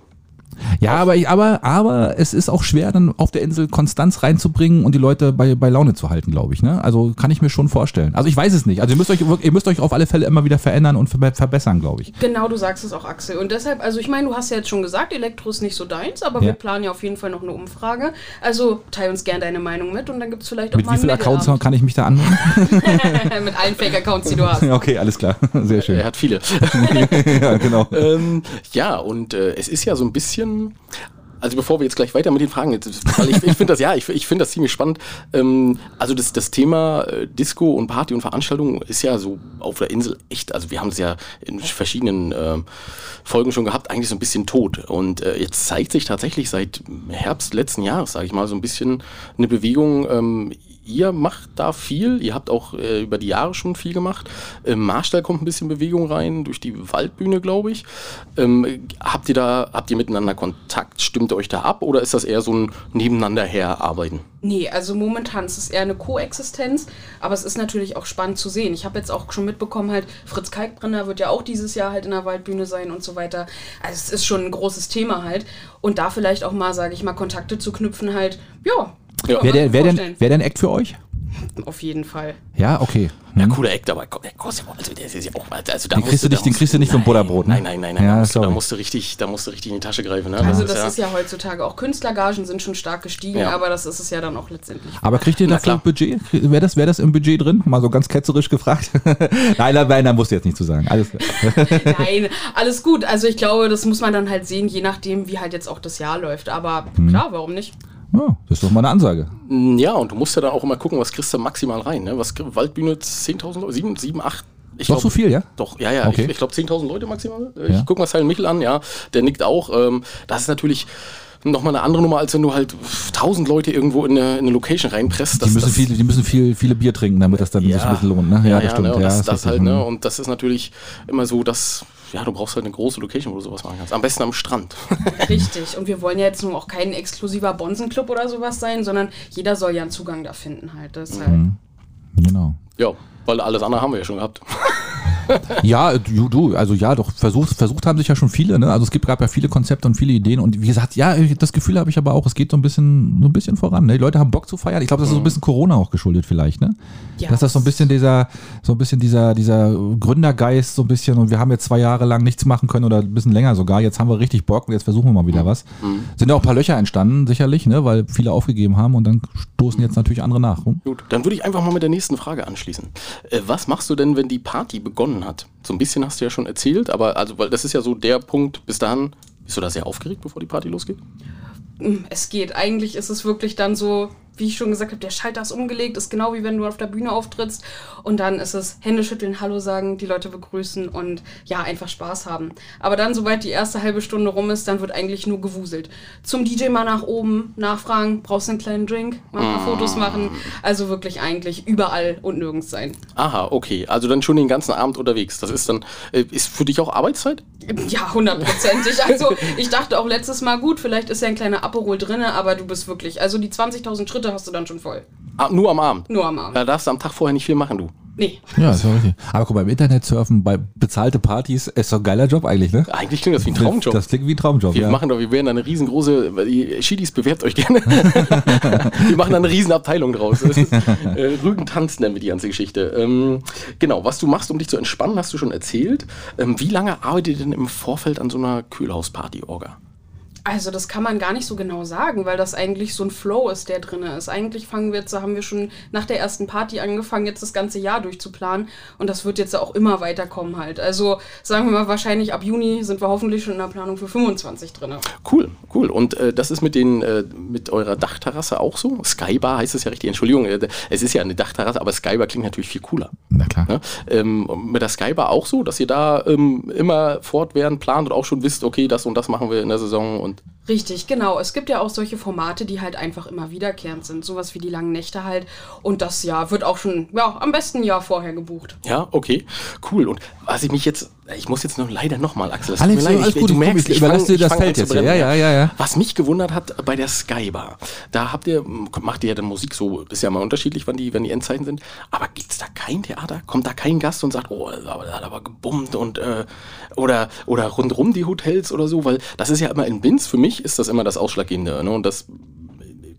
B: Ja, aber, ich, aber, aber es ist auch schwer, dann auf der Insel Konstanz reinzubringen und die Leute bei, bei Laune zu halten, glaube ich. Ne? Also kann ich mir schon vorstellen. Also ich weiß es nicht. Also ihr müsst euch, wirk- ihr müsst euch auf alle Fälle immer wieder verändern und verbe- verbessern, glaube ich.
C: Genau, du sagst es auch, Axel. Und deshalb, also ich meine, du hast ja jetzt schon gesagt, Elektro ist nicht so deins, aber
B: Ja.
C: wir planen ja auf jeden Fall noch eine Umfrage. Also teil uns gerne deine Meinung mit und dann gibt es vielleicht auch
B: Mit
C: mal
B: wie vielen Accounts kann ich mich da anmelden?
C: mit allen Fake-Accounts, die du hast.
B: okay, alles klar. Sehr schön.
A: Er hat viele.
B: ja, genau.
A: ähm, ja, und äh, es ist ja so ein bisschen. Also bevor wir jetzt gleich weiter mit den Fragen, jetzt, weil ich, ich finde das ja, ich, ich finde das ziemlich spannend. Ähm, also das, das Thema äh, Disco und Party und Veranstaltungen ist ja so auf der Insel echt, also wir haben es ja in verschiedenen ähm, Folgen schon gehabt, eigentlich so ein bisschen tot. Und äh, jetzt zeigt sich tatsächlich seit Herbst letzten Jahres, sage ich mal, so ein bisschen eine Bewegung. Ähm, ihr macht da viel, ihr habt auch äh, über die Jahre schon viel gemacht. Im Marstall kommt ein bisschen Bewegung rein, durch die Waldbühne, glaube ich. Ähm, habt ihr da, habt ihr miteinander Kontakt? Stimmt ihr euch da ab oder ist das eher so ein nebeneinander herarbeiten?
C: Nee, also momentan ist es eher eine Koexistenz, aber es ist natürlich auch spannend zu sehen. Ich habe jetzt auch schon mitbekommen, halt, Fritz Kalkbrenner wird ja auch dieses Jahr halt in der Waldbühne sein und so weiter. Also es ist schon ein großes Thema halt. Und da vielleicht auch mal, sage ich mal, Kontakte zu knüpfen halt, ja.
A: Ja.
C: kann
B: Wer
C: man
B: denn,
C: sich
B: wer, denn,
C: vorstellen.
B: wer denn Act für euch?
C: Auf jeden Fall.
B: Ja, okay. Hm.
A: Ja, cooler Act, aber komm, der kostet ja auch- also der ist ja auch, also da
B: Den kriegst
A: musst da
B: du nicht- den
A: musst
B: kriegst du nicht vom Butterbrot, ne?
A: Nein, nein, nein, nein,
B: Ja,
A: da, musst, du- da
B: sorry.
A: musst du richtig, da musst du richtig in die Tasche greifen. Ne?
C: Also das ist ja heutzutage auch Künstlergagen sind schon stark gestiegen,
A: Ja.
C: aber das ist es ja dann auch letztendlich.
B: Aber kriegt ihr
A: Na
B: dafür
A: klar.
B: Budget? Wäre das, wär das im Budget drin? Mal so ganz ketzerisch gefragt. nein, nein, nein, da musst du jetzt nicht zu sagen. Alles klar.
C: Nein, alles gut. Also ich glaube, das muss man dann halt sehen, je nachdem, wie halt jetzt auch das Jahr läuft. Aber klar, warum nicht?
B: Ja, Oh, das ist doch mal eine Ansage.
A: Hm, Ja, und du musst ja dann auch immer gucken, was kriegst du maximal rein. Ne? Was Waldbühne 10.000 Leute, 7, 7 8. Ich
B: Doch
A: glaub-
B: so viel, ja?
A: Doch, ja, ja.
B: Okay.
A: Ich, ich glaube 10.000 Leute maximal. Äh,
B: Ja.
A: Ich guck mal Silent Michel an, ja. Der nickt auch. Ähm, das ist natürlich nochmal eine andere Nummer, als wenn du halt pff, 1.000 Leute irgendwo in eine, in eine Location reinpresst.
B: Die
A: Das-
B: müssen,
A: das-
B: viel, die müssen viel, viele Bier trinken, damit das dann sich ein bisschen lohnt. Ne?
A: Ja, ja, Ne? Und das,
B: ist mhm.
A: das halt,
B: richtig.
A: ne? Und das ist natürlich immer so, dass, ja, du brauchst halt eine große Location, wo du sowas machen kannst. Am besten am Strand.
C: Richtig. Und wir wollen ja jetzt nun auch kein exklusiver Bonsenclub oder sowas sein, sondern jeder soll ja einen Zugang da finden halt. Deshalb.
B: Genau.
A: ja, weil alles andere haben wir ja schon gehabt.
B: Ja, du, du, also ja, doch, versucht, versucht haben sich ja schon viele, ne? Also es gibt, gab ja viele Konzepte und viele Ideen und wie gesagt, ja, das Gefühl habe ich aber auch, es geht so ein bisschen, so ein bisschen voran. Ne? Die Leute haben Bock zu feiern. Ich glaube, das ist so ein bisschen Corona auch geschuldet vielleicht, ne?
C: Ja.
B: Dass Mhm. das so ein bisschen dieser, so ein bisschen dieser, dieser Gründergeist, so ein bisschen, und wir haben jetzt zwei Jahre lang nichts machen können oder ein bisschen länger sogar. Jetzt haben wir richtig Bock und jetzt versuchen wir mal wieder was. Sind ja auch ein paar Löcher entstanden, sicherlich, ne? Weil viele aufgegeben haben und dann stoßen jetzt natürlich andere nach. Hm?
A: Gut, dann würde ich einfach mal mit der nächsten Frage anschließen. Äh, was machst du denn, wenn die Party begonnen hat? So ein bisschen hast du ja schon erzählt, aber also, weil das ist ja so der Punkt, bis dahin. Bist du da sehr aufgeregt, bevor die Party losgeht?
C: es geht. Eigentlich ist es wirklich dann so, wie ich schon gesagt habe, der Schalter ist umgelegt, ist genau wie wenn du auf der Bühne auftrittst. Und dann ist es Hände schütteln, Hallo sagen, die Leute begrüßen und ja, einfach Spaß haben. Aber dann, sobald die erste halbe Stunde rum ist, dann wird eigentlich nur gewuselt. Zum DJ mal nach oben, nachfragen, brauchst du einen kleinen Drink, mal ein paar Fotos machen. Also wirklich eigentlich überall und nirgends sein.
A: Aha, okay. Also dann schon den ganzen Abend unterwegs. Das ist dann, äh, ist für dich auch Arbeitszeit?
C: Ja, hundertprozentig. Also ich dachte auch letztes Mal, gut, vielleicht ist ja ein kleiner Aperol drinne, aber du bist wirklich, also die 20.000 Schritte hast du dann schon voll.
A: Ah, nur am Abend.
C: Nur am Abend.
A: Da darfst du am Tag vorher nicht viel machen, du.
C: Nee.
B: Ja, ist ja richtig. Aber guck mal, im Internet surfen, bei bezahlte Partys, ist doch ein geiler Job eigentlich, ne?
A: Eigentlich klingt das wie ein Traumjob.
B: Das klingt wie ein Traumjob,
A: Wir
B: ja.
A: machen doch, wir werden da eine riesengroße, die Schiedis bewerbt euch gerne. wir machen da eine Riesenabteilung draus. Das ist, äh, Rügentanz nennen wir die ganze Geschichte. Ähm, genau, was du machst, um dich zu entspannen, hast du schon erzählt. Ähm, wie lange arbeitet ihr denn im Vorfeld an so einer Kühlhausparty, Orga?
C: Also das kann man gar nicht so genau sagen, weil das eigentlich so ein Flow ist, der drin ist. Eigentlich fangen wir jetzt, da haben wir schon nach der ersten Party angefangen, jetzt das ganze Jahr durchzuplanen und das wird jetzt auch immer weiterkommen halt. Also sagen wir mal, wahrscheinlich ab Juni sind wir hoffentlich schon in der Planung für 25 drin.
A: Cool, cool. Und äh, das ist mit den äh, mit eurer Dachterrasse auch so? Skybar heißt es ja richtig. Entschuldigung, äh, es ist ja eine Dachterrasse, aber Skybar klingt natürlich viel cooler.
B: Na klar.
A: Ne? Ähm, mit der Skybar auch so, dass ihr da ähm, immer fortwährend plant und auch schon wisst, okay, das und das machen wir in der Saison und
C: Richtig, genau. Es gibt ja auch solche Formate, die halt einfach immer wiederkehrend sind. Sowas wie die langen Nächte halt. Und das Jahr wird auch schon, ja, am besten ein Jahr vorher gebucht.
A: ja, okay, cool. Und was ich mich jetzt, ich muss jetzt noch leider nochmal, Axel, das
B: Alex, alles
A: ich,
B: gut,
A: du
B: ich komm,
A: merkst,
B: ich
A: ich fang-
B: überlasse dir
A: ich
B: das
A: fang
B: Feld
A: an zu
B: jetzt hier.
A: brennen,
B: Ja, ja, ja, ja.
A: Was mich gewundert hat bei der Skybar, da habt ihr, macht ihr ja dann Musik so, ist ja mal unterschiedlich, wann die, wenn die Endzeiten sind, aber gibt's da kein Theater? Kommt da kein Gast und sagt, oh, da hat aber gebummt und äh, oder oder rundrum die Hotels oder so, weil das ist ja immer in Bins, für mich ist das immer das Ausschlaggebende, ne? Und das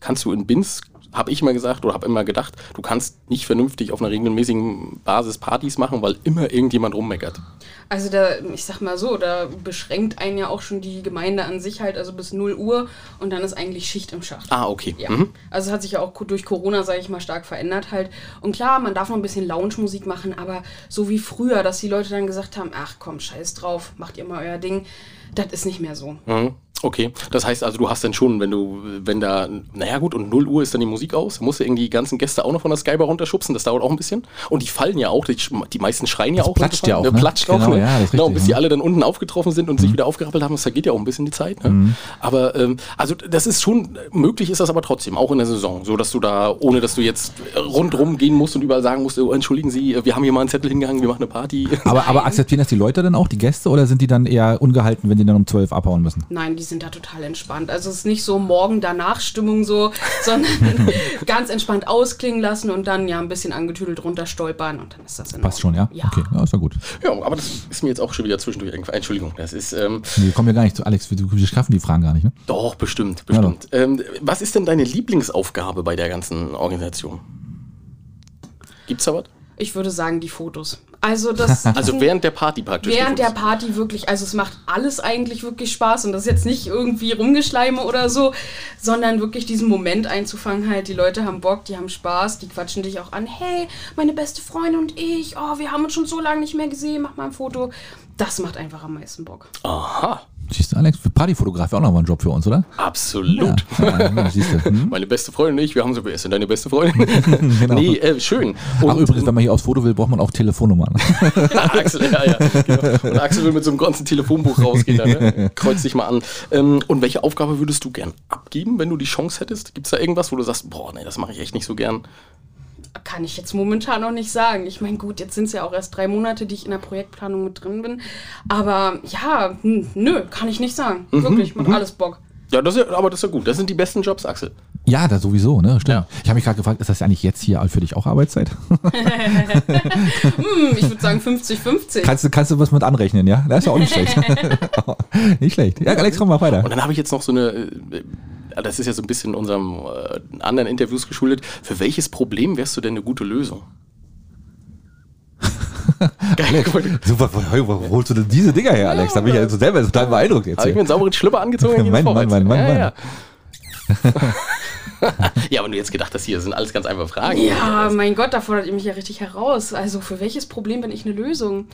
A: kannst du in Bins, habe ich immer gesagt oder habe immer gedacht, du kannst nicht vernünftig auf einer regelmäßigen Basis Partys machen, weil immer irgendjemand rummeckert.
C: Also da, ich sag mal so, da beschränkt einen ja auch schon die Gemeinde an sich halt, also bis 0 Uhr und dann ist eigentlich Schicht im Schacht.
A: Ah, okay.
C: Ja.
A: Mhm.
C: Also hat sich ja auch co- durch Corona, sage ich mal, stark verändert halt. Und klar, man darf noch ein bisschen Lounge-Musik machen, aber so wie früher, dass die Leute dann gesagt haben, ach komm, scheiß drauf, macht ihr mal euer Ding. Das ist nicht mehr so.
A: Mhm. Okay, das heißt also, du hast dann schon, wenn du, wenn da, naja gut, und 0 Uhr ist dann die Musik aus, musst du irgendwie die ganzen Gäste auch noch von der Skybar runterschubsen, das dauert auch ein bisschen. Und die fallen ja auch, die, sch- die meisten schreien ja
B: Das
A: auch.
B: platscht ja auch,
A: ne?
B: ne?
A: Platscht auch,
B: Genau,
A: ne?
B: ja, Mhm. das ist
A: genau,
B: richtig,
A: bis die
B: ne?
A: alle dann unten aufgetroffen sind und sich wieder aufgerappelt haben, das vergeht ja auch ein bisschen die Zeit. Ne?
B: Mhm.
A: Aber, ähm, also das ist schon, möglich ist das aber trotzdem, auch in der Saison, so dass du da, ohne dass du jetzt rundrum gehen musst und überall sagen musst, oh, entschuldigen Sie, wir haben hier mal einen Zettel hingehangen, wir machen eine Party.
B: Aber, aber akzeptieren das die Leute dann auch, die Gäste, oder sind die dann eher ungehalten, wenn die dann um 12 abhauen müssen?
C: Nein, die sind da total entspannt. Also es ist nicht so morgen danach Stimmung so, sondern ganz entspannt ausklingen lassen und dann ja ein bisschen angetüdelt runter stolpern und dann ist das in
B: Passt schon, ja?
C: Ja.
B: Okay, ja, ist ja gut.
A: Ja, aber das ist mir jetzt auch schon wieder zwischendurch, irgendwie- Entschuldigung, das ist, ähm,
B: Wir kommen ja gar nicht zu Alex, wir, wir schaffen die Fragen gar nicht, ne?
A: Doch, bestimmt, bestimmt. Ähm, was ist denn deine Lieblingsaufgabe bei der ganzen Organisation? Gibt's da was?
C: Ich würde sagen, die Fotos. Also das
A: Also während der Party praktisch.
C: während
A: die
C: der
A: Fotos.
C: Party wirklich, also es macht alles eigentlich wirklich Spaß und das ist jetzt nicht irgendwie rumgeschleime oder so, sondern wirklich diesen Moment einzufangen halt. Die Leute haben Bock, die haben Spaß, die quatschen dich auch an. Hey, meine beste Freundin und ich, oh, wir haben uns schon so lange nicht mehr gesehen, mach mal ein Foto. Das macht einfach am meisten Bock.
A: Aha,
B: Siehst du, Alex, für Partyfotograf wäre auch nochmal ein Job für uns, oder?
A: absolut.
B: Ja, ja, siehst du. Hm?
A: Meine beste Freundin und ich, wir haben so, wer ist denn deine beste Freundin? Nee, äh, schön. Und,
B: Genau. Ach, übrigens, wenn man hier aufs Foto will, braucht man auch Telefonnummern.
A: Axel, ja, ja. Genau. Und Axel will mit so einem ganzen Telefonbuch rausgehen. Dann, ne? Kreuz dich mal an. Ähm, und welche Aufgabe würdest du gern abgeben, wenn du die Chance hättest? Gibt's da irgendwas, wo du sagst, boah, nee, das mache ich echt nicht so gern?
C: Kann ich jetzt momentan noch nicht sagen. Ich meine, gut, jetzt sind es ja auch erst drei Monate, die ich in der Projektplanung mit drin bin. Aber ja, hm, nö, kann ich nicht sagen. Wirklich, macht alles Bock.
A: Ja, das ist, ja- aber das ist ja gut. Das sind die besten Jobs, Axel.
B: ja, da sowieso, ne? Stimmt.
A: Ja.
B: Ich habe mich gerade gefragt, ist das eigentlich jetzt hier für dich auch Arbeitszeit?
C: Hm, ich würde sagen 50-50.
B: Kannst du, kannst du was mit anrechnen, ja? Das ist ja auch nicht schlecht. nicht schlecht. Ja, Alex, komm mal
A: Und
B: weiter.
A: dann habe ich jetzt noch so eine, äh, äh, das ist ja so ein bisschen unserem äh, anderen Interviews geschuldet. Für welches Problem wärst du denn eine gute Lösung? Geil, guck mal,
B: Super, wo, wo holst du denn diese Dinger her, Alex? Da bin ich ja so selber total beeindruckt jetzt.
A: Habe Ah, ich mir
B: hier.
A: einen sauberen Schlüpper angezogen? dann geht
B: Mann,
A: es vorwärts.
B: Mann, Mann,
A: ja,
B: Mann,
A: Ja. ja, aber du jetzt gedacht hast, hier sind alles ganz einfache Fragen.
C: Ja, mein Gott, da fordert ihr mich ja richtig heraus. Also für welches Problem bin ich eine Lösung?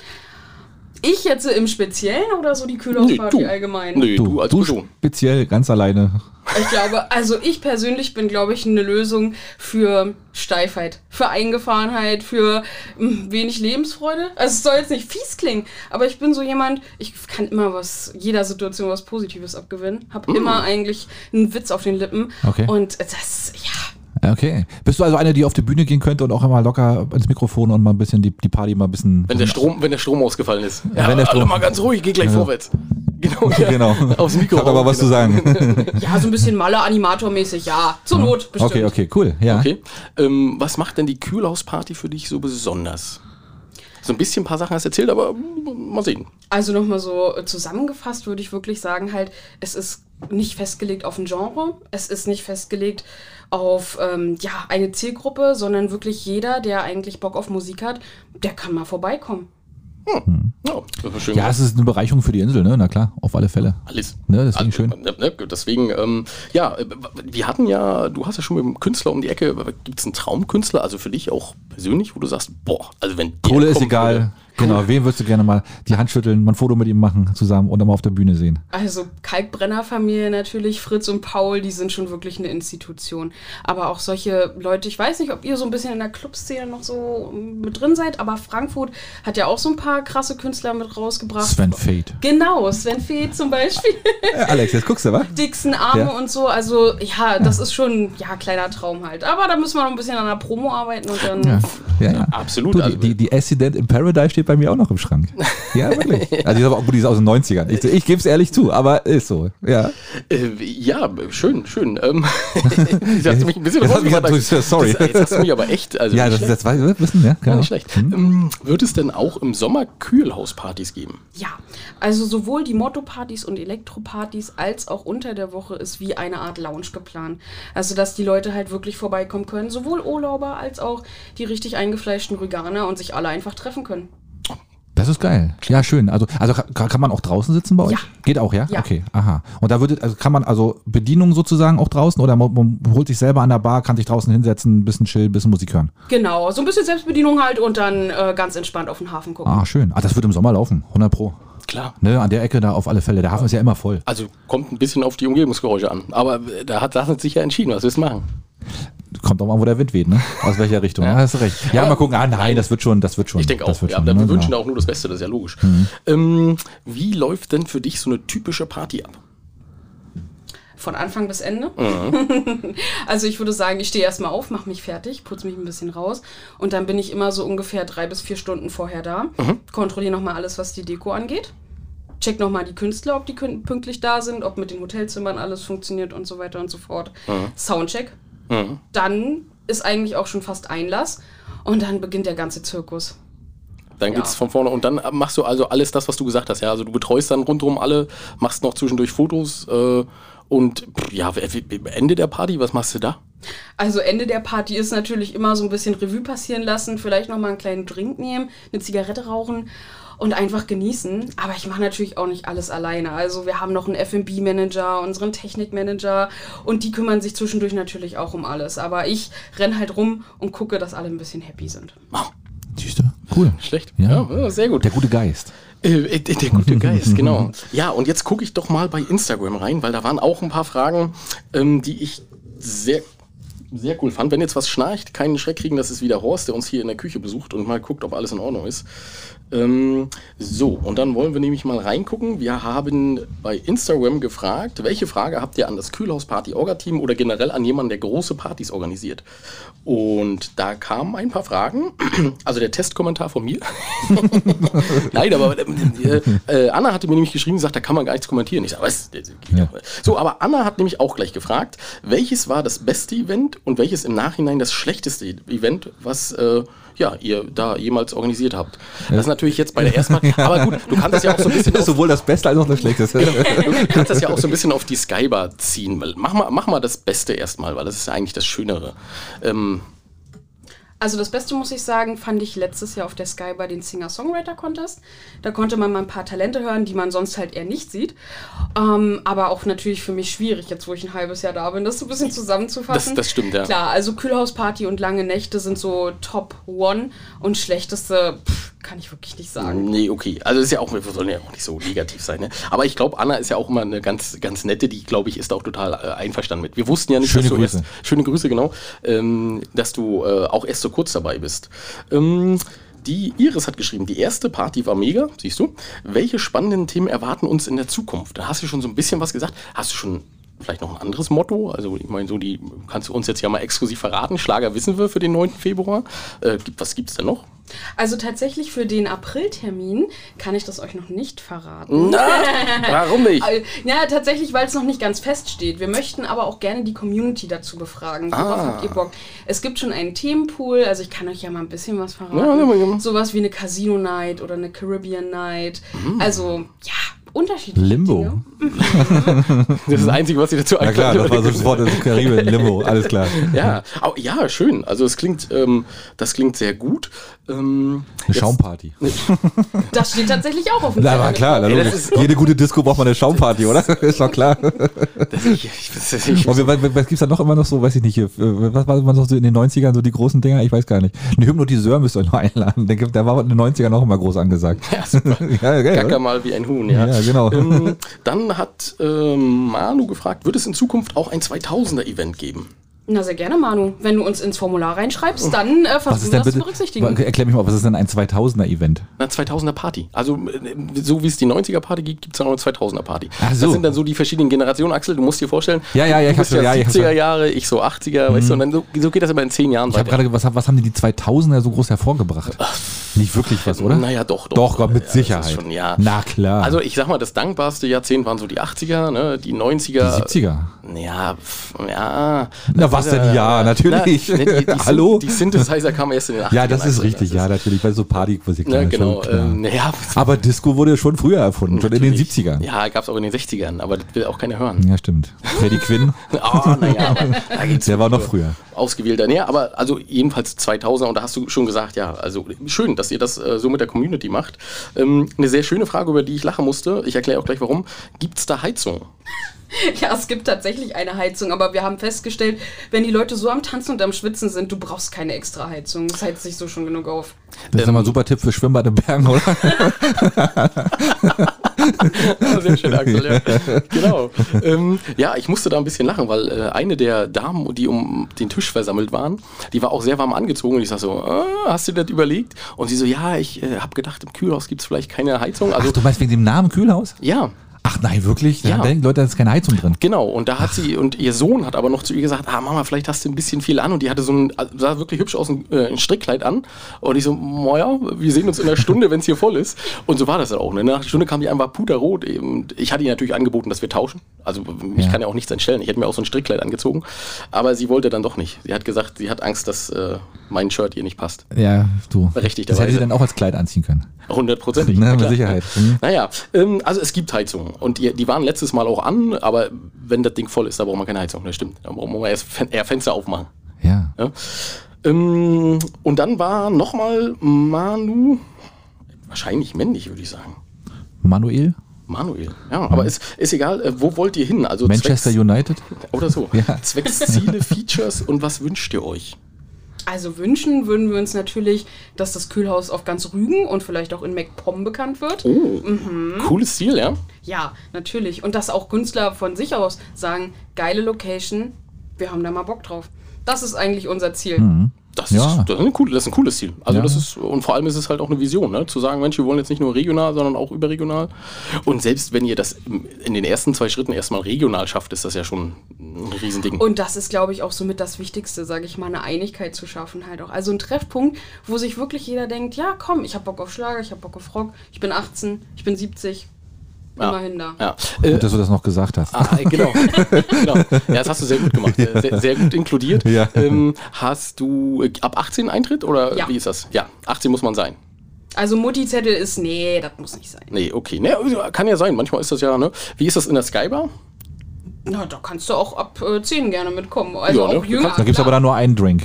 C: Ich jetzt im Speziellen oder so die
A: nee,
C: Kühlaufparty
A: du.
C: allgemein?
A: Nee, du, also als Person.
B: speziell ganz alleine.
C: Ich glaube, also ich persönlich bin, glaube ich, eine Lösung für Steifheit, für Eingefahrenheit, für mm, wenig Lebensfreude. Also es soll jetzt nicht fies klingen, aber ich bin so jemand, ich kann immer was, jeder Situation was Positives abgewinnen. Hab immer eigentlich einen Witz auf den Lippen.
B: Okay.
C: Und das, ja,
B: Okay. Bist du also eine, die auf die Bühne gehen könnte und auch immer locker ins Mikrofon und mal ein bisschen die, die Party mal ein bisschen.
A: Wenn der Strom, wenn der Strom ausgefallen ist.
B: Ja, wenn der
A: Alle
B: Strom-
A: mal ganz ruhig, geh gleich
B: Ja.
A: vorwärts. Genau, ja.
B: Genau.
A: Aufs Mikro.
B: Hat aber was zu
A: genau.
B: sagen.
C: ja, so ein bisschen Maler-Animator-mäßig, ja. Zur Not bestimmt.
B: Okay, okay, cool. Ja.
A: Okay. Ähm, was macht denn die Kühlhausparty für dich so besonders? So ein bisschen ein paar Sachen hast du erzählt, aber mm, mal sehen.
C: Also nochmal so äh, zusammengefasst würde ich wirklich sagen, halt, es ist nicht festgelegt auf ein Genre, es ist nicht festgelegt auf ähm, ja, eine Zielgruppe, sondern wirklich jeder, der eigentlich Bock auf Musik hat, der kann mal vorbeikommen.
A: Ja, das war schön.
B: Ja, es ist eine Bereicherung für die Insel, ne? Na klar, auf alle Fälle.
A: Alles.
B: Ne, deswegen schön.
A: Ne, ne, Deswegen, ähm, ja, äh, wir hatten ja, du hast ja schon mit dem Künstler um die Ecke, gibt es einen Traumkünstler, also für dich auch persönlich, wo du sagst, boah, also wenn der
B: Kohle ist
A: kommen
B: egal.
A: würde-
B: Genau, wen würdest du gerne mal die Hand schütteln, mal ein Foto mit ihm machen zusammen und dann mal auf der Bühne sehen?
C: Also Kalkbrenner-Familie natürlich, Fritz und Paul, die sind schon wirklich eine Institution. Aber auch solche Leute, ich weiß nicht, ob ihr so ein bisschen in der Clubszene noch so ähm, mit drin seid, aber Frankfurt hat ja auch so ein paar krasse Künstler mit rausgebracht.
B: Sven Fate.
C: Genau, Sven Fee zum Beispiel,
B: Alex, jetzt guckst du, wa?
C: Dixon Arme
B: Ja.
C: und so. Also ja, das ist schon ja kleiner Traum halt. Aber da müssen wir noch ein bisschen an der Promo arbeiten und dann.
B: Ja, ja, ja.
A: Absolut,
B: Du,
A: also-
B: die, die, die Accident in Paradise steht bei mir auch noch im Schrank. Ja, wirklich. Also die ist aber auch gut, die ist aus den 90ern. Ich, ich gebe es ehrlich zu, aber ist so. Ja.
A: Äh, ja, schön, schön. Ähm, jetzt hast du mich ein bisschen
B: Jetzt hast du mich
A: rausgebracht.
B: gerade- sorry.
A: Das, äh, jetzt hast du mich aber echt, also
B: Ja,
A: nicht
B: das,
A: schlecht.
B: das war wissen, ja.
A: Ja,
B: Genau.
A: nicht schlecht. Ähm, wird es denn auch im Sommer Kühlhauspartys geben?
C: Ja, also sowohl die Motto-Partys und Elektro-Partys als auch unter der Woche ist wie eine Art Lounge geplant. Also, dass die Leute halt wirklich vorbeikommen können, sowohl Urlauber als auch die richtig eingefleischten Rüganer und sich alle einfach treffen können.
B: Das ist geil. Ja, schön. Also, also ka- kann man auch draußen sitzen bei euch?
C: Ja.
B: Geht auch, ja?
C: Ja.
B: Okay, aha. Und da würde, also kann man also Bedienung sozusagen auch draußen oder man, man holt sich selber an der Bar, kann sich draußen hinsetzen, ein bisschen chillen, ein bisschen Musik hören.
C: Genau, so ein bisschen Selbstbedienung halt und dann äh, ganz entspannt auf den Hafen gucken.
B: Ah, schön. Ah, das wird im Sommer laufen. 100 Pro.
A: Klar.
B: Ne, an der Ecke da auf alle Fälle. Der Hafen ist ja immer voll.
A: Also kommt ein bisschen auf die Umgebungsgeräusche an. Aber äh, da hat Sachen sich ja entschieden, was wir es machen.
B: Kommt auch mal, wo der Wind weht, ne? Aus welcher Richtung? Ja, hast du recht. Ja, mal gucken. Ah, nein, das wird schon, das wird schon.
A: Ich denke auch,
B: das wird
A: ja,
B: schon, Mhm.
A: da
B: ne?
A: wir wünschen
B: Ja.
A: auch nur das Beste, das ist ja logisch. Ähm, wie läuft denn für dich so eine typische Party ab?
C: Von Anfang bis Ende. also ich würde sagen, ich stehe erstmal auf, mache mich fertig, putze mich ein bisschen raus und dann bin ich immer so ungefähr drei bis vier Stunden vorher da. Kontrolliere nochmal alles, was die Deko angeht. Check nochmal die Künstler, ob die kün- pünktlich da sind, ob mit den Hotelzimmern alles funktioniert und so weiter und so fort. Soundcheck. Dann ist eigentlich auch schon fast Einlass und dann beginnt der ganze Zirkus.
A: Dann
C: Ja.
A: geht's von vorne und dann machst du also alles das, was du gesagt hast. Ja, also du betreust dann rundherum alle, machst noch zwischendurch Fotos äh, und pff, ja, w- w- Ende der Party, was machst du da?
C: Also Ende der Party ist natürlich immer so ein bisschen Revue passieren lassen, vielleicht nochmal einen kleinen Drink nehmen, eine Zigarette rauchen und einfach genießen. Aber ich mache natürlich auch nicht alles alleine. Also wir haben noch einen FB-Manager, unseren Technikmanager und die kümmern sich zwischendurch natürlich auch um alles. Aber ich renn halt rum und gucke, dass alle ein bisschen happy sind.
B: Siehst du? Cool.
A: Oh, Schlecht.
B: Ja.
A: ja sehr gut.
B: Der gute Geist.
A: Äh, äh, der gute Geist, genau. Ja, und jetzt gucke ich doch mal bei Instagram rein, weil da waren auch ein paar Fragen, ähm, die ich sehr, sehr cool fand. Wenn jetzt was schnarcht, keinen Schreck kriegen, das ist wieder Horst, der uns hier in der Küche besucht und mal guckt, ob alles in Ordnung ist. Ähm, so, und dann wollen wir nämlich mal reingucken. Wir haben bei Instagram gefragt, welche Frage habt ihr an das Kühlhaus-Party-Orga-Team oder generell an jemanden, der große Partys organisiert? Und da kamen ein paar Fragen. Also der Testkommentar von mir. Nein, aber äh, äh, Anna hatte mir nämlich geschrieben, sagt, da kann man gar nichts kommentieren. Ich sage, was? Das geht
B: Ja.
A: doch. So, aber Anna hat nämlich auch gleich gefragt, welches war das beste Event und welches im Nachhinein das schlechteste Event, was äh, ja, ihr da jemals organisiert habt. Das ist natürlich jetzt bei der ersten Mal, aber gut, du kannst das ja auch so ein bisschen
B: Das ist
A: auf,
B: sowohl das Beste als auch das Schlechteste.
A: du kannst das ja auch so ein bisschen auf die Skybar ziehen. Mach mal, mach mal das Beste erstmal, weil das ist ja eigentlich das Schönere. Ähm,
C: Also das Beste, muss ich sagen, fand ich letztes Jahr auf der Skybar den Singer-Songwriter-Contest. Da konnte man mal ein paar Talente hören, die man sonst halt eher nicht sieht. Ähm, aber auch natürlich für mich schwierig, jetzt wo ich ein halbes Jahr da bin, das so ein bisschen zusammenzufassen.
A: Das- das stimmt, ja.
C: Klar, also Kühlhausparty und lange Nächte sind so Top One und schlechteste pff, kann ich wirklich nicht sagen.
A: Nee, okay. Also ist ja auch, wir sollen ja auch nicht so negativ sein. Ne? Aber ich glaube, Anna ist ja auch immer eine ganz, ganz nette, die, glaube ich, ist auch total äh, einverstanden mit. Wir wussten ja nicht,
B: Schöne
A: dass du
B: Grüße.
A: erst, schöne Grüße, genau, ähm, dass du äh, auch erst so kurz dabei bist. Ähm, die Iris hat geschrieben, die erste Party war mega, siehst du. Welche spannenden Themen erwarten uns in der Zukunft? Da hast du schon so ein bisschen was gesagt. Hast du schon vielleicht noch ein anderes Motto? Also ich meine, so die kannst du uns jetzt ja mal exklusiv verraten. Schlager wissen wir für den 9. Februar. Äh, gibt- was gibt's denn noch?
C: Also tatsächlich für den April-Termin kann ich das euch noch nicht verraten.
A: Na, warum nicht?
C: Äh, Ja, tatsächlich, weil es noch nicht ganz feststeht. Wir möchten aber auch gerne die Community dazu befragen. Worauf
A: Ah.
C: habt ihr Bock? Es gibt schon einen Themenpool, also ich kann euch ja mal ein bisschen was verraten.
A: Ja, ja, ja.
C: Sowas wie eine Casino Night oder eine Caribbean Night.
A: Mhm.
C: Also, ja, unterschiedliche
B: Limbo.
C: Dinge.
A: Das ist das Einzige, was sie dazu
B: Mhm. Na klar, das war
A: einfällt.
B: sofort das Karibik, Limbo, alles klar.
A: Ja, au- ja, schön. Also es klingt, ähm, das klingt sehr gut. Ähm,
B: Eine
A: jetzt-
B: Schaumparty.
C: Das steht tatsächlich auch auf dem
B: Na,
C: Zettel.
B: war klar. Na,
A: Ey, das
B: logisch.
A: ist-
B: Jede gute Disco braucht mal eine Schaumparty, oder? Ist doch klar.
A: das, ich, ich, weiß nicht.
B: Und wir- was was gibt's da noch immer noch so, weiß ich nicht, hier, äh, was war immer noch so in den 90ern, so die großen Dinger? Ich weiß gar nicht. Einen Hypnotiseur müsst ihr euch noch einladen. Der, gibt- der war in den 90ern auch immer groß angesagt.
A: Ja, super.
B: Ja, geil,
A: Gacker
B: oder?
A: mal wie ein Huhn, ja.
B: Ja, genau.
A: Ähm, dann hat ähm, Manu gefragt, wird es in Zukunft auch ein 2000er-Event geben?
C: Na, sehr gerne, Manu. Wenn du uns ins Formular reinschreibst, dann äh,
B: Was
C: versuchen
B: ist
C: wir
B: denn
C: das
B: bitte?
C: zu berücksichtigen.
B: Erklär mich mal, was ist denn ein 2000er-Event?
A: Eine 2000er-Party. Also, äh, so wie es die 90er-Party gibt, gibt es auch eine 2000er-Party.
B: Ach so.
A: Das sind dann so die verschiedenen Generationen. Axel, du musst dir vorstellen,
B: Ja, ja, ja, ich
A: du bist
B: hab's-
A: ja,
B: ja, ich hab's-
A: 70er Jahre, ich so 80er, weißt du, und dann so, so geht das immer in zehn Jahren
B: Ich habe gerade, was, hab- was haben denn die 2000er so groß hervorgebracht? Nicht wirklich was, oder?
A: Naja, doch, doch.
B: Doch, Gott, mit
A: Ja, das ist
B: Sicherheit.
A: schon, ja.
B: Na klar.
A: Also ich sag mal, das dankbarste Jahrzehnt waren so die 80er, ne? die 90er.
B: die 70er.
A: Ja, pf, ja.
B: Na, was denn? Ja, natürlich.
A: ne, die, die,
B: Hallo?
A: Die Synthesizer kamen erst in den 80ern.
B: Ja, das ist
A: also,
B: richtig, ja, natürlich, weil so Partymusik
A: Ne,
B: war
A: genau.
B: schon klar.
A: Ähm, naja,
B: Aber Disco wurde schon früher erfunden, schon in den 70ern. Ja,
A: Ja, gab's auch in den 60ern, aber das will auch keiner hören.
B: stimmt. Freddie Quinn,
A: Oh, naja, aber da geht's
B: der war noch früher.
A: ausgewählter. Nee, aber also jedenfalls 2000 und da hast du schon gesagt, ja, also schön, dass ihr das äh, so mit der Community macht. Ähm, eine sehr schöne Frage, über die ich lachen musste. Ich erkläre auch gleich warum. Gibt's da Heizung?
C: Ja, es gibt tatsächlich eine Heizung, aber wir haben festgestellt, wenn die Leute so am Tanzen und am Schwitzen sind, du brauchst keine extra Heizung. Das heizt sich so schon genug auf.
B: Das
A: Ähm,
B: ist immer ein super Tipp für Schwimmbad in Bergen, oder?
A: Ja, Sehr schön, Axel. Ja. Genau. Ähm, ja, ich musste da ein bisschen lachen, weil äh, eine der Damen, die um den Tisch versammelt waren, die war auch sehr warm angezogen und ich sag so, äh, hast du dir das überlegt? Und sie so, ja, ich äh, habe gedacht, im Kühlhaus gibt's vielleicht keine Heizung. Also
B: Ach, du meinst wegen dem Namen Kühlhaus?
A: ja,
B: Ach nein, wirklich? Da
A: Ja.
B: denken Leute, da ist keine Heizung drin.
A: genau. Und da hat sie und ihr Sohn hat aber noch zu ihr gesagt, ah Mama, vielleicht hast du ein bisschen viel an. Und die hatte so ein also sah wirklich hübsch aus, ein, äh, ein Strickkleid an. Und ich so, moja, wir sehen uns in einer Stunde, wenn es hier voll ist. Und so war das dann auch. Ne? Nach einer Stunde kam die einfach puderrot. Und ich hatte ihr natürlich angeboten, dass wir tauschen. Also ich
B: Ja.
A: kann ja auch nichts entstellen. Ich hätte mir auch so ein Strickkleid angezogen. Aber sie wollte dann doch nicht. Sie hat gesagt, sie hat Angst, dass äh, mein Shirt ihr nicht passt.
B: Ja, du. Das
A: Berechtigterweise.
B: hätte sie dann auch als Kleid anziehen können.
A: Hundertprozentig.
B: Ne,
A: na
B: mit
A: klar.
B: Sicherheit. Mhm.
A: Naja, ähm, also es gibt Heizungen. Und die, die waren letztes Mal auch an, aber wenn das Ding voll ist, da braucht man keine Heizung. Das stimmt. Da braucht man erst Fen eher Fenster aufmachen.
B: Ja.
A: Ja? Ähm, und dann war nochmal Manu, wahrscheinlich männlich, würde ich sagen.
B: Manuel,
A: Manuel. Ja, aber ist, ist egal, äh, wo wollt ihr hin? Also
B: Mhm. Manchester
A: Zwecks,
B: United.
A: Oder so. Äh,
B: Ja.
A: Zwecks, Ziele, Features und was wünscht ihr euch?
C: Also wünschen würden wir uns natürlich, dass das Kühlhaus auf ganz Rügen und vielleicht auch in MacPom bekannt wird.
A: Oh, cooles Ziel, ja?
C: Ja, natürlich. Und dass auch Künstler von sich aus sagen, geile Location, wir haben da mal Bock drauf. Das ist eigentlich unser Ziel.
A: Hm. Das,
B: Ja.
A: ist, das, ist ein cool, das ist ein cooles Ziel. Also
B: Ja.
A: das ist, und vor allem ist es halt auch eine Vision, ne? zu sagen, Mensch, wir wollen jetzt nicht nur regional, sondern auch überregional. Und selbst wenn ihr das im- in den ersten zwei Schritten erstmal regional schafft, ist das ja schon ein Riesending.
C: Und das ist, glaube ich, auch somit das Wichtigste, sage ich mal, eine Einigkeit zu schaffen halt auch. Also ein Treffpunkt, wo sich wirklich jeder denkt, ja komm, ich habe Bock auf Schlager, ich habe Bock auf Rock, ich bin 18, ich bin 70,
A: ja.
C: immerhin da.
A: Ja. Äh,
B: Gut, dass du das noch gesagt hast.
A: Ah, genau. genau. Ja, das hast du sehr gut gemacht. Äh, Sehr, sehr gut inkludiert.
B: Ja.
A: Ähm, hast du äh, ab 18 Eintritt oder
C: Ja.
A: wie ist das? Ja, 18 muss man sein.
C: Also Mutti-Zettel ist, nee, das muss nicht sein.
A: Nee, okay. Nee, kann ja sein. Manchmal ist das ja, ne? Wie ist das in der Skybar?
C: Na, da kannst du auch ab äh, 10 gerne mitkommen. Also
A: Ja, ne?
C: auch jünger.
B: Da gibt's aber
C: klar.
B: dann nur einen Drink.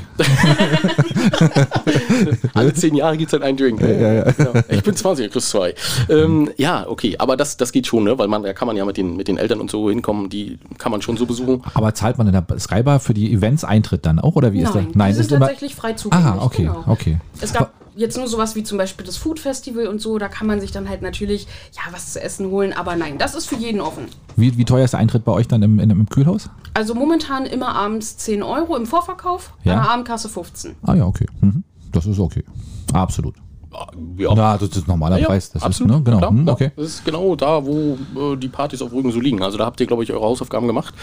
A: Alle zehn Jahre gibt es halt einen Drink. Genau. Ich bin 20, du kriegst zwei. Ähm, ja, okay, aber das, das geht schon, ne? weil man, da kann man ja mit den, mit den Eltern und so hinkommen, die kann man schon so besuchen.
B: Aber zahlt man in der Skybar für die Events Eintritt dann auch, oder wie ist das?
C: Nein, Nein die sind tatsächlich frei zugänglich. genau.
B: Ah, okay, okay.
C: Es gab jetzt nur sowas wie zum Beispiel das Food Festival und so, da kann man sich dann halt natürlich, ja, was zu essen holen, aber nein, das ist für jeden offen.
B: Wie, wie teuer ist der Eintritt bei euch dann im, in, im Kühlhaus?
C: Also momentan immer abends 10 Euro im Vorverkauf,
B: Ja.
C: an der Abendkasse 15.
B: Ah ja, okay. Mhm. Das ist okay. Absolut.
A: Ja.
B: Na, das ist normaler
A: Ja,
B: Preis. Das
A: absolut.
B: Ist, ne? Genau.
A: Klar,
B: hm,
A: klar.
B: okay.
A: Das ist genau da, wo äh, die Partys auf Rügen so liegen. Also da habt ihr, glaube ich, eure Hausaufgaben gemacht.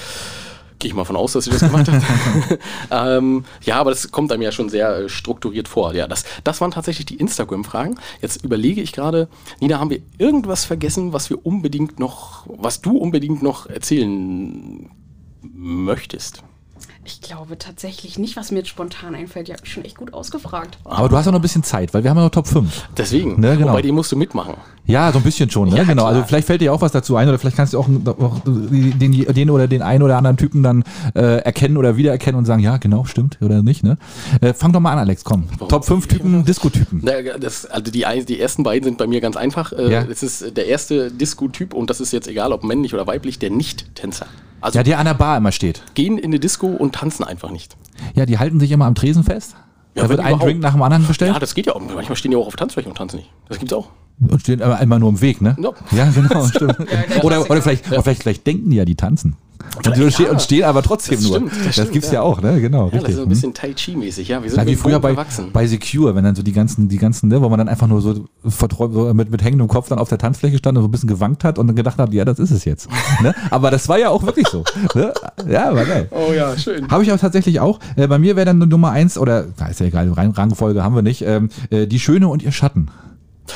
A: Gehe ich mal von aus, dass ihr das gemacht habt. ähm, ja, aber das kommt einem ja schon sehr äh, strukturiert vor. Ja, das, das waren tatsächlich die Instagram-Fragen. Jetzt überlege ich gerade, Nina, haben wir irgendwas vergessen, was wir unbedingt noch, was du unbedingt noch erzählen möchtest?
C: Ich glaube tatsächlich nicht, was mir jetzt spontan einfällt. Ihr habt mich schon echt gut ausgefragt.
B: Aber du hast ja noch ein bisschen Zeit, weil wir haben ja noch Top 5.
A: Deswegen,
B: Ne, genau.
A: bei dem musst du mitmachen.
B: Ja, so ein bisschen schon, ne?
A: Ja,
B: genau.
A: klar.
B: Also vielleicht fällt dir auch was dazu ein oder vielleicht kannst du auch, auch den, den oder den einen oder anderen Typen dann äh, erkennen oder wiedererkennen und sagen, ja, genau, stimmt oder nicht, ne? Äh, fang doch mal an, Alex, komm. Top 5 Typen, Disco-Typen.
A: Na, Das, also die, ein- die ersten beiden sind bei mir ganz einfach. Äh,
B: Ja.
A: Das ist der erste Disco-Typ und das ist jetzt egal, ob männlich oder weiblich, der Nicht-Tänzer. Also
B: Ja, der an der Bar immer steht.
A: gehen in eine Disco und tanzen einfach nicht.
B: Ja, die halten sich immer am Tresen fest.
A: Ja,
B: da
A: wenn
B: wird ein
A: überhaupt.
B: Drink nach dem anderen bestellt
A: Ja, das geht ja auch. Manchmal stehen die auch auf Tanzflächen und tanzen nicht. Das gibt's auch.
B: und stehen aber immer nur im Weg, ne?
A: Ja.
B: Ja, genau, stimmt.
C: der
B: oder, oder,
C: Klassiker.
B: vielleicht, oder vielleicht, vielleicht denken die ja, die tanzen. Und,
A: Vielleicht,
B: stehen,
A: ja.
B: und stehen aber trotzdem
A: Das
B: nur.
A: stimmt, das
B: das
A: stimmt,
B: gibt's ja.
A: ja.
B: auch, ne? Genau.
A: Ja, das ist so ein
B: hm?
A: bisschen Tai Chi-mäßig. Ja, wir sind
B: Ja,
A: mit
B: wie
A: dem
B: früher
A: Boden
B: bei,
A: verwachsen.
B: bei Secure, wenn dann so die ganzen, die ganzen, ne, wo man dann einfach nur so, verträumt, so mit, mit hängendem Kopf dann auf der Tanzfläche stand und so ein bisschen gewankt hat und dann gedacht hat, ja, das ist es jetzt. ne? Aber das war ja auch wirklich so. ne? Ja, war geil.
A: oh ja, schön.
B: Habe ich aber tatsächlich auch. Äh, bei mir wäre dann Nummer eins, oder na, ist ja egal, Rein- Rangfolge haben wir nicht, ähm, äh, die Schöne und ihr Schatten.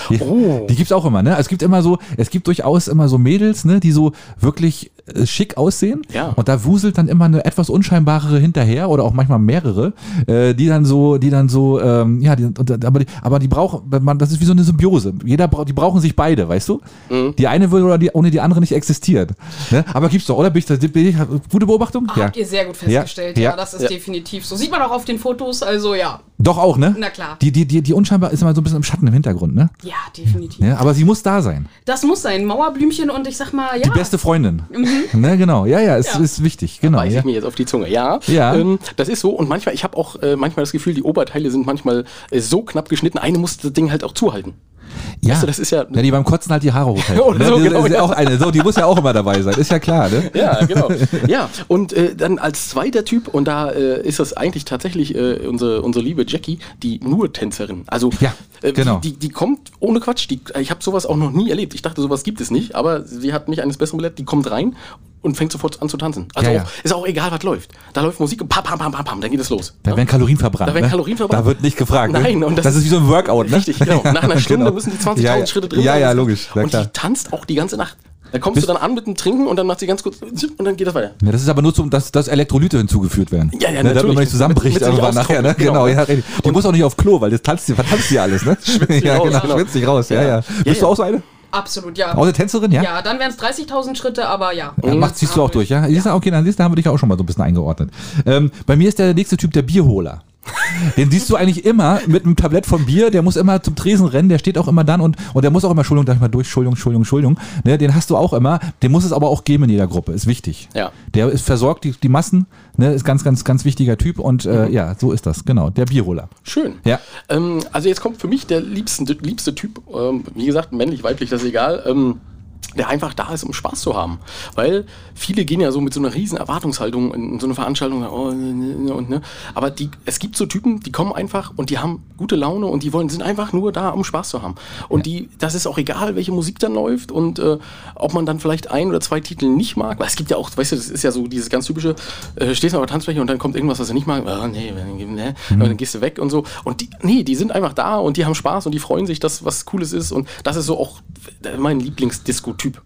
B: Die,
A: Oh.
B: die gibt's auch immer, ne? Es gibt immer so, es gibt durchaus immer so Mädels, ne, die so wirklich äh, schick aussehen.
A: Ja.
B: Und da wuselt dann immer eine etwas unscheinbarere hinterher oder auch manchmal mehrere, äh, die dann so, die dann so, ähm, ja, die, und- aber die, aber die brauchen, wenn man, das ist wie so eine Symbiose. Jeder braucht, die brauchen sich beide, weißt du?
A: Mhm.
B: Die eine würde oder die, ohne die andere nicht existieren. Ne? Aber gibt's doch, oder? Bin ich, da- bin ich, gute Beobachtung?
C: Ah, Habt ihr sehr gut festgestellt.
B: Ja.
C: Ja,
B: Ja.
C: das ist
A: Ja.
C: definitiv so. Sieht man auch auf den Fotos. Also ja,
B: Doch auch, ne?
C: Na klar.
B: Die, die, die, die unscheinbar ist immer so ein bisschen im Schatten im Hintergrund, ne?
C: ja, definitiv.
B: Ja, aber sie muss da sein.
C: Das muss sein. Mauerblümchen und ich sag mal, ja.
B: Die beste Freundin. Ne, genau. Ja, ja, ist,
C: Ah. Mhm. Ja.
B: ist wichtig. Genau.
A: Weiß
B: Ja.
A: ich mir jetzt auf die Zunge. Ja,
B: Ja.
A: Ähm, das ist so. Und manchmal, ich habe auch äh, manchmal das Gefühl, die Oberteile sind manchmal äh, so knapp geschnitten, eine muss das Ding halt auch zuhalten.
B: Ja.
A: du, das ist ja-
B: Na, die beim Kotzen halt die Haare hochhält.
A: Oder so,
B: ne?
A: genau,
B: ist ja
A: ja.
B: auch eine. So, die muss ja auch immer dabei sein. Ist ja klar, ne?
A: Ja, genau. ja, und äh, dann als zweiter Typ, und da äh, ist das eigentlich tatsächlich äh, unsere, unsere liebe Jackie, die nur Tänzerin. Also,
B: Ja,
A: äh,
B: genau.
A: die, die kommt ohne Quatsch. Die, ich habe sowas auch noch nie erlebt. Ich dachte, sowas gibt es nicht, aber sie hat mich eines Besseren belehrt. Die kommt rein und fängt sofort an zu tanzen. Also,
B: Ja, ja.
A: Auch, ist auch egal, was läuft. Da läuft Musik und pam, pam, pam, pam, pam, dann geht es los.
B: Da
A: Ja?
B: werden Kalorien verbrannt.
A: Da werden
B: ne?
A: Kalorien verbrannt.
B: Da wird nicht gefragt.
A: Nein,
B: ne?
A: und
B: das,
A: das
B: ist wie so ein Workout, ne?
A: Richtig, genau. Nach einer Stunde
B: Genau.
A: müssen die 20.000
B: ja, ja.
A: Schritte drin
B: Ja,
A: sein.
B: ja, logisch. Na,
A: und
B: klar.
A: die tanzt auch die ganze Nacht. Da kommst du dann an mit dem Trinken und dann macht sie ganz kurz und dann geht das weiter.
B: Ja, Ne, das ist aber nur zum, dass, dass Elektrolyte hinzugeführt werden.
A: Ja, ja,
B: ne, Damit
A: natürlich.
B: man nicht zusammenbricht
A: Damit sie nicht
B: irgendwann nachher, ne?
A: austrocknet,
B: Genau,
A: genau.
B: ja, richtig. Die muss auch nicht auf Klo, weil das tanzt die, vertanzt die alles, ne?
A: die
B: ja,
A: raus,
B: genau,
A: genau.
B: schwitzt die raus, ja, ja.
A: Ja. Ja,
B: Bist du
A: ja.
B: auch so eine?
C: Absolut, ja.
A: Oh,
B: Auch eine Tänzerin, ja?
C: Ja, dann wären es 30.000 Schritte, aber ja.
B: Ja, macht, ziehst du auch durch, ja? Siehst du, okay, dann siehst du, da haben wir dich ja auch schon mal so ein bisschen eingeordnet. Ähm, bei mir ist der nächste Typ der Bierholer. Den siehst du eigentlich immer mit einem Tablett von Bier, der muss immer zum Tresen rennen, der steht auch immer dann und, und der muss auch immer, Entschuldigung, darf ich mal durch, Entschuldigung, Entschuldigung, Entschuldigung. Ne, den hast du auch immer, den muss es aber auch geben in jeder Gruppe, ist wichtig.
A: Ja.
B: Der ist versorgt die, die Massen, ne, ist ganz, ganz, ganz wichtiger Typ und äh,
A: Mhm.
B: ja, so ist das, genau, der Bierholer.
A: Schön.
B: Ja.
A: Ähm, also jetzt kommt für mich der liebsten, liebste Typ, ähm, wie gesagt, männlich, weiblich, das ist egal, ähm, der einfach da ist, um Spaß zu haben. Weil viele gehen ja so mit so einer riesen Erwartungshaltung in so eine Veranstaltung. Oh, ne, ne, ne, und, ne. Aber die, es gibt so Typen, die kommen einfach und die haben gute Laune und die wollen, sind einfach nur da, um Spaß zu haben. Und die, das ist auch egal, welche Musik dann läuft und äh, ob man dann vielleicht ein oder zwei Titel nicht mag. Weil es gibt ja auch, weißt du, das ist ja so dieses ganz typische, äh, stehst auf der Tanzfläche und dann kommt irgendwas, was du nicht magst. Oh, nee, ne.
B: Mhm.
A: Und dann gehst du weg und so. Und die, nee, die sind einfach da und die haben Spaß und die freuen sich, dass was Cooles ist. Und das ist so auch äh, mein Lieblingsdisco-Typ.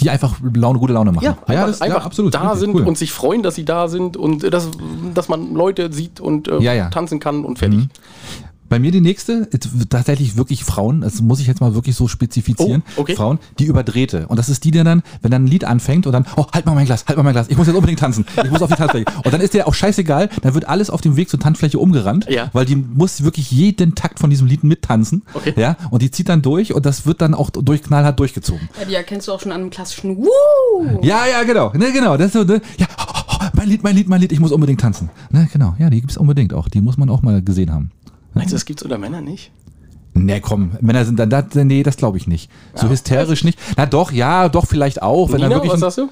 B: Die einfach Laune, gute Laune machen.
A: Ja, einfach,
B: das-
A: einfach da
B: richtig,
A: sind
B: cool.
A: und sich freuen, dass sie da sind und äh, dass, dass man Leute sieht und äh,
B: Ja, ja. Mhm.
A: tanzen kann und fertig.
B: Bei mir die nächste, jetzt tatsächlich wirklich Frauen, das muss ich jetzt mal wirklich so spezifizieren,
A: Oh, okay.
B: Frauen, die überdrehte. Und das ist die, die dann, wenn dann ein Lied anfängt und dann, oh, halt mal mein Glas, halt mal mein Glas, ich muss jetzt unbedingt tanzen, ich muss auf die Tanzfläche. Und dann ist der auch scheißegal, dann wird alles auf dem Weg zur Tanzfläche umgerannt,
A: Ja.
B: weil die muss wirklich jeden Takt von diesem Lied mittanzen.
A: Okay.
B: Ja, und die zieht dann durch und das wird dann auch durch knallhart durchgezogen.
C: Ja, die erkennst du auch schon an einem klassischen
A: Oh.
C: Woo.
B: Ja, ja, genau. Ne, genau. Das ist so, ne, ja, oh, oh, oh, mein Lied, mein Lied, mein Lied, ich muss unbedingt tanzen. Ne, genau. Ja, die gibt's unbedingt auch. Die muss man auch mal gesehen haben.
A: Meinst
B: Mhm.
A: du, das gibt's unter Männern nicht?
B: Nee, komm, Männer sind dann da, nee, das glaube ich nicht. So hysterisch nicht. Na doch, ja, doch, vielleicht auch. Wenn dann
A: Nina,
B: wirklich
A: was
B: ein-
A: sagst du?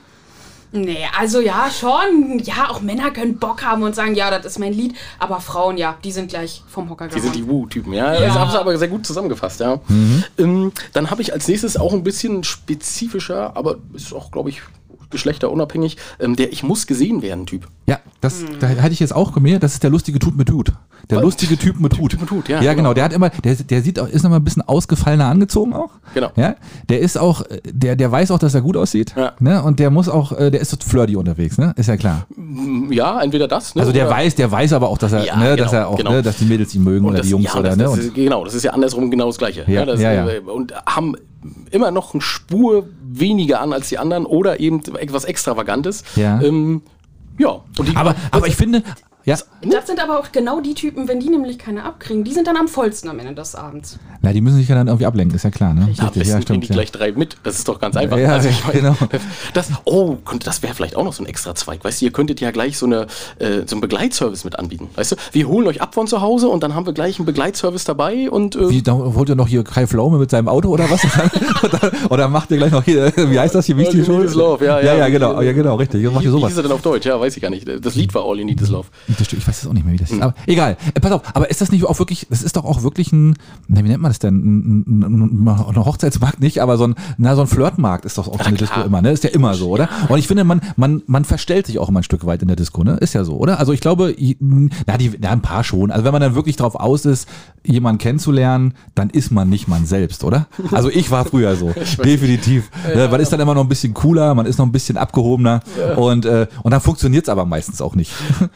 C: Nee, also ja, schon. Ja, auch Männer können Bock haben und sagen, ja, das ist mein Lied. Aber Frauen, ja, die sind gleich vom Hocker
A: Die
C: gehauen.
A: sind die Wu-Typen, ja.
C: Ja.
A: Das haben sie aber sehr gut zusammengefasst, ja.
B: Mhm.
A: Ähm, dann habe ich als nächstes auch ein bisschen spezifischer, aber ist auch, glaube ich, geschlechterunabhängig, ähm, der Ich muss gesehen werden Typ.
B: ja, das da hatte ich jetzt auch mir, das ist der lustige Tut mit Tut. Der lustige Typ mit Hut.
A: mit Hut, ja,
B: Ja,
A: genau.
B: genau. Der hat immer, der, der sieht auch, ist nochmal ein bisschen ausgefallener angezogen auch.
A: Genau.
B: Ja. Der ist auch, äh, der, der weiß auch, dass er gut aussieht.
A: Ja.
B: Ne? Und der muss auch, äh, der ist so flirty unterwegs, ne? Ist ja klar.
A: Ja, entweder das. Ne,
B: Also der
A: oder-
B: weiß, der weiß aber auch, dass er,
A: Ja,
B: ne,
A: genau,
B: dass er auch,
A: genau.
B: ne, dass die Mädels ihn mögen
A: Und
B: oder
A: das-
B: die Jungs
A: ja,
B: oder
A: das,
B: ne?
A: das
B: Und,
A: ist, genau, das ist ja andersrum genau das Gleiche.
B: Ja,
A: das,
B: ja, ja.
A: äh, Und haben immer noch eine Spur weniger an als die anderen oder eben etwas Extravagantes.
B: Ja.
A: Ähm, ja. Und die,
B: aber, aber ich finde, ja,
C: Das sind aber auch genau die Typen, wenn die nämlich keine abkriegen, die sind dann am vollsten am Ende des Abends.
B: na, die müssen sich ja dann irgendwie ablenken, ist ja klar, ne?
A: am besten nehmen die
B: ja.
A: gleich drei mit. Das ist doch ganz einfach. Also
B: Ja,
A: ich meine,
B: genau.
A: Das, oh, könnte, das wäre vielleicht auch noch so ein extra Zweig. Weißt du, ihr könntet ja gleich so, eine, äh, so einen Begleitservice mit anbieten. Weißt du, wir holen euch ab von zu Hause und dann haben wir gleich einen Begleitservice dabei und äh,
B: Wie, da wollt ihr noch hier Kai Flaume mit seinem Auto oder was? oder, oder macht ihr gleich noch hier, wie heißt das hier,
A: All
B: wichtige
A: You Need
B: Schuld?
A: Is Love, ja,
B: ja.
A: ja.
B: Ja, genau, ja, genau, richtig. Jetzt Macht
A: wie,
B: ihr
A: wie
B: sowas.
A: hieß er denn auf Deutsch? Ja, weiß ich gar nicht. Das Lied war All You Need Is Love.
B: Das stimmt, Ich weiß jetzt auch nicht mehr, wie das
A: Hm.
B: ist. Aber egal. Äh, pass auf, aber ist das nicht auch wirklich, das ist doch auch wirklich ein, na, wie nennt man das denn? Ein, ein, ein, ein Hochzeitsmarkt nicht, aber so ein, na, so ein Flirtmarkt ist doch auch so eine Disco immer, ne? Ist ja immer so, oder? Und ich finde, man, man, man verstellt sich auch immer ein Stück weit in der Disco, ne? Ist ja so, oder? Also ich glaube, i- na, die, na, ein paar schon. Also wenn man dann wirklich drauf aus ist, jemanden kennenzulernen, dann ist man nicht man selbst, oder? Also ich war früher so. definitiv. Ne? Man ist dann immer noch ein bisschen cooler, man ist noch ein bisschen abgehobener und, äh, und dann funktioniert's aber meistens auch nicht.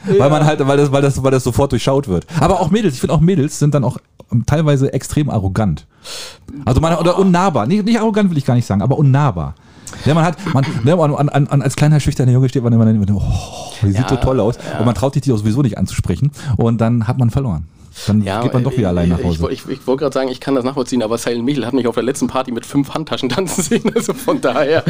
B: weil man halt, weil das, weil das, weil das sofort durchschaut wird. Aber auch Mädels, ich finde auch Mädels sind dann auch teilweise extrem arrogant. Also man
A: Ah.
B: oder unnahbar. Nicht, nicht arrogant will ich gar nicht sagen, aber unnahbar. Ja, man hat, man, ne, man, an, an, an, als kleiner schüchterner Junge steht man immer dann, oh, die sieht so toll aus. Und man traut sich die auch sowieso nicht anzusprechen. Und dann hat man verloren. Dann geht man doch wieder
A: äh,
B: allein nach Hause.
A: Ich, ich, ich wollte gerade sagen, ich kann das nachvollziehen, aber Silent Michel hat mich auf der letzten Party mit fünf Handtaschen tanzen sehen. Also von daher,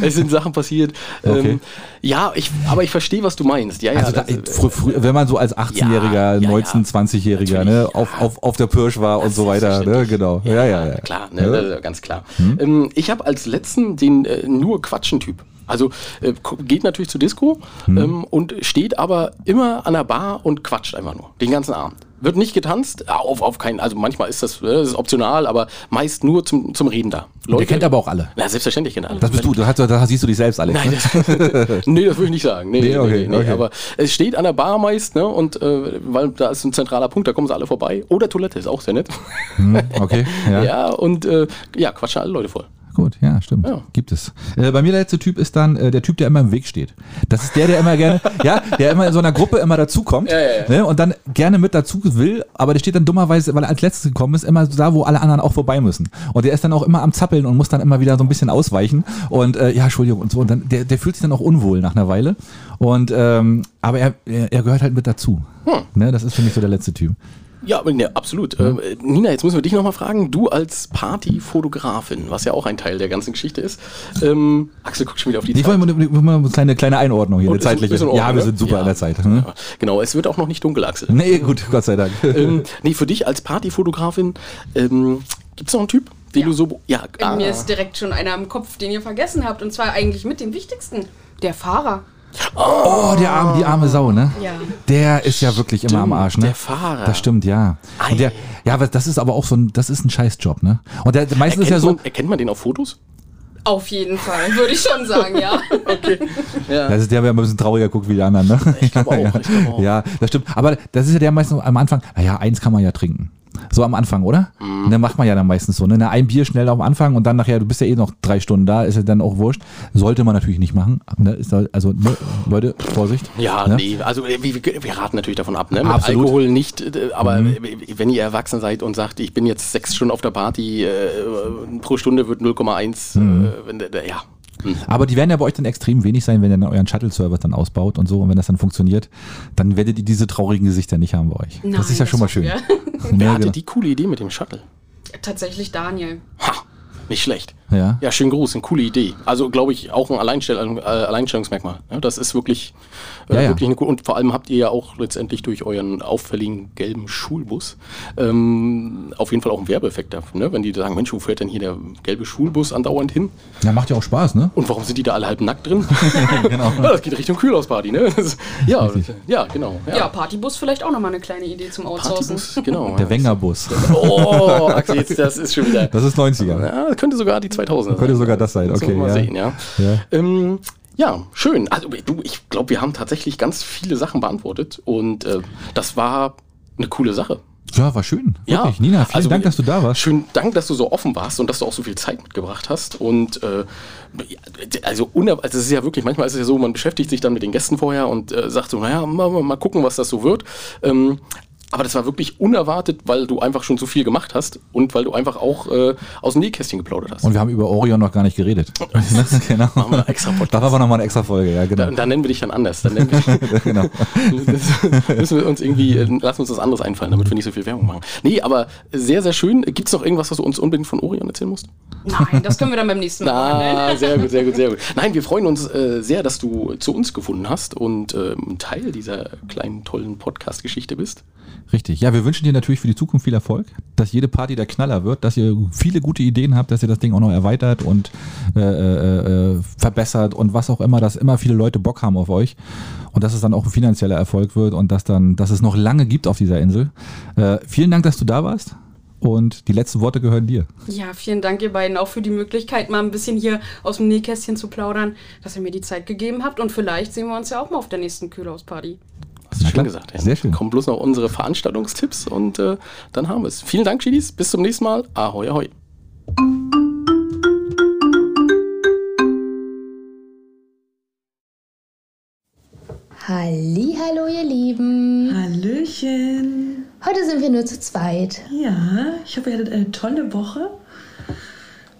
A: es sind Sachen passiert.
B: Okay.
A: Ähm, ja, ich, aber ich verstehe, was du meinst. Ja, ja,
B: Also da,
A: das, äh,
B: frü frü wenn man so als 18-Jähriger,
A: Ja, ja, ja.
B: 19-, 20-Jähriger ne, auf, auf, auf der Pirsch war und so weiter, ne, genau. Ja, ja, ja. Hm?
A: Klar, ne, äh, ganz klar. Ähm, ich habe als letzten den äh, nur Quatschen-Typ. Also äh, ko- geht natürlich zu Disco
B: Hm.
A: ähm, und steht aber immer an der Bar und quatscht einfach nur den ganzen Abend. Wird nicht getanzt, auf, auf keinen, also manchmal ist das, äh, das ist optional, aber meist nur zum, zum Reden da. Leute,
B: Der kennt aber auch alle.
A: Na, selbstverständlich kennt er alle.
B: Das bist du, du hast, da siehst du dich selbst, Alex.
A: Nein,
B: ne?
A: das, nee, das würde ich nicht sagen. Nee,
B: Nee,
A: nee,
B: okay,
A: nee, nee,
B: okay.
A: Aber es steht an der Bar meist, ne? Und äh, weil da ist ein zentraler Punkt, da kommen sie alle vorbei. Oder Toilette ist auch sehr nett.
B: Okay,
A: Ja,
B: ja.
A: und äh, ja, quatschen alle Leute voll.
B: Gut, ja, stimmt.
A: Ja.
B: Gibt es. Äh, bei mir der letzte Typ ist dann äh, der Typ, der immer im Weg steht. Das ist der, der immer gerne, ja, der immer in so einer Gruppe immer dazukommt
A: Ja, ja, ja.
B: Ne, und dann gerne mit dazu will, aber der steht dann dummerweise, weil er als letztes gekommen ist, immer da, wo alle anderen auch vorbei müssen. Und der ist dann auch immer am Zappeln und muss dann immer wieder so ein bisschen ausweichen. Und äh, ja, Entschuldigung und so. Und dann, der, der fühlt sich dann auch unwohl nach einer Weile. Und ähm, aber er, er er gehört halt mit dazu.
A: Hm.
B: Ne, das ist für mich so der letzte Typ.
A: Ja, aber, ne, absolut. Ähm, Nina, jetzt müssen wir dich nochmal fragen. Du als Partyfotografin, was ja auch ein Teil der ganzen Geschichte ist. Ähm, Axel guckt schon wieder auf die
B: Ich wollte mal, mal eine kleine, kleine Einordnung hier,
A: Und ist in-
B: eine zeitliche.
A: ist in Ordnung,
B: ja, wir
A: ne?
B: sind super
A: Ja.
B: an der Zeit. Hm. Ne?
A: Ja, Genau, es wird auch noch nicht dunkel, Axel.
B: Nee, gut, Gott sei Dank.
A: ähm, nee, für dich als Partyfotografin, ähm, gibt es noch einen Typ, den
C: Ja.
A: du so. be- Ja, ah,
C: Mir ist direkt schon einer im Kopf, den ihr vergessen habt. Und zwar eigentlich mit dem wichtigsten. Der Fahrer.
B: Oh, der arme, die arme Sau, ne?
C: Ja.
B: Der ist ja wirklich immer am
A: Stimmt,
B: Arsch, ne?
A: der Fahrer.
B: Das stimmt, ja. Und der, ja, aber das ist aber auch so ein, das ist ein Scheißjob, ne? Und der, meistens
A: erkennt,
B: ist ja so,
A: man, erkennt man den auf Fotos?
C: Auf jeden Fall, würde ich schon sagen, ja.
B: das ist der, der immer ein bisschen trauriger guckt wie die anderen, ne?
A: Ich glaube auch. Ich glaub auch.
B: Ja, das stimmt. Aber das ist ja der meistens am Anfang, naja, eins kann man ja trinken. So am Anfang, oder? Mhm. Ne, macht man ja dann meistens so. Ne? Na, ein Bier schnell am Anfang und dann nachher, du bist ja eh noch drei Stunden da, ist ja dann auch wurscht. Sollte man natürlich nicht machen. Ne? Ist da, also, ne? Leute, Vorsicht.
A: Ja,
B: ne?
A: nee, also äh, wir, wir wir raten natürlich davon ab, ne? Mit
B: Absolut. Mhm.
A: Alkohol nicht, äh, aber äh, wenn ihr erwachsen seid und sagt, ich bin jetzt sechs Stunden auf der Party, äh, pro Stunde wird 0,1,
B: Mhm.
A: äh, wenn der- der- ja.
B: Aber die werden ja bei euch dann extrem wenig sein, wenn ihr dann euren Shuttle-Service dann ausbaut und so. Und wenn das dann funktioniert, dann werdet ihr diese traurigen Gesichter nicht haben bei euch.
C: Nein,
B: das ist ja schon mal
C: das
B: schön.
C: hoffen
A: Wer
B: Ja,
A: hatte
B: genau.
A: die coole Idee mit dem Shuttle?
C: Tatsächlich Daniel.
A: Ha, nicht schlecht.
B: Ja.
A: Ja, schönen Gruß, eine coole Idee. Also glaube ich auch ein Alleinstell äh, Alleinstellungsmerkmal. ne? das ist wirklich, äh,
B: Ja, ja.
A: wirklich eine coole. Und vor allem habt ihr ja auch letztendlich durch euren auffälligen gelben Schulbus ähm, auf jeden Fall auch einen Werbeeffekt da. Ne? Wenn die sagen, Mensch, wo fährt denn hier der gelbe Schulbus andauernd hin?
B: ja, macht ja auch Spaß, ne?
A: Und warum sind die da alle halb nackt drin? genau. das geht Richtung Kühlhausparty, ne? Das, ja, ja, genau.
C: Ja, Partybus vielleicht auch nochmal eine kleine Idee zum Outsourcen.
A: Partybus, genau.
B: Der Wengerbus.
A: Oh, Axel, jetzt, das ist schon wieder.
B: Das ist 90er.
A: Ja, das könnte sogar die 2000er
B: Könnte
A: sein.
B: sogar das sein,
A: Müssen
B: okay.
A: wir mal
B: ja.
A: sehen, ja.
B: Ja.
A: Ähm, ja, schön. Also du, ich glaube, wir haben tatsächlich ganz viele Sachen beantwortet und äh, das war eine coole Sache.
B: Ja, war schön.
A: Ja.
B: Wirklich. Nina, vielen
A: Also,
B: Dank, dass du da warst.
A: Schönen Dank, dass du so offen warst und dass du auch so viel Zeit mitgebracht hast. Und äh, ja, also, uner also es ist ja wirklich, manchmal ist es ja so, man beschäftigt sich dann mit den Gästen vorher und äh, sagt so, naja, mal, mal- mal gucken, was das so wird. Ähm, aber das war wirklich unerwartet, weil du einfach schon so viel gemacht hast und weil du einfach auch äh, aus dem Nähkästchen geplaudert hast.
B: Und wir haben über Orion noch gar nicht geredet. genau.
A: Machen wir einen extra Podcast.
B: Da war aber nochmal eine extra Folge, ja, genau.
A: Da, da nennen wir dich dann anders. Dann nennen wir
B: genau.
A: das müssen wir uns irgendwie, äh, lassen wir uns was anderes einfallen, damit wir nicht so viel Werbung machen. Nee, aber sehr, sehr schön. Gibt es noch irgendwas, was du uns unbedingt von Orion erzählen musst?
C: Nein, das können wir dann beim nächsten Mal.
A: Na, sehr gut, sehr gut, sehr gut. Nein, wir freuen uns äh, sehr, dass du zu uns gefunden hast und ähm, Teil dieser kleinen, tollen Podcast-Geschichte bist.
B: Richtig. Ja, wir wünschen dir natürlich für die Zukunft viel Erfolg, dass jede Party der Knaller wird, dass ihr viele gute Ideen habt, dass ihr das Ding auch noch erweitert und äh, äh, äh, verbessert und was auch immer, dass immer viele Leute Bock haben auf euch und dass es dann auch ein finanzieller Erfolg wird und dass dann, dass es noch lange gibt auf dieser Insel. Äh, vielen Dank, dass du da warst und die letzten Worte gehören dir.
C: Ja, vielen Dank ihr beiden auch für die Möglichkeit, mal ein bisschen hier aus dem Nähkästchen zu plaudern, dass ihr mir die Zeit gegeben habt und vielleicht sehen wir uns ja auch mal auf der nächsten Kühlhausparty.
A: Hast du
B: Na
A: schön
B: klar,
A: gesagt. Ja.
B: sehr schön.
A: Kommen bloß noch unsere Veranstaltungstipps und äh, dann haben wir es. Vielen Dank, Chidis. Bis zum nächsten Mal. Ahoi, ahoi.
D: Hallo, ihr Lieben.
E: Hallöchen.
D: Heute sind wir nur zu zweit.
E: Ja, ich hoffe, ihr hattet eine tolle Woche.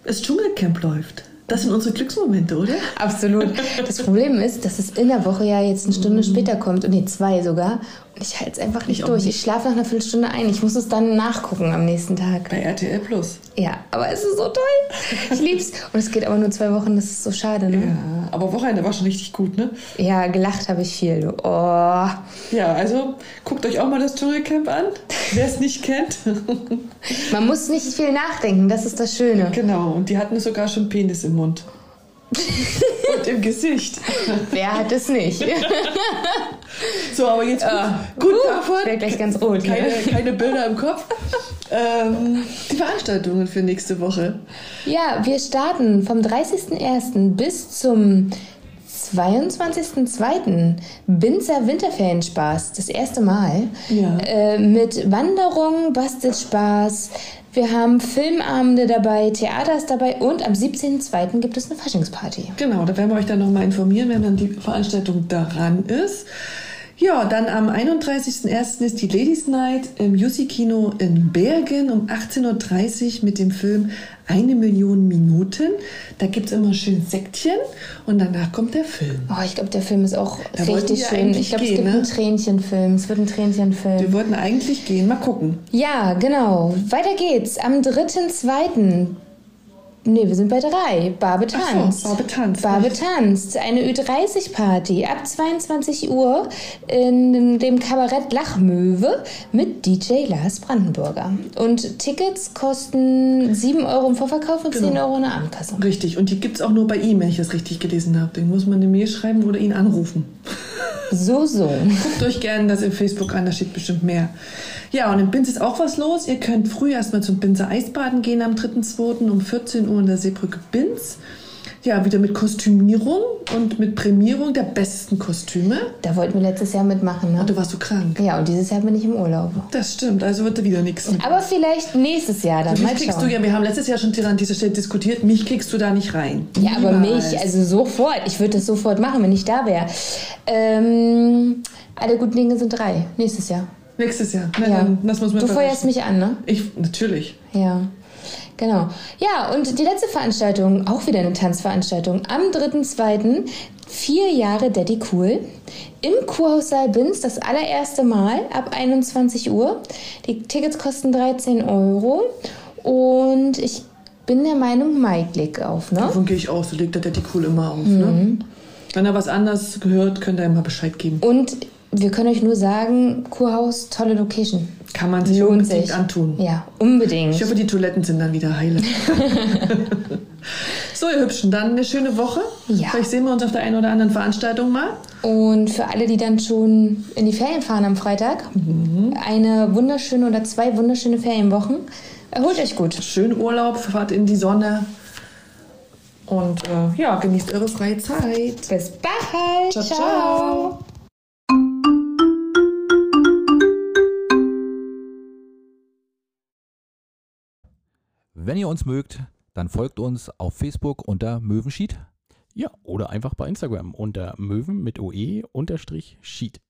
E: Das Dschungelcamp läuft. Das sind unsere Glücksmomente, oder?
D: Absolut. Das Problem ist, dass es in der Woche ja jetzt eine Stunde später kommt und nee, zwei sogar. Und ich halte es einfach nicht
E: Mhm. Ich auch
D: durch.
E: nicht.
D: Ich schlafe nach einer Viertelstunde ein. Ich muss es dann nachgucken am nächsten Tag.
E: Bei RTL Plus.
D: Ja, aber es ist so toll. Ich lieb's. Und es geht aber nur zwei Wochen. Das ist so schade, ne?
E: Ja, aber Wochenende war schon richtig gut, ne?
D: Ja, gelacht habe ich viel. du. Oh.
E: Ja, also guckt euch auch mal das Dschungelcamp an, wer es nicht kennt.
D: Man muss nicht viel nachdenken. Das ist das Schöne.
E: genau, und die hatten sogar schon Penis im Mund. und im Gesicht.
D: Wer hat es nicht?
E: So, aber jetzt gut, gut davon.
D: werd gleich ganz rot hier.
E: Keine, keine Bilder im Kopf. ähm, die Veranstaltungen für nächste Woche.
D: Ja, wir starten vom 30.01. bis zum 22.02. Binzer Winterferienspaß, das erste Mal.
E: Ja.
D: Äh, mit Wanderung, Bastelspaß. Wir haben Filmabende dabei, Theater ist dabei und am 17.02. gibt es eine Faschingsparty.
E: Genau, da werden wir euch dann nochmal informieren, wenn dann die Veranstaltung daran ist. Ja, dann am 31.01. ist die Ladies Night im Jussi-Kino in Bergen um 18.30 Uhr mit dem Film Eine Million Minuten. Da gibt es immer schön Sektchen und danach kommt der Film.
D: Oh, ich glaube, der Film ist auch
E: Da wollten
D: richtig
E: wir
D: schön.
E: eigentlich
D: Ich glaube, es
E: gehen,
D: gibt einen
E: ne?
D: Tränchenfilm. Es wird ein Tränchenfilm.
E: Wir wollten eigentlich gehen, mal gucken.
D: Ja, genau. Weiter geht's. Am 3.2. Nee, wir sind bei drei. Barbe
E: Ach so,
D: tanzt.
E: Barbe tanzt.
D: Barbe tanzt. Eine Ü30-Party ab 22 Uhr in dem Kabarett Lachmöwe mit DJ Lars Brandenburger. Und Tickets kosten 7 Euro im Vorverkauf und 10
E: Genau.
D: Euro in der Abendkasse.
E: Richtig, und die gibt es auch nur bei ihm, wenn ich das richtig gelesen habe. Den muss man eine Mail schreiben oder ihn anrufen.
D: So, so.
E: Guckt euch gerne das im Facebook an, da steht bestimmt mehr. Ja, und im Binz ist auch was los. Ihr könnt früh erstmal zum Binzer Eisbaden gehen am 3.2. um 14 Uhr in der Seebrücke Binz. Ja, wieder mit Kostümierung und mit Prämierung der besten Kostüme.
D: Da wollten wir letztes Jahr mitmachen,
E: Und
D: ne?
E: du warst so krank.
D: Ja, und dieses Jahr bin ich im Urlaub.
E: Das stimmt, also wird da wieder nichts.
D: Aber vielleicht nächstes Jahr dann.
E: Mich
D: Mal
E: kriegst
D: schauen.
E: du ja, wir haben letztes Jahr schon an dieser Stelle diskutiert, mich kriegst du da nicht rein.
D: Ja, aber
E: Niemals.
D: mich, also sofort. Ich würde das sofort machen, wenn ich da wäre. Ähm, alle guten Dinge sind drei. Nächstes Jahr.
E: Nächstes Jahr. Na,
D: Ja.
E: dann lassen wir uns mal
D: du feuerst
E: überraschen.
D: mich an, ne?
E: Ich, natürlich.
D: Ja. Genau. Ja, und die letzte Veranstaltung, auch wieder eine Tanzveranstaltung, am 3.2. Vier Jahre Daddy Cool im Kurhaussaal Binz, das allererste Mal ab 21 Uhr. Die Tickets kosten 13 Euro und ich bin der Meinung, Mike legt auf, ne?
E: Davon gehe ich aus, so legt der Daddy cool immer auf.
D: Mhm.
E: Ne? Wenn er was anderes gehört, könnt ihr ihm mal Bescheid geben.
D: Und wir können euch nur sagen, Kurhaus, tolle Location.
E: Kann man sich
D: Lohnt
E: unbedingt
D: sich.
E: antun.
D: Ja, unbedingt.
E: Ich hoffe, die Toiletten sind dann wieder heile. so, ihr Hübschen, dann eine schöne Woche.
D: Ja.
E: Vielleicht sehen wir uns auf der einen oder anderen Veranstaltung mal.
D: Und für alle, die dann schon in die Ferien fahren am Freitag,
E: Mhm.
D: eine wunderschöne oder zwei wunderschöne Ferienwochen. Erholt euch gut.
E: Schönen Urlaub, fahrt in die Sonne und äh, ja, genießt eure freie Zeit.
D: Bis bald.
E: Ciao, ciao.
B: Wenn ihr uns mögt, dann folgt uns auf Facebook unter Möwenschied. E
A: Ja, oder einfach bei Instagram unter Möwen mit OE unterstrich Sheet.